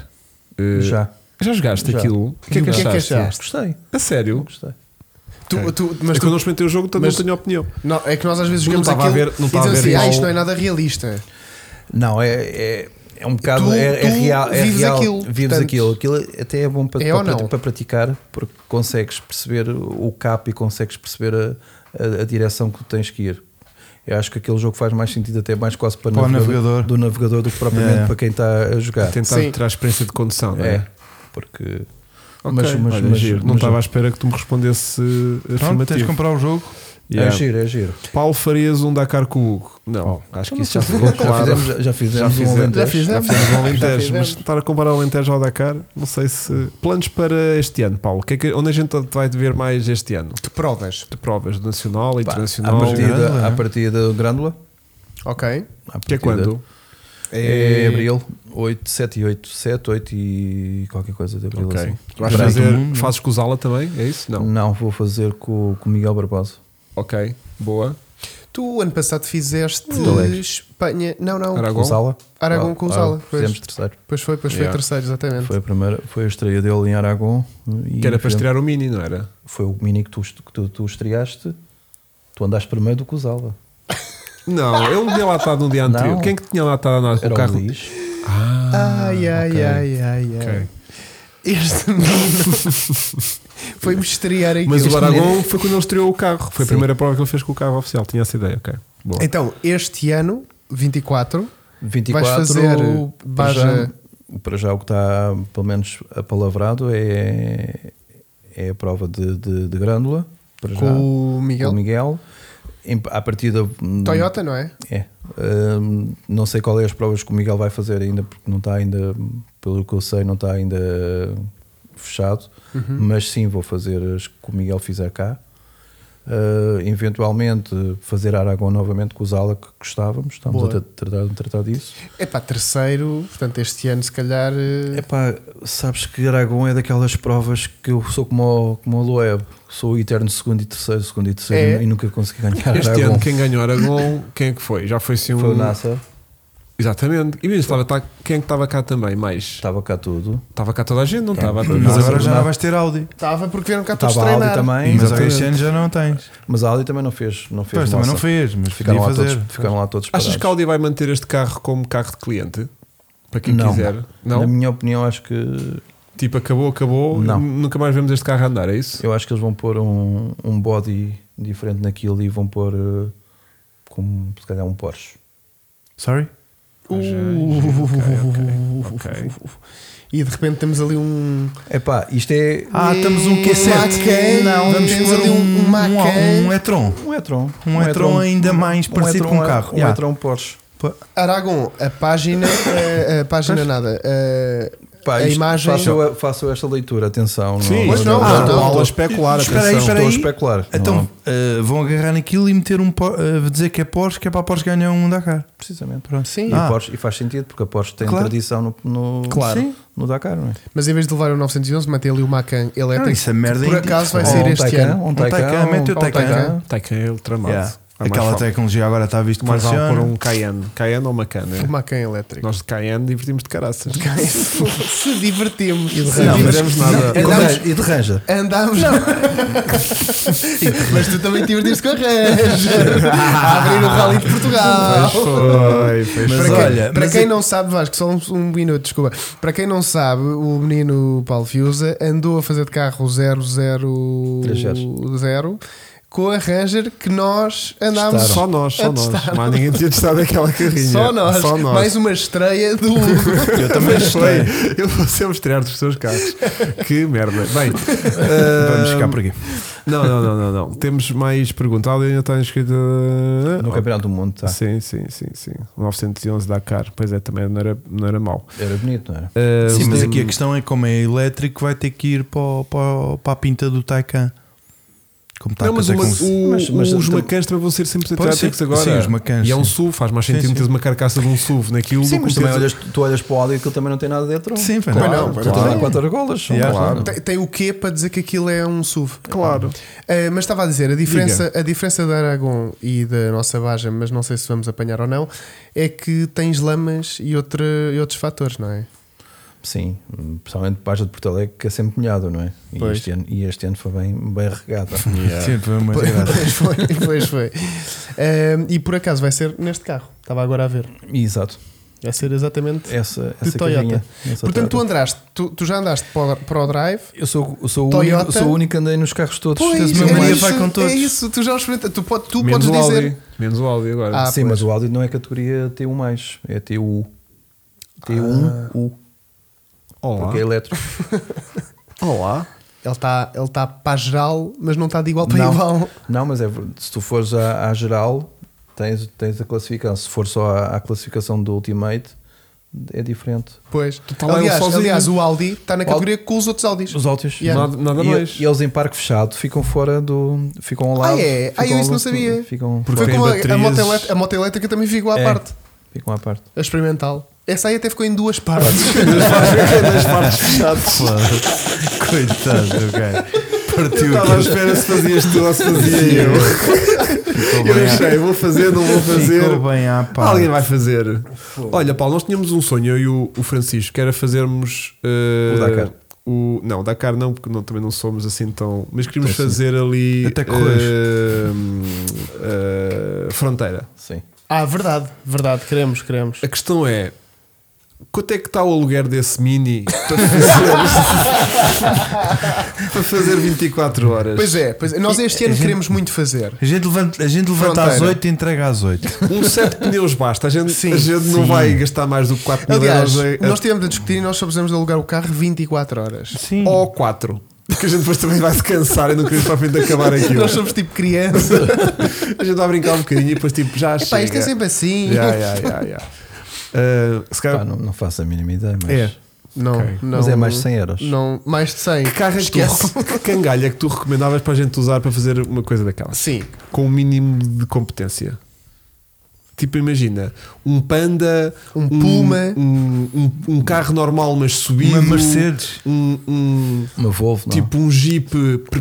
Uh,
Já.
Já jogaste
Já.
aquilo? O que é
E
que
o que é que
achaste?
achaste?
Gostei,
A sério?
gostei.
Tu, tu, mas
é
tu-
que eu não experimentei o jogo, portanto
mas-
não tenho opinião.
não, é que nós às vezes
Não
jogamos
estava a
aquilo
ver- não
e
estava a
dizemos
ver
assim, ah,
igual-
isto não é nada realista.
Não, é, é, é um bocado.
Tu-
é, é
tu
real. É
vives
real,
aquilo,
Vives
portanto.
aquilo. Aquilo até é bom para,
É ou
para,
não?
para praticar, porque consegues perceber o cap e consegues perceber a, a- a direção que tu tens que ir. Eu acho que aquele jogo faz mais sentido, até mais quase para,
Para o navegador.
do navegador do que propriamente
É, é.
para quem está a jogar.
Tentar
Sim.
ter a experiência de condução, não é?
É, porque.
Ok,
mas- mas-
olha,
mas-
giro. não
mas-
estava à espera que tu me respondesse uh,
Pronto, tens de
afirmativo.
comprar o jogo.
Yeah.
É giro, é giro.
Paulo Farias, um Dakar com o Hugo. Então Não, acho que isso já ficou
Então Já
claro.
fizemos, já fizemos,
Já fizemos.
um Alentejo.
Já fizemos.
Já fizemos o Alentejo,
Já fizemos.
mas estar a comparar o Alentejo ao Dakar, não sei se. Planos para este ano, Paulo? O que é que- onde a gente vai te ver mais este ano?
Que provas.
De provas do nacional e
Pá,
internacional.
à partida,
Grândola,
à
é?
partida do Grândola.
Ok.
à
Que é
partida-
quando?
É abril, 8, 7 e 8, 7, 8 e qualquer coisa de abril.
Ok.
Assim.
Vais
Durante
fazer,
o mundo, não é?
fazes com o Zala também? É isso?
Não.
Não.
vou fazer com com o Miguel Barbosa.
Ok, boa.
Tu ano passado fizeste
Porto Alegre.
Espanha. Não, não.
Aragão.
Com o Zala?
Aragão com o
Ah,
Zala, pois.
Fizemos terceiro.
Pois foi, pois
Yeah.
foi terceiro, exatamente.
Foi a, primeira, foi a estreia dele em Aragão. e
Que era para
fizemos-
estrear o Mini, não era?
Foi o mini que tu, est- que tu, tu estreaste. Tu andaste primeiro do que o Zala.
Não, ele tinha lá estado no dia anterior.
Não.
Quem é que tinha lá estado na-
Era
o
o,
carro?
Luís.
Ai, ai,
ok.
ai, ai, ai.
Ok.
Este menino foi-me estrear aqui.
Mas o
Este menino-
Aragão foi quando ele estreou o carro. Foi a
Sim.
primeira prova que ele fez com o carro oficial. Tinha essa ideia, ok. Boa.
Então, este ano, 24,
24.
vais fazer
para, já,
Baja.
para já o que está, pelo menos, apalavrado é, é a prova de, de, de Grândola. Para já.
Com o Miguel.
o Miguel. Em, à partida. hum,
Toyota, não é?
É. Hum, não sei qual é as provas que o Miguel vai fazer ainda, porque não está ainda, pelo que eu sei, não está ainda fechado.
Uhum.
Mas sim, vou fazer as que o Miguel fizer cá. Uh, eventualmente fazer Aragão novamente com o Zala que gostávamos, estamos
Boa.
a tra- tratar, tratar disso.
É pá, terceiro, portanto, este ano se calhar. eh,
Epá, sabes que Aragão é daquelas provas que eu sou como o, como o Loeb, sou o eterno segundo e terceiro, segundo e terceiro
É.
e nunca consegui ganhar
Este
Aragão.
ano, quem ganhou Aragão, quem é que foi? Já foi sim um.
Foi o Nasser.
Exatamente. E mesmo estava tá- quem é que estava cá também? Mais.
Estava cá tudo.
Estava cá toda a gente, não estava?
Mas
Não,
agora já
não. é
vais ter Audi.
Estava porque vieram cá todos
Estava a Audi
treinar.
também.
Mas agora
exatamente.
este ano já não tens.
Mas a Audi também não fez. Não fez
Pois também
moça.
não fez, mas
Ficaram
podia
lá,
fazer.
todos, ficaram lá todos
Achas que a
parados.
Audi vai manter este carro como carro de cliente? Para quem
Não.
quiser? Não?
Na minha opinião, acho que
Tipo, acabou, acabou,
Não.
nunca mais vemos este carro andar, é isso?
eu acho que eles vão pôr um, um body diferente naquilo e vão pôr eh, como se calhar um Porsche.
Sorry?
Ah, já,
Uh,
ok, ok, ok.
E de repente temos ali um.
Epá, isto é
Ah, estamos um
Macan,
Q7.
não,
Vamos
temos
pôr
ali
um,
um Macan.
um, um e-tron.
um e-tron.
Um e-tron ainda mais parecido
e-tron
com um
é-
carro.
Um
Yeah.
e-tron Porsche.
Aragon, a é página. eh, A, página nada. eh,
Pá,
A
isto-
imagem-
Faço, eu- faço esta leitura, atenção.
Sim,
Pois não,
ah,
não,
estou
não,
a
não.
especular,
Espera aí,
atenção.
espera
Estou a
aí.
especular.
Então
Não,
eh, vão agarrar naquilo e meter um po- eh, dizer que é Porsche, que é para a Porsche ganhar um Dakar.
precisamente.
Sim.
E,
Ah.
a Porsche, e faz sentido, porque a Porsche tem
Claro.
tradição no, no,
Claro. Sim.
no Dakar, não é?
Mas em vez de levar o 911, mantém ali o Macan
Não,
elétrico.
isso é merda
Por
em-
acaso vai
Ou
sair
um
este
Taycan,
ano.
Um
Taycan,
Taycan,
mete o
um
Taycan.
Taycan.
Está aqui ele tramado.
Yeah.
Há é mais
Aquela
fome.
tecnologia agora está visto como
mais vale
funciona.
pôr um Cayenne. Cayenne ou Macana?
O Macan elétrico.
é- Nós de Cayenne divertimos de caraças.
Se divertimos.
E de
Se
Não
Mas-
fizemos nada.
E de
Andámos-
ranja- E de ranja.
Andámos. Mas tu também te divertiste com a Ranger a abrir o Rally de Portugal.
Foi, foi.
Mas
para quem,
olha,
para
mas
quem
é-
não sabe, Vasco, só um, um minuto, desculpa. Para quem não sabe, o menino Paulo Fiusa andou a fazer de carro 000 com a Ranger que nós andámos
Só nós, só
A
nós.
testar.
Mas ninguém tinha testado aquela carrinha.
só nós.
Só nós.
Mais uma estreia do.
Eu também achei. Eu vou sempre estrear dos seus carros. Que merda. Bem,
Vamos
ah,
ficar por aqui.
Não, não, não, não, não. Temos mais perguntas. A Audi ainda está inscrita.
No Campeonato do Mundo, tá.
Sim, sim, sim, sim. 911 Dakar. Pois é, também não era, não era mau.
Era bonito, não era?
Ah,
Sim, mas
hum,
aqui a questão é como é elétrico, vai ter que ir para, o- para, o- para a pinta do Taycan. Como está
Não, mas,
a
uma,
acontecer.
o-
Mas- mas
os
tam-
macãs também vão ser sempre
Pode ser.
elétricos agora.
Sim, os Macans,
E é um
sim.
SUV, faz mais
Sim,
sentido
sim.
teres uma carcaça de um SUV naquilo.
Sim,
do
mas
que
também
meteres-
olhas, tu olhas para o áudio e aquilo também não tem nada dentro.
Sim, foi
claro,
não.
não,
claro.
claro. Tudo em quatro golas. são
Yeah.
claro.
tem, tem o quê para dizer que aquilo é um SUV?
Claro.
Uh, mas estava a dizer, a diferença, a diferença da Aragon e da nossa Baja, mas não sei se vamos apanhar ou não, é que tens lamas e, outra, e outros fatores, não é?
Sim, principalmente Paja de Porto Alegre, que é sempre molhado, não é? E,
Pois.
este ano, e este ano foi bem, bem regada.
Sim, foi uma desgraça.
Pois foi, pois foi. Uh, e por acaso vai ser neste carro, estava agora a ver.
Exato,
Vai ser exatamente.
essa,
De
essa
Toyota.
carrinha. Essa
Portanto, tu
Toyota.
andaste, tu, tu já andaste para o, para o drive.
eu sou, eu sou, o
Toyota?
único, eu sou o único que andei nos carros todos.
Tens uma
é
mania,
isso,
vai com todos.
É isso, tu já experimentaste. Tu, pode- tu
Menos o
podes dizer.
Audi. Menos o Audi agora.
Ah,
Sim,
pois.
mas o áudio não é categoria T1, mais, é T1. T1U,
Ah.
Olá.
porque é elétrico.
Olá.
Ele está ele tá para geral, mas não está de igual para
Não.
igual.
Não, mas é ver- se tu fores à, à geral, tens, tens a classificação. Se for só à, à classificação do Ultimate, é diferente.
Pois.
tá lá ele
aliás,
sozinho.
aliás, o Audi está na categoria com os outros Audis.
Os Altis.
Yeah.
Nada, nada mais.
E, e eles em parque fechado ficam fora do. Ficam ao lado.
Ah, é? Ah,
ficam
eu isso
ao-
não sabia.
Ficam,
Porque
Foi
tem
como a- a,
baterias-
moto elétrica, a moto elétrica também ficou à
É.
parte,
ficam à parte.
a experimental. Essa aí até ficou em duas partes.
Nas partes fechadas.
Coitado do cara. Partiu
Estava à espera se fazias tu ou se fazia eu.
Ficou
Eu
bem à-
deixei, vou fazer, não vou fazer.
Ficou bem à pá.
Alguém vai fazer. Olha, Paulo, nós tínhamos um sonho, eu e o, o Francisco, que era fazermos. eh,
O Dakar.
o- não, o Dakar não, porque não- também não somos assim tão. Mas queríamos
Então, sim.
fazer ali.
Até Correios.
eh, hum, eh, Fronteira.
Sim.
ah, verdade, verdade, queremos, queremos.
A questão é. Quanto é que está o aluguer desse mini para fazer, para fazer 24 horas?
Pois é, pois é, nós este
A
ano
gente-
queremos muito fazer.
A gente levanta, a gente levanta às
Fronteira.
8 e entrega às 8.
Um set de pneus basta. A gente,
Sim,
a gente não
sim.
vai gastar mais do que 4 mil
Aliás,
euros a- a
nós estivemos a discutir e nós só precisamos de alugar o carro 24 horas.
Sim.
ou quatro. Porque a gente depois também vai se cansar e não queremos para a frente acabar aquilo.
Nós somos tipo criança.
A gente vai brincar um bocadinho e depois tipo, já
Epá,
chega.
isto é sempre assim.
Já, já, já, já. Ah,
É.
se calhar-
Pá, não, não faço a mínima ideia, mas.
É.
Não,
Ok.
não,
Mas é mais de 100 euros.
Não, mais de 100.
Que carro é que tu,
Esquece.
que cangalha é que tu recomendavas para a gente usar para fazer uma coisa daquela?
Sim,
Com o mínimo de competência. Tipo, imagina, um panda,
Um
um-
puma.
um, um- um carro normal, mas subido,
Uma Mercedes.
um- um-
Uma Volvo, não.
tipo um jeep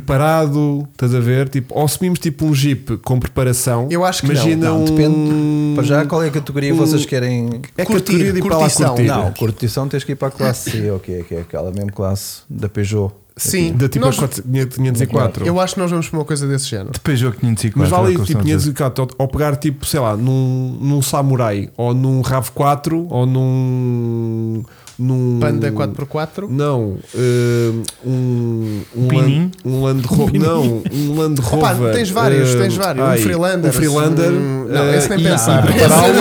preparado, estás a ver? Tipo, ou assumimos tipo um jeep com preparação.
Eu acho que não.
imagina
Não, depende.
Um...
Para já, qual é a categoria que
um-
vocês querem?
É
Curtir,
categoria de ir para lá
curtição.
curtir.
Não, curtição tens que ir para a classe C, ou que é, que é aquela mesma classe da Peugeot.
Sim,
Da tipo
nós-
504.
eu acho que nós vamos para uma coisa desse género.
De Peugeot 504.
Mas
é o
vale
que eu
tipo
estou a dizer.
504, ou, ou pegar tipo, sei lá, num, num Samurai, ou num RAV4, ou num. num
Panda um? 4x4.
Não, hum, um. Um,
Pininho?
land, um Land Rover. Não, um Land
Opa,
Rover.
tens vários,
hum,
tens vários.
ai,
um Freelander.
Um Freelander.
um- Não,
eh,
esse nem
e-
pensar.
e um prepará-lo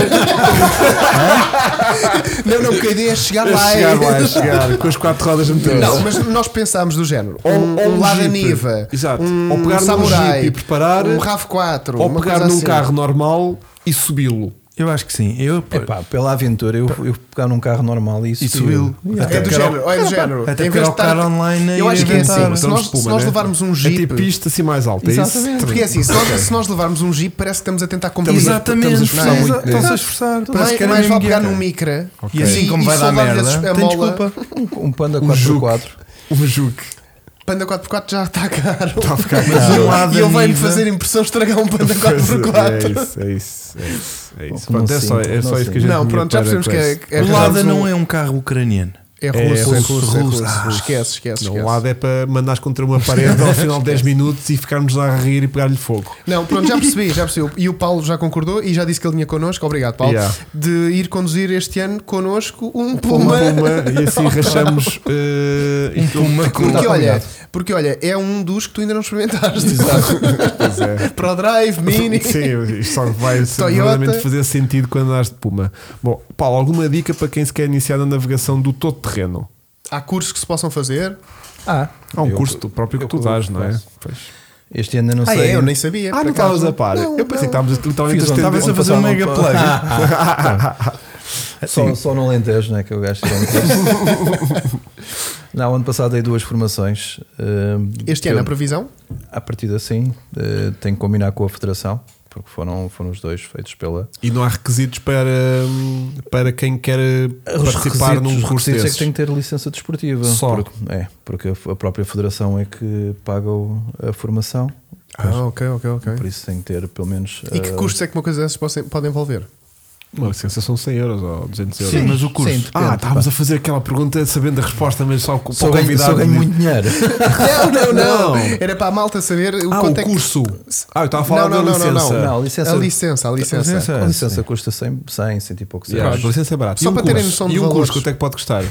não, não, porque a ideia é chegar
a
lá.
chegar lá, a chegar, com as quatro rodas motores.
Não, mas nós pensámos do género.
Ou-
um,
ou
um Lada
Jeep.
Niva.
Exato.
Um
Ou pegar num
Samurai.
Jeep e preparar.
Um RAV4.
ou
uma
pegar
coisa
num
assim.
carro normal e subi-lo.
Eu acho que sim. Eu,
Epá, pela aventura, eu, eu pegar num carro normal e
E
isso
subi-lo.
É do género, ou é do género.
até
Em
porque era o
vez de estar-
carro online a
Eu acho que é
inventar.
assim. Se nós, se nós levarmos um
É
Jeep.
tipo pista assim mais alta. é isso?
Exatamente.
Porque é assim, se nós, se nós levarmos um Jeep, parece que estamos a tentar competir.
estamos
Exatamente.
a esforçar
Não,
muito
exa- Estão-se a um esforçar. Parece
Mais,
que era
é mais
mesmo
vale pegar
guia,
num
cara.
micra
E assim como vai dar
soltar-lhes
merda,
a
tem
mola.
desculpa.
Um, um Panda
juke.
4x4.
Um Juke.
Panda 4x4 já está caro.
Está tá a ficar
Mas um
caro.
Lada
e ele vai-me
Niva-
fazer impressão estragar um Panda
Pois é,
4x4.
É isso, é isso, é isso. É isso.
Não
Pronto, é só, é
sinto,
só
não
isso que a gente
não,
tinha
pronto, já
para-
percebemos que
para
é,
isso.
é
O Lada
razão-
não é um carro ucraniano.
é
É
russo.
russo, é russo,
Ah,
é russo.
Esquece, esquece.
Não,
esquece.
o lado é para mandares contra uma parede ao final de 10 minutos e ficarmos lá a rir e pegar-lhe fogo.
Não, pronto, já percebi, já percebi. E o Paulo já concordou e já disse que ele vinha connosco, obrigado Paulo,
Yeah.
de ir conduzir este ano connosco um
Puma,
Puma.
puma, e assim rachamos eh, isto.
Uma com-
Porque olha, porque olha, é um dos que tu ainda não experimentaste.
Pois é.
Pro Drive, Mini.
Sim, isto só vai ser
Toyota.
verdadeiramente fazer sentido quando andares de Puma. Bom, Paulo, alguma dica para quem se quer iniciar na navegação do todo terreno?
Há cursos que se possam fazer.
Ah,
Há um
eu-
curso do próprio que
eu-
tu
eu
dás, não é?
faço.
Pois.
Este ano eu não
Ah,
sei.
é, eu nem sabia.
Ah,
por
não
acaso.
estavas a par.
Não,
Eu pensei que
não.
estávamos literalmente
Fiz
a
ontem-
estender-
Estavas a fazer um
passava-
mega plug.
Ah, Só, só no Alentejo, não é? Que eu gasto Não, ano passado dei duas formações. ehm,
Este
que
ano,
eu-
a previsão?
A partir assim, tenho que combinar com a Federação, porque foram, foram os dois feitos pela.
E não há requisitos para, hum, para quem quer eh, participar num
os
curso
requisitos é que
desses.
tem que ter licença desportiva.
Só.
Porque, é, porque a, a própria Federação é que paga o- a formação,
Ah, ok, ok, ok.
por isso tem que ter pelo menos.
E que
eh,
custos é que uma coisa dessas possam- pode, envolver?
Uma licença são 100 euros ou 200 euros.
Sim, mas o curso.
Sim, depende,
Ah,
pá.
estávamos a fazer aquela pergunta sabendo a resposta, mas só com para
Só
o
ganho,
convidado.
só ganho
diz-
muito dinheiro.
não, não, não,
Não.
Era para a malta saber o
Ah, o
quanto é que.
curso. Ah, eu estava a falar da
Não, não, não,
licença.
não, não.
Não, a licença.
A licença, a licença.
licença.
a licença custa 100, 100, 100 e poucos
Yeah,
euros.
a licença é barata.
Só
E um
para terem
curso?
noção de
E um
valores.
curso, quanto é que pode custar?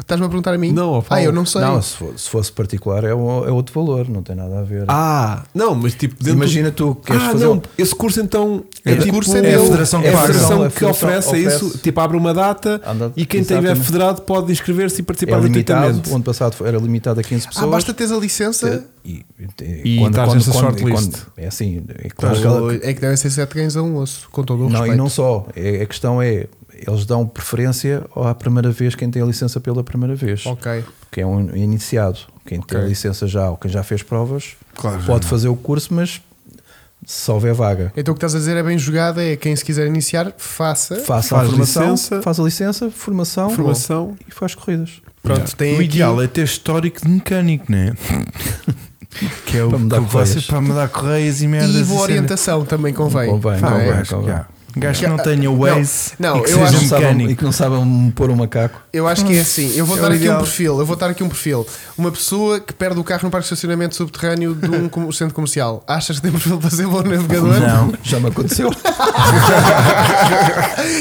Estás-me a perguntar a mim?
Não, ao Paulo.
Ah, eu não sei.
Não, se fo- se fosse, particular é, o- é outro valor, não tem nada a ver.
Ah, não, mas tipo dentro
Imagina tu que queres
ah,
fazer
não,
um-
esse curso então
É
é,
da-
tipo,
curso é
é
dele.
a federação,
É
que,
a
paga.
federação, a
que oferece,
federação
isso,
oferece.
tipo abre uma data
Anda-
e quem estiver
exatamente.
federado pode inscrever-se e participar
é limitado.
gratuitamente.
O ano passado foi- era limitado a 15 pessoas.
Ah, basta teres a licença.
E,
E estás nessa shortlist.
é assim, é claro
Mas
que ela-
É que devem ser 7 ganhos a um osso, com todo o
não,
respeito.
e não só. É, a questão é, eles dão preferência à primeira vez quem tem a licença pela primeira vez.
Ok.
Quem é um iniciado, quem tem a
Ok.
licença já ou quem já fez provas, pode fazer o curso, mas se houver vaga.
Então o que estás a dizer é bem jogada, é quem se quiser iniciar, faça.
Faça
Faz
a formação,
licença.
faz a licença, formação,
Formação.
e faz corridas.
Pronto, tem
O
aqui-
ideal é ter histórico de mecânico, né? que é o
Para me dar
que você-
correias.
para me dar correias e merdas.
E
cenas.
boa orientação também convém.
Convém,
não
Pá,
é?
eu
convém.
acho que
convém.
há. Um Gajo que não tenha Waze
não,
e que
eu
seja
acho
um
não sabem, e
mecânico.
que não sabem pôr um macaco.
Eu acho que é assim. Eu vou
É
dar
o
aqui um
ideal.
perfil. Eu vou dar aqui um perfil. Uma pessoa que perde o carro no parque de estacionamento subterrâneo de um com- centro comercial. Achas que tem perfil para ser bom navegador?
Não.
Já me aconteceu.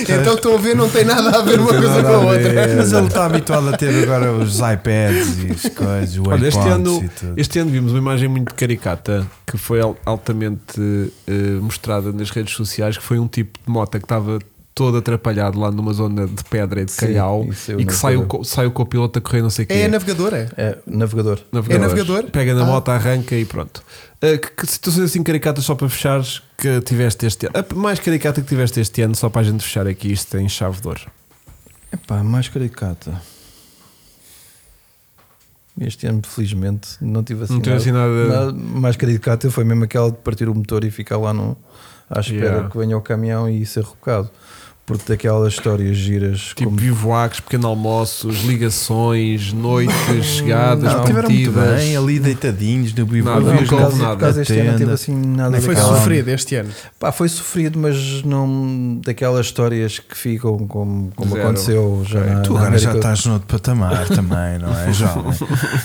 Então estão a ver, não tem nada a ver uma coisa com a outra.
tá? Mas ele está habituado a ter agora os iPads e as coisas, o
Olha, este ano,
e tudo.
este ano vimos uma imagem muito caricata que foi al- altamente eh, mostrada nas redes sociais, que foi um tipo de mota que estava todo atrapalhado lá numa zona de pedra e de
Sim,
calhau
isso eu
e
não
que sai o,
sabia.
co- sai o copiloto a correr não sei o quê.
É a navegadora.
É, navegador.
Navegador.
É navegador?
Pega na
Ah.
moto, arranca e pronto. Ah, que, que situações assim caricatas só para fechares que tiveste este ano? A mais caricata que tiveste este ano, só para a gente fechar aqui isto em chave de ouro.
Epá, mais caricata. Este ano, felizmente, não tive assim,
Não tive assim nada-
Mais caricata foi mesmo aquela de partir o motor e ficar lá no, à espera
Yeah.
que venha o caminhão e ser rebocado. Porque daquelas histórias giras
Tipo
como
bivouacs, pequeno almoços, ligações, noites, chegadas,
Não,
Tiveram muito
partidas.
bem ali deitadinhos no bivo.
Nada,
Não,
não
por causa,
nada.
por causa este ano não teve assim nada
Foi
daquela-
sofrido este ano.
Pá, foi sofrido, mas não daquelas histórias que ficam como, como
Zero.
aconteceu já na,
Tu
na
agora já
América-
estás no outro patamar também, não é, jovem?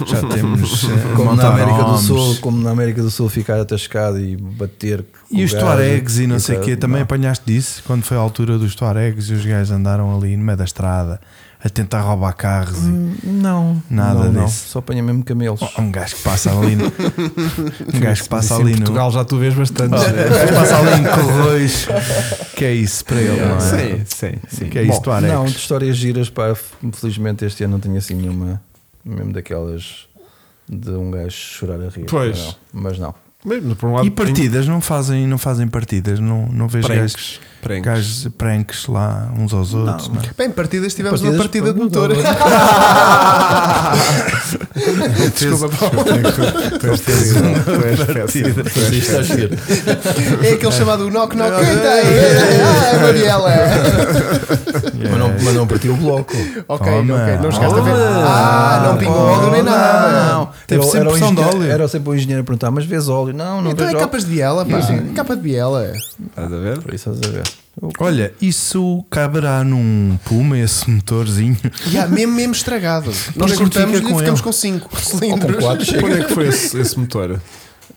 Já temos. eh,
como na
montar
América do
nomes.
Sul, como na América do Sul ficar atascado e bater com
E os
o gajo.
Tuaregs e não sei o
Isso é-
quê, também
não.
apanhaste disso? Quando foi a altura dos Tuaregs e os gajos andaram ali no meio da estrada a tentar roubar carros e.
Hum, Não,
Nada
não, não.
disso.
Só apanha mesmo camelos.
Oh, um gajo que passa ali no, um gajo que passa
Isso
ali
em
no
Portugal já tu vês bastante.
Oh, passa ali em Corroios que é isso para ele não é?
Sim, sim, sim.
que é isso Tuaregs
não, de histórias giras, pá, infelizmente este ano não tenho assim nenhuma, mesmo daquelas de um gajo chorar a rir.
Pois.
Não, mas não.
Mas, por um lado,
e partidas não fazem não fazem partidas não não
tem
vejo gajos
pranks. pranks.
gajos pranks lá uns aos outros não. é?
Bem, partidas tivemos uma
Partidas-
partida de motor. Desculpa, Paulo.
Tu és péssimo. Tu és péssimo. Tu és péssimo.
É aquele chamado Knock Knock. Quem tem? Ah, é a Mariela.
Mas não, mas não partiu o bloco.
Ok,
Toma.
ok. Não chegaste a ver.
Toma.
Ah, não pingou óleo nem nada.
Não,
Teve
Era-
sempre
era o
pressão de
engenheiro-
óleo.
Era sempre o engenheiro a perguntar, mas vês óleo? Não, não
Então é
vejo óleo.
capas de biela, pá. Capa de biela.
Estás a ver?
Por isso estás a ver. Eu-
olha isso caberá num Puma esse motorzinho
E há mesmo, mesmo estragado. Nós
é que fica
cortamos e
com
ficamos
ele?
com 5 cilindros.
quatro
Quando é que foi esse, esse motor?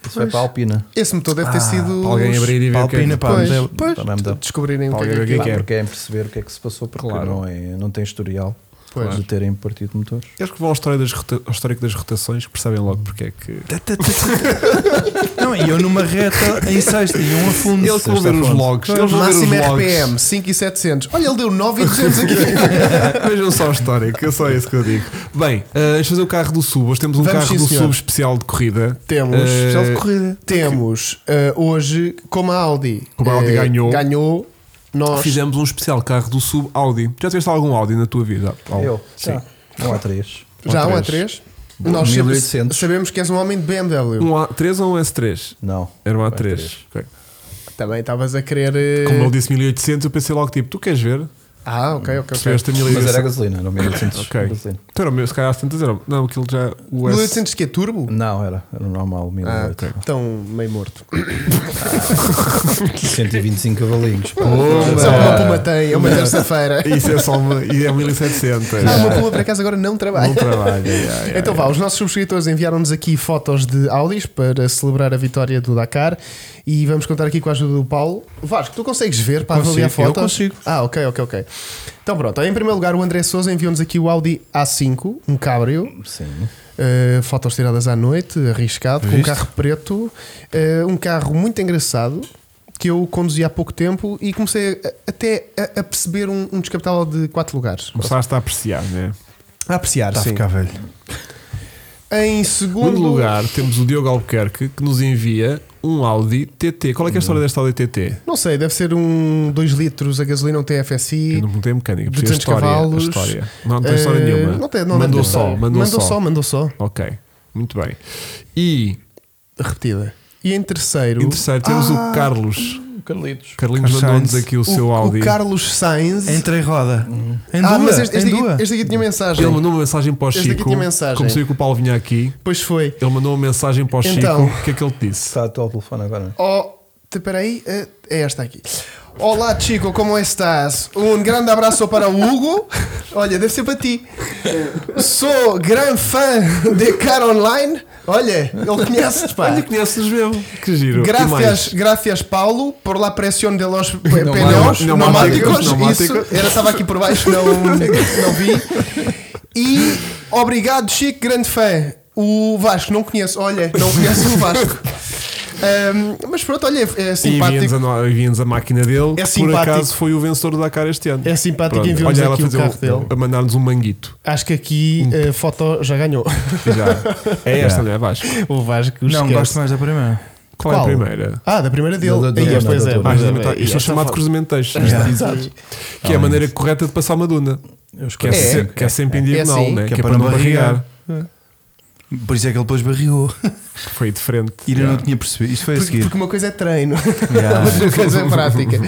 Isso foi para a Alpina.
Esse motor deve ter sido.
Para Ah, alguém abrir e ver o que é
Palpina
que...
pá
Pois,
modelo.
pois,
Também me dá.
descobrirem o que é
Alguém
que
que
Pá,
é?
Porque é em perceber o que é que se passou, porque
Claro.
não, é, não tem historial
Pois.
de terem partido motores.
Acho que vão ao histórico das, rota- ao histórico das rotações que percebem logo porque é que.
não e eu numa reta em sexta e um a fundo
Eles vão ver os logs. é. Eles vão ver os
Máximo
logs.
RPM, 5 e 700. Olha, ele deu 9 e 200 aqui.
Vejam só o histórico, é só isso que eu digo. Bem, ah, vamos fazer o carro do sub. Hoje temos um
Vamos,
carro
sim,
do
senhor.
sub especial de corrida.
Temos.
Ah,
Especial de
corrida
Temos eh, hoje, como a Audi.
Como a Audi
eh,
ganhou.
Ganhou. Nós.
Fizemos um especial carro do sub Audi. Já tiveste algum Audi na tua vida? Paulo?
Eu,
Sim.
já. Não há três.
já
um
um
a
a 3. Nós sempre
1800.
sabemos que és um homem de BMW.
Um A3 ou um S3?
Não.
Era um
Vai
A3.
três.
Ok.
Também estavas a querer. eh,
Como ele disse 1800, eu pensei logo tipo, tu queres ver?
Ah, ok, ok. ok.
Percebeste a
Mas era
1800?
gasolina, não 1800.
Ok.
Gasolina.
Então era o meu, se calhar 70 era. Não, aquilo já. O S.
1800 que é turbo?
Não, era. Era o normal,
Ah,
1800.
ok. Então, meio morto.
Ah,
125 cavalinhos. pá.
Só uma puma tem, é uma terça-feira.
Isso é só uma. E é 1700.
Ah, uma puma para casa agora não trabalha.
Não trabalha. yeah, yeah,
Então vá, os nossos subscritores enviaram-nos aqui fotos de Audis para celebrar a vitória do Dakar e vamos contar aqui com a ajuda do Paulo. Vasco, tu consegues ver para
Consigo,
avaliar
eu
fotos?
consigo.
Ah, ok, ok, ok. Então pronto, em primeiro lugar o André Souza enviou-nos aqui o Audi A5, um cabrio,
Sim.
eh, fotos tiradas à noite, arriscado, com um
Viste?
carro preto, eh, um carro muito engraçado que eu conduzi há pouco tempo e comecei a- até a, a perceber um, um descapotável de quatro lugares.
Começaste a apreciar, né?
A apreciar,
está a
sim.
Tá ficar velho
Em
Em
segundo
segundo lugar, temos o Diogo Albuquerque que nos envia um Audi TT. Qual é, que é a
Hum.
história desta Audi TT?
Não sei, deve ser um 2 litros a gasolina, um TFSI.
Eu não perguntei a mecânica, percebi a
200
história.
cavalos.
A história. Não, não tem história
Eh,
nenhuma.
Não tem, não deve
mandou
ter
só,
história.
mandou,
mandou
só.
só, mandou só.
Ok, muito bem. E
Repetida. E em terceiro,
em terceiro temos o Carlos.
Carlitos.
Carlinhos
Carlos
mandou-nos
Sainz.
aqui o
o,
seu
Ah! o
Audi.
Carlos Sainz.
entrei roda em
ah, mas
duas
este,
em
este,
duas
aqui, este aqui tinha mensagem.
Ele mandou uma mensagem para o
Este aqui
Chico.
tinha mensagem.
Como sabia que o Paulo vinha aqui,
Pois foi.
ele mandou uma mensagem para o Chico.
Então.
O que é que ele te disse?
Está a tua telefone agora.
Oh, te- peraí, eh, é esta aqui. Olá, Chico, como estás? Um grande abraço para o Hugo. Olha, deve ser para ti. Sou grande fã de Car Online. Olha, ele conhece-te, pá.
Olha, conheces mesmo. Que giro. E mais?
Gracias, gracias Paulo por la presión de los pe-
Não
pneus
há- não há
neumáticos.
neumáticos.
Isso, era, estava aqui por baixo, não, não vi. E obrigado, Chico, grande fã. O Vasco, não conheço, olha, não conheço o Vasco. Ahm, mas pronto, olha, é
E envia-nos
simpático.
a, no- envia-nos a máquina dele,
É
que por
simpático.
acaso foi o vencedor da cara este ano.
É simpático,
Pronto,
enviou-nos
olha ela
aqui o
fazer
carro dele.
A mandar-nos um manguito.
Acho que aqui a foto já ganhou.
Já. É esta, não é? Vasco?
O Vasco
não gosto mais da primeira
Qual, é a
Qual?
primeira?
Ah, da primeira dele.
Da- da-
Aí,
da-
pois
da-
é,
da-
Ah,
pois é,
isto é-
bem.
isto é chamado cruzamento de textos.
Exato.
Que é a maneira correta de passar uma duna.
Eu
Que é,
esqueci.
se- que é sempre em
É
diagonal,
assim.
né? que, é para não barrigar.
Por isso é que ele depois barriou.
Foi diferente.
E eu não tinha percebido. Isto foi a
Porque,
seguir.
porque uma coisa é treino,
Yeah.
outra coisa é prática. Ia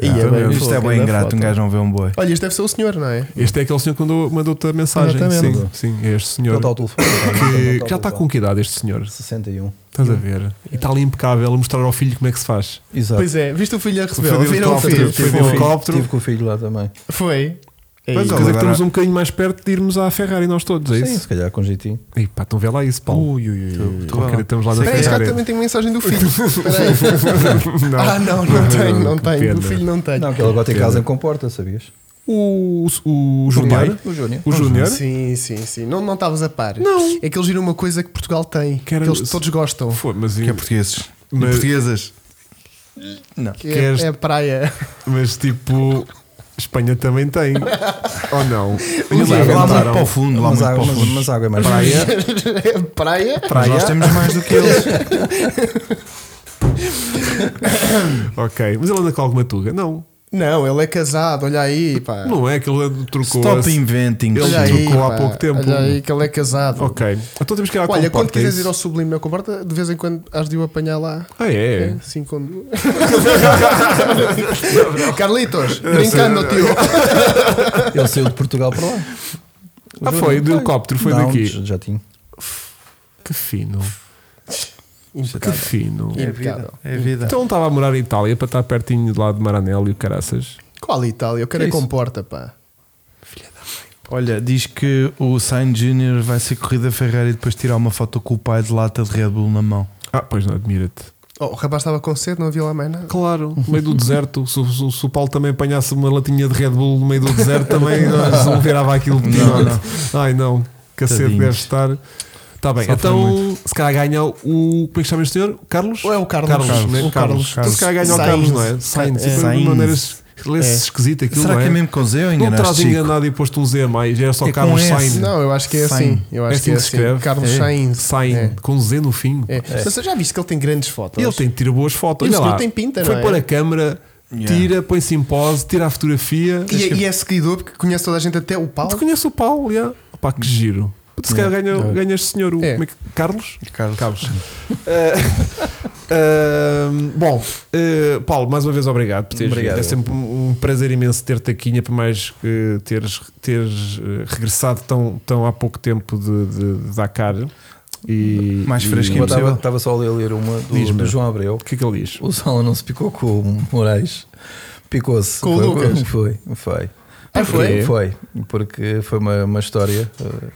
Yeah.
bem,
Isto é
fogo,
bem
grande
ingrato, um
foto.
gajo não vê um boi.
Olha, este deve ser o senhor, não é?
Este é aquele senhor que mandou- mandou-te a mensagem.
Exatamente.
Sim, sim, é este
Ele tá
senhor.
está ao telefone. tá
Que, que já está com que idade este senhor?
61.
Estás a ver? E está ali impecável a mostrar ao filho como é que se faz.
Exato.
Pois é, viste o filho a receber?
Foi de
Viram o filho?
helicóptero, foi é, de
Tive com o filho-
helicóptero.
Tive com o filho lá também.
Foi. É Ei,
Pois,
Pois, quer
olha,
dizer que
agora-
estamos um bocadinho mais perto de irmos à Ferrari nós todos, é
Sim,
isso?
se calhar com jeitinho.
E pá, então vê lá isso, Paulo. Ui, ui, ui.
Vá lá.
Estamos lá na
Sei
Espera aí, cá
Ferrari.
também tenho mensagem do filho. Espera aí.
Não.
Ah, não, não tenho, não
que
tenho.
pena.
Do filho não tenho.
Não, que ele agora tem casa em comporta, sabias?
O, o, o Júnior?
O Júnior.
O Júnior?
Sim, sim, sim. Não não estavas a par.
Não.
É que eles viram uma coisa que Portugal tem, que,
Que era-
eles todos gostam.
Foi, mas,
Que é portugueses. E
Mas-
Portuguesas. Não.
Que é,
Queres-
é a praia.
mas tipo, Espanha também tem. Ou não? Eles
Mas lá, lá muito
inventaram.
para o fundo, lá
mas,
muito
a
para o
água, mas,
fundo.
mas a água é mais
Praia.
é a praia?
Mas nós temos mais do que eles.
Ok, mas ele anda com alguma tuga? Não,
Não, ele é casado, olha aí, pá.
não é que ele trocou.
Stop
a-
inventing.
Ele
olha aí,
trocou há
pá.
pouco tempo.
Olha aí que ele é casado.
Ok, então temos que ir à
Olha, quando
comporta, é
quiseres
isso?
ir ao Sublime na comporta, de vez em quando has de o apanhar lá.
Ah, é?
Sim, quando. Carlitos, brincando, tio.
Ele saiu de Portugal para lá. O
Ah,
Júnior.
foi, do helicóptero, foi
Não,
daqui.
já- Já tinha.
Que fino. Que fino.
É vida.
É vida.
Então estava a morar em Itália para estar pertinho de lá de Maranello e o caraças.
Qual Itália? Eu quero é
Isso.
comporta, pá.
Olha, diz que o Sainz Jr. vai ser corrida a Ferrari e depois tirar uma foto com o pai de lata de Red Bull na mão.
Ah, pois não, admira-te.
Oh, o rapaz estava com sede, não havia lá mais nada.
Claro, no meio do deserto. Se, o- se o Paulo também apanhasse uma latinha de Red Bull no meio do deserto, também nós não virava aquilo de
Não,
não. Ai não, cacete
Tadinhos.
deve estar. Está bem,
Sofre
então se calhar ganha o. Como é que se chama este senhor? O Carlos?
Ou é o Carlos?
Carlos,
Carlos,
né?
o Carlos.
Então se calhar ganha o
Sainz.
Carlos, não é? Sainz.
É.
Sempre De maneiras. Lê-se
É.
esquisito aquilo,
Será
não é?
que é mesmo com Z ou
Não terás
enganaste, Chico?
enganado e posto um Z a mais, era só
É com
Carlos
S.
Sainz.
Não, eu acho que é
Sain.
assim. Eu
É
acho
assim
que é
que se
assim.
escreve?
Carlos
É.
Sainz.
Sainz,
É.
com Z no fim.
É. Mas tu já viste que ele tem grandes fotos?
Ele tem que tirar boas fotos.
Este
Olha
não
lá.
tem pinta,
Foi
não é?
pôr a câmera,
Yeah.
tira, põe-se em pose, tira a fotografia.
E, é- e é seguidor porque conhece toda a gente, até o Paulo.
Tu conheces o Paulo, já? Pá, que giro. Se calhar ganha, ganha este senhor, o
É.
como é que- Carlos?
Carlos.
Eh, ehm, bom, eh, Paulo, mais uma vez obrigado por teres
Obrigado.
vindo. É sempre um um prazer imenso ter-te aqui, ainda por mais que teres, teres eh, regressado tão, tão há pouco tempo de, de, de Dakar. E,
Mais
e-
fresquinho.
Eu estava,
impossível.
estava só ali a ler uma do,
Diz-me.
do João Abreu.
O que é que ele diz?
O Sala não se picou com o Moraes, picou-se
Com o
Foi-
Lucas?
Foi, foi.
Ah,
foi?
Foi, porque foi uma, uma história. eh,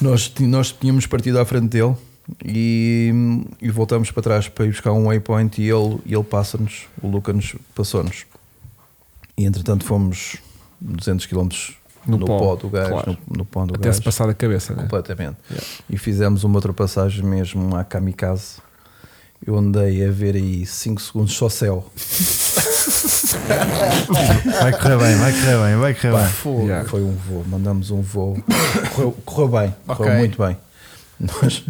Nós, ti- nós tínhamos partido à frente dele e, e voltamos para trás para ir buscar um waypoint e ele, e ele passa-nos, o Lucas passou-nos. E entretanto fomos 200 km
No
no,
pó,
pó, do gás,
claro.
no, no pó do
Até
gás.
se passar da
É.
cabeça, né?
Completamente. E fizemos uma ultrapassagem mesmo à kamikaze. Eu andei a ver aí 5 segundos só céu.
Vai correr bem, vai correr bem, vai
É
correr bem.
Fogo.
Yeah.
Foi um voo, mandamos um voo. Correu, correu bem,
Ok.
correu muito bem. Nós,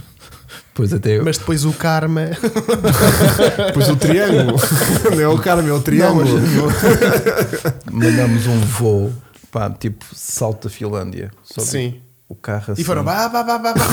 pois até
Mas depois o karma.
Pois o triângulo. Não é o Carmen, é o triângulo.
mandamos um voo, pá, tipo salto da Finlândia. Só que
Sim.
O carro assim.
E foram. Bah, bah, bah, bah, bah.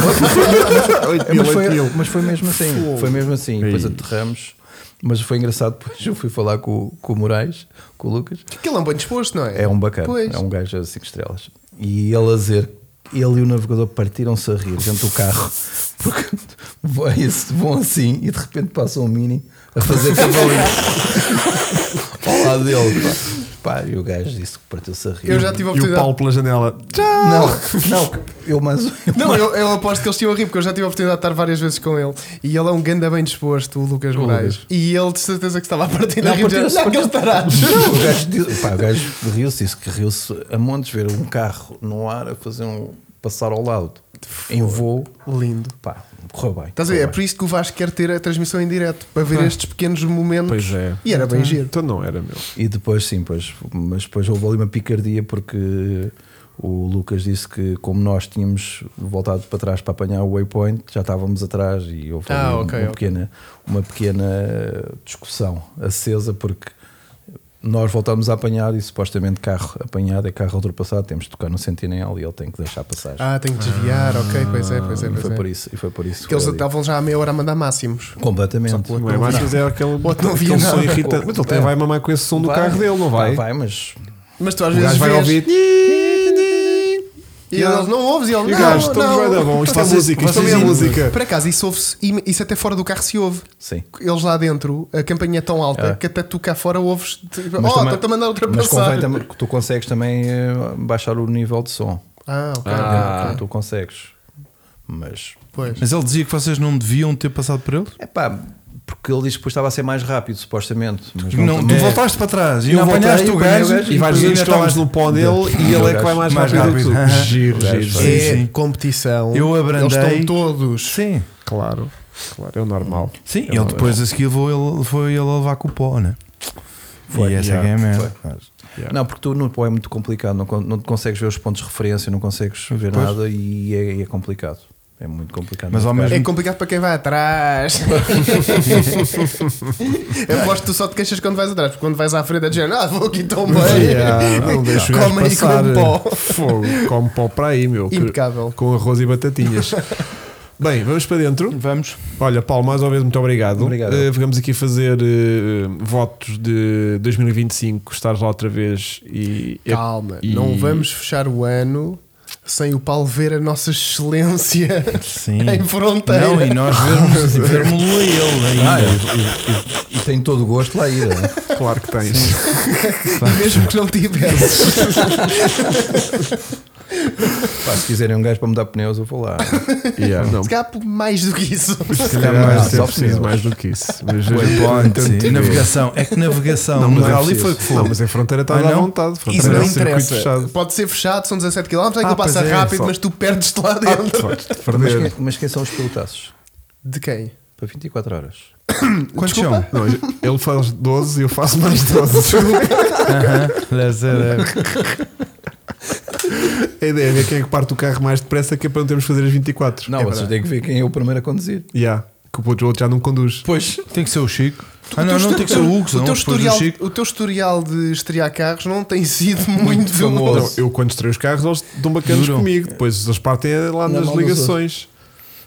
É, mas, foi, mas foi mesmo assim.
Fogo.
Foi mesmo assim. Depois
Ei.
aterramos. Mas foi engraçado. Depois eu fui falar com, o- com o Moraes, com o Lucas.
Aquilo é um bom disposto, não é?
É um bacana,
Pois.
é um gajo a 5 estrelas. E ele a dizer, ele e o navegador partiram-se a rir dentro do carro, porque vai- vão assim e de repente passa um mini a fazer cavalinho ao lado dele. Pá. Pá, e o gajo disse que partiu-se a rir.
Eu já tive a
E o
oportunidade.
Paulo pela janela.
Não, não, eu mais. eu
Não,
mais-
eu, eu aposto que eles tinham a rir, porque eu já tive a oportunidade de estar várias vezes com ele. E ele é um ganda bem disposto, o Lucas Moraes. E ele de certeza que estava a partir da
Não,
rir. de-
partiu-se,
Não, aqueles tarados.
O gajo, disse- pá, o gajo riu-se, disse que riu-se a montes ver um carro no ar a fazer um. passar ao lado em voo.
Lindo.
Pá, correu bem.
Estás a ver? É
correu
por isso que o Vasco quer ter a transmissão em direto, para ver estes pequenos
Ah.
momentos.
Pois é.
E era bem giro.
Então não era meu.
E depois sim, pois, mas depois houve ali uma picardia porque o Lucas disse que como nós tínhamos voltado para trás para apanhar o waypoint, já estávamos atrás e houve
Ah,
ali um-
ok,
uma,
ok.
pequena, uma pequena discussão acesa porque Nós voltámos a apanhar e supostamente carro apanhado é carro ultrapassado, temos de tocar no sentinela e ele tem que deixar passar.
Ah, tem que desviar, ok, pois é, pois é.
e
Pois
foi
é.
por isso, e foi por isso.
Que eles
foi ali.
estavam já há meia hora a mandar máximos.
Completamente.
Não é mais fazer aquele,
outro não via
aquele som
nada.
irritante. Mas ele até vai mamar com esse som do
Vai.
é um carro dele, não vai?
Ah, vai, mas
Mas tu às
O
vezes
gajo vai
vês
ouvir.
e eles não ouves e
E
eles
o
não.
gajo, tudo
não. Então,
vai dar bom. Isto é
Vocês-
música, isto também é
vocês-
música.
Por acaso, isso ouve-se, im- isso até fora do carro se ouve.
sim.
Eles lá dentro, a campainha é tão alta
É.
que até tu cá fora ouves. Tipo,
Mas
oh,
também-
estou-te a mandar
Mas
ultrapassar.
convém também que tu consegues também eh, baixar o nível de som.
Ah, ok.
Tu, tu consegues. Mas
Pois.
Mas ele dizia que vocês não deviam ter passado por ele?
é pá, porque ele disse que depois estava a ser mais rápido, supostamente. Mas
Não, tu
é,
voltaste para trás e
Eu
apanhaste
voltei,
o
eu ganhei o
gajo
gajo
E vais
ainda
ver que estavas
estavas-
no pó dele e ele é que vai mais
Mais
rápido. que tu.
rápido.
Giro,
O gajo
giro.
vai.
giro.
é
sim.
competição.
Eu abrandei.
Eles estão todos.
Sim,
Claro, claro, é o normal.
sim. ele depois a seguir foi ele, foi ele a levar com o pó, né?
Foi,
e essa
já,
é que é a merda.
Não, porque tu no pó é muito complicado, não, con- não te consegues ver os pontos de referência, não consegues ver
Pois.
nada e é, e é complicado. É muito complicado.
Mas ao
Não,
mesmo-
É complicado para quem vai atrás. Eu aposto que tu só te queixas quando vais atrás, porque quando vais à frente é de género, ah, vou aqui tão bem.
Yeah, não deixa o gajo
Come aí com um
passar.
pó.
Fogo, come pó para aí, meu. que-
Impecável.
Com arroz e batatinhas. Bem, vamos para dentro.
Vamos.
Olha, Paulo, mais uma vez, muito obrigado.
Obrigado.
Eh, vamos aqui fazer eh, votos de 2025, estares lá outra vez e. é
Calma,
e-
não vamos fechar o ano sem o Paulo ver a nossa excelência
Sim.
em fronteira.
Não, e nós é vermos, vermos a ele ainda.
Ah, e, e- e- e tem todo o gosto lá ir. né?
Claro que tens.
E mesmo que não tivesse.
Pá, se quiserem um gajo para mudar pneus, eu vou lá.
Yeah, não,
Se calhar por mais do que isso.
se calhar mais,
Não,
se
só
é preciso
possível.
mais do que isso. Mas
Waypoint,
tanto
sim.
ver.
navegação. É que navegação
Não,
no
mas é
rally
preciso.
foi o que foi.
Não, mas a fronteira está
Ah,
à
não?
vontade.
Isso
Fronteira
não
é um circuito
interessa.
fechado.
Pode ser fechado, são 17 km, é
Ah,
que ele passa
pois é,
rápido,
só-
mas tu perdes-te lá
Ah,
dentro.
pode- pode
Mas
perder.
quem, mas quem são os pilotaços?
De quem?
Para 24 horas.
Quantos são?
Não, ele faz 12 e eu faço mais 12.
Aham, deve ser, deve.
a ideia é ver quem é que parte o carro mais depressa que é para não termos que fazer as 24.
Não,
é
vocês têm que ver quem é o primeiro a conduzir.
Yeah, que o outro já não conduz.
Pois. Tem que ser o Chico. Ah,
O teu
não, não
histo-
tem que ser o Hugo.
o
não,
teu,
depois do
historial,
Chico.
o teu historial de estrear carros não tem sido muito famoso.
Não, eu quando estrei os carros, eles dão bacanas
Duram.
comigo. Depois eles partem é lá
Na
nas
mão dos
ligações.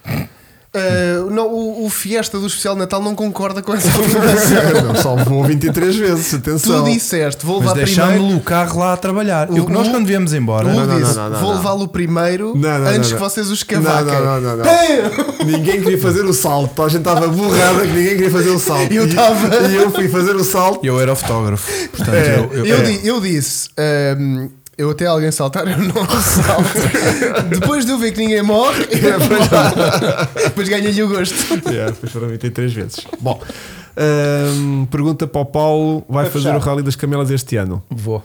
Ah, não, o, o Fiesta do Especial de Natal não concorda com essa afirmação.
não, só voou 23 vezes,
tu
atenção.
disseste, vou
Mas
levar primeiro.
deixando o carro lá a trabalhar.
O-
Eu, nós
o-
quando viemos embora.
O
Não, não,
disse,
não, não,
vou
não.
levá-lo primeiro
Não, não,
antes
não,
que
não.
vocês os
Não,
cavaquem.
não, não, não, não. Ninguém queria fazer o salto. A gente estava borrada que ninguém queria fazer o salto.
Eu
E-
tava.
E eu fui fazer o salto.
Eu era fotógrafo. Portanto,
É,
eu, eu,
Eu, di- eu disse, ahm, eu até alguém saltar, eu não salto. Depois de eu ver que ninguém morre, eu vou lá. depois ganhei-lhe o gosto.
Yeah, depois foram 23 vezes. Bom, hum, pergunta para o Paulo: vai fazer o Rally das Camelas este ano?
Vou.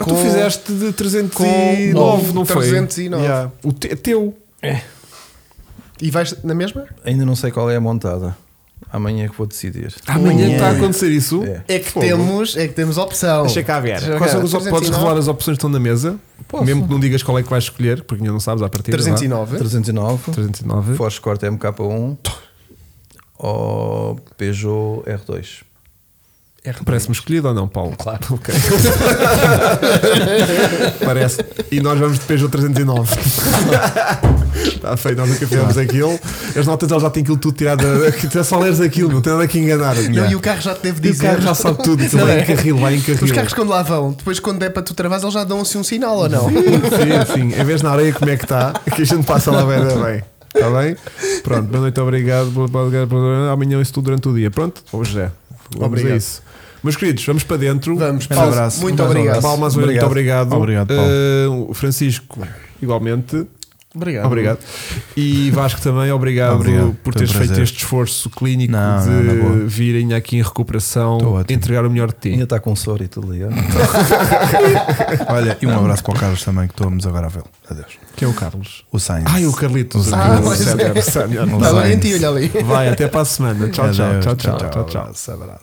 Ah, tu fizeste de 309,
com
não foi?
309.
Yeah. O te, é teu.
E vais na mesma?
Ainda não sei qual é a montada. Amanhã é que vou decidir.
Ah, Amanhã
é.
está a acontecer isso.
É.
É que
Fogo.
temos, é que temos opção.
Deixa cá ver.
Deixa
Quais
cá.
são as op- podes
309?
revelar as opções que estão na mesa? Mesmo que não digas qual é que vais escolher, porque ainda não é? sabes à partida. vá.
309.
309,
309.
Ford Escort MK1 ou Peugeot R2.
É
Parece-me escolhido ou não, Paulo? Claro. Ok. Parece. E nós vamos de Peugeot 309. Está Tá feio, nós nunca fizemos aquilo. As notas elas já têm aquilo tudo tirado. Tu é só leres aquilo, não tem nada que enganar.
Não, e o carro já te deve
E o
dizer.
carro já sabe tudo. aquilo
Não
Vai
é?
em carril, vai em carril.
Os carros quando lá vão, depois quando é para tu travares, eles já dão assim um sinal ou não?
Sim, sim. Em vez na areia, como é que está? Que a gente passa lá bem, bem. Está bem? Pronto, boa noite, obrigado. boa- boa- boa- boa- Amanhã isso tudo durante o dia. Pronto, hoje é. Vamos
Obrigado.
a isso. Meus queridos, vamos para dentro.
Vamos,
Um
Paulo,
abraço.
muito
Um
obrigado.
Paulo, mais uma vez, muito obrigado.
Obrigado, Paulo.
Eh, o Francisco, igualmente.
Obrigado.
Obrigado. E Vasco também, obrigado,
Obrigado,
por
foi um
teres feito
prazer.
este esforço clínico
Não,
de
não, na boa.
vir ainda aqui em
Tô
recuperação,
ótimo.
entregar o melhor de ti.
Ainda está com um soro e tudo é. ligado.
Olha, e um abraço para o Carlos também, que estamos agora a vê-lo. Adeus.
Quem é o Carlos?
O Sainz.
Ai, o Carlitos.
Ah,
o
pois é.
Sénior, o Sénior.
Está bem em ti, olha ali.
Vai, até para a semana. Tchau, tchau, tchau, tchau, tchau, tchau.
Abraço, abraço.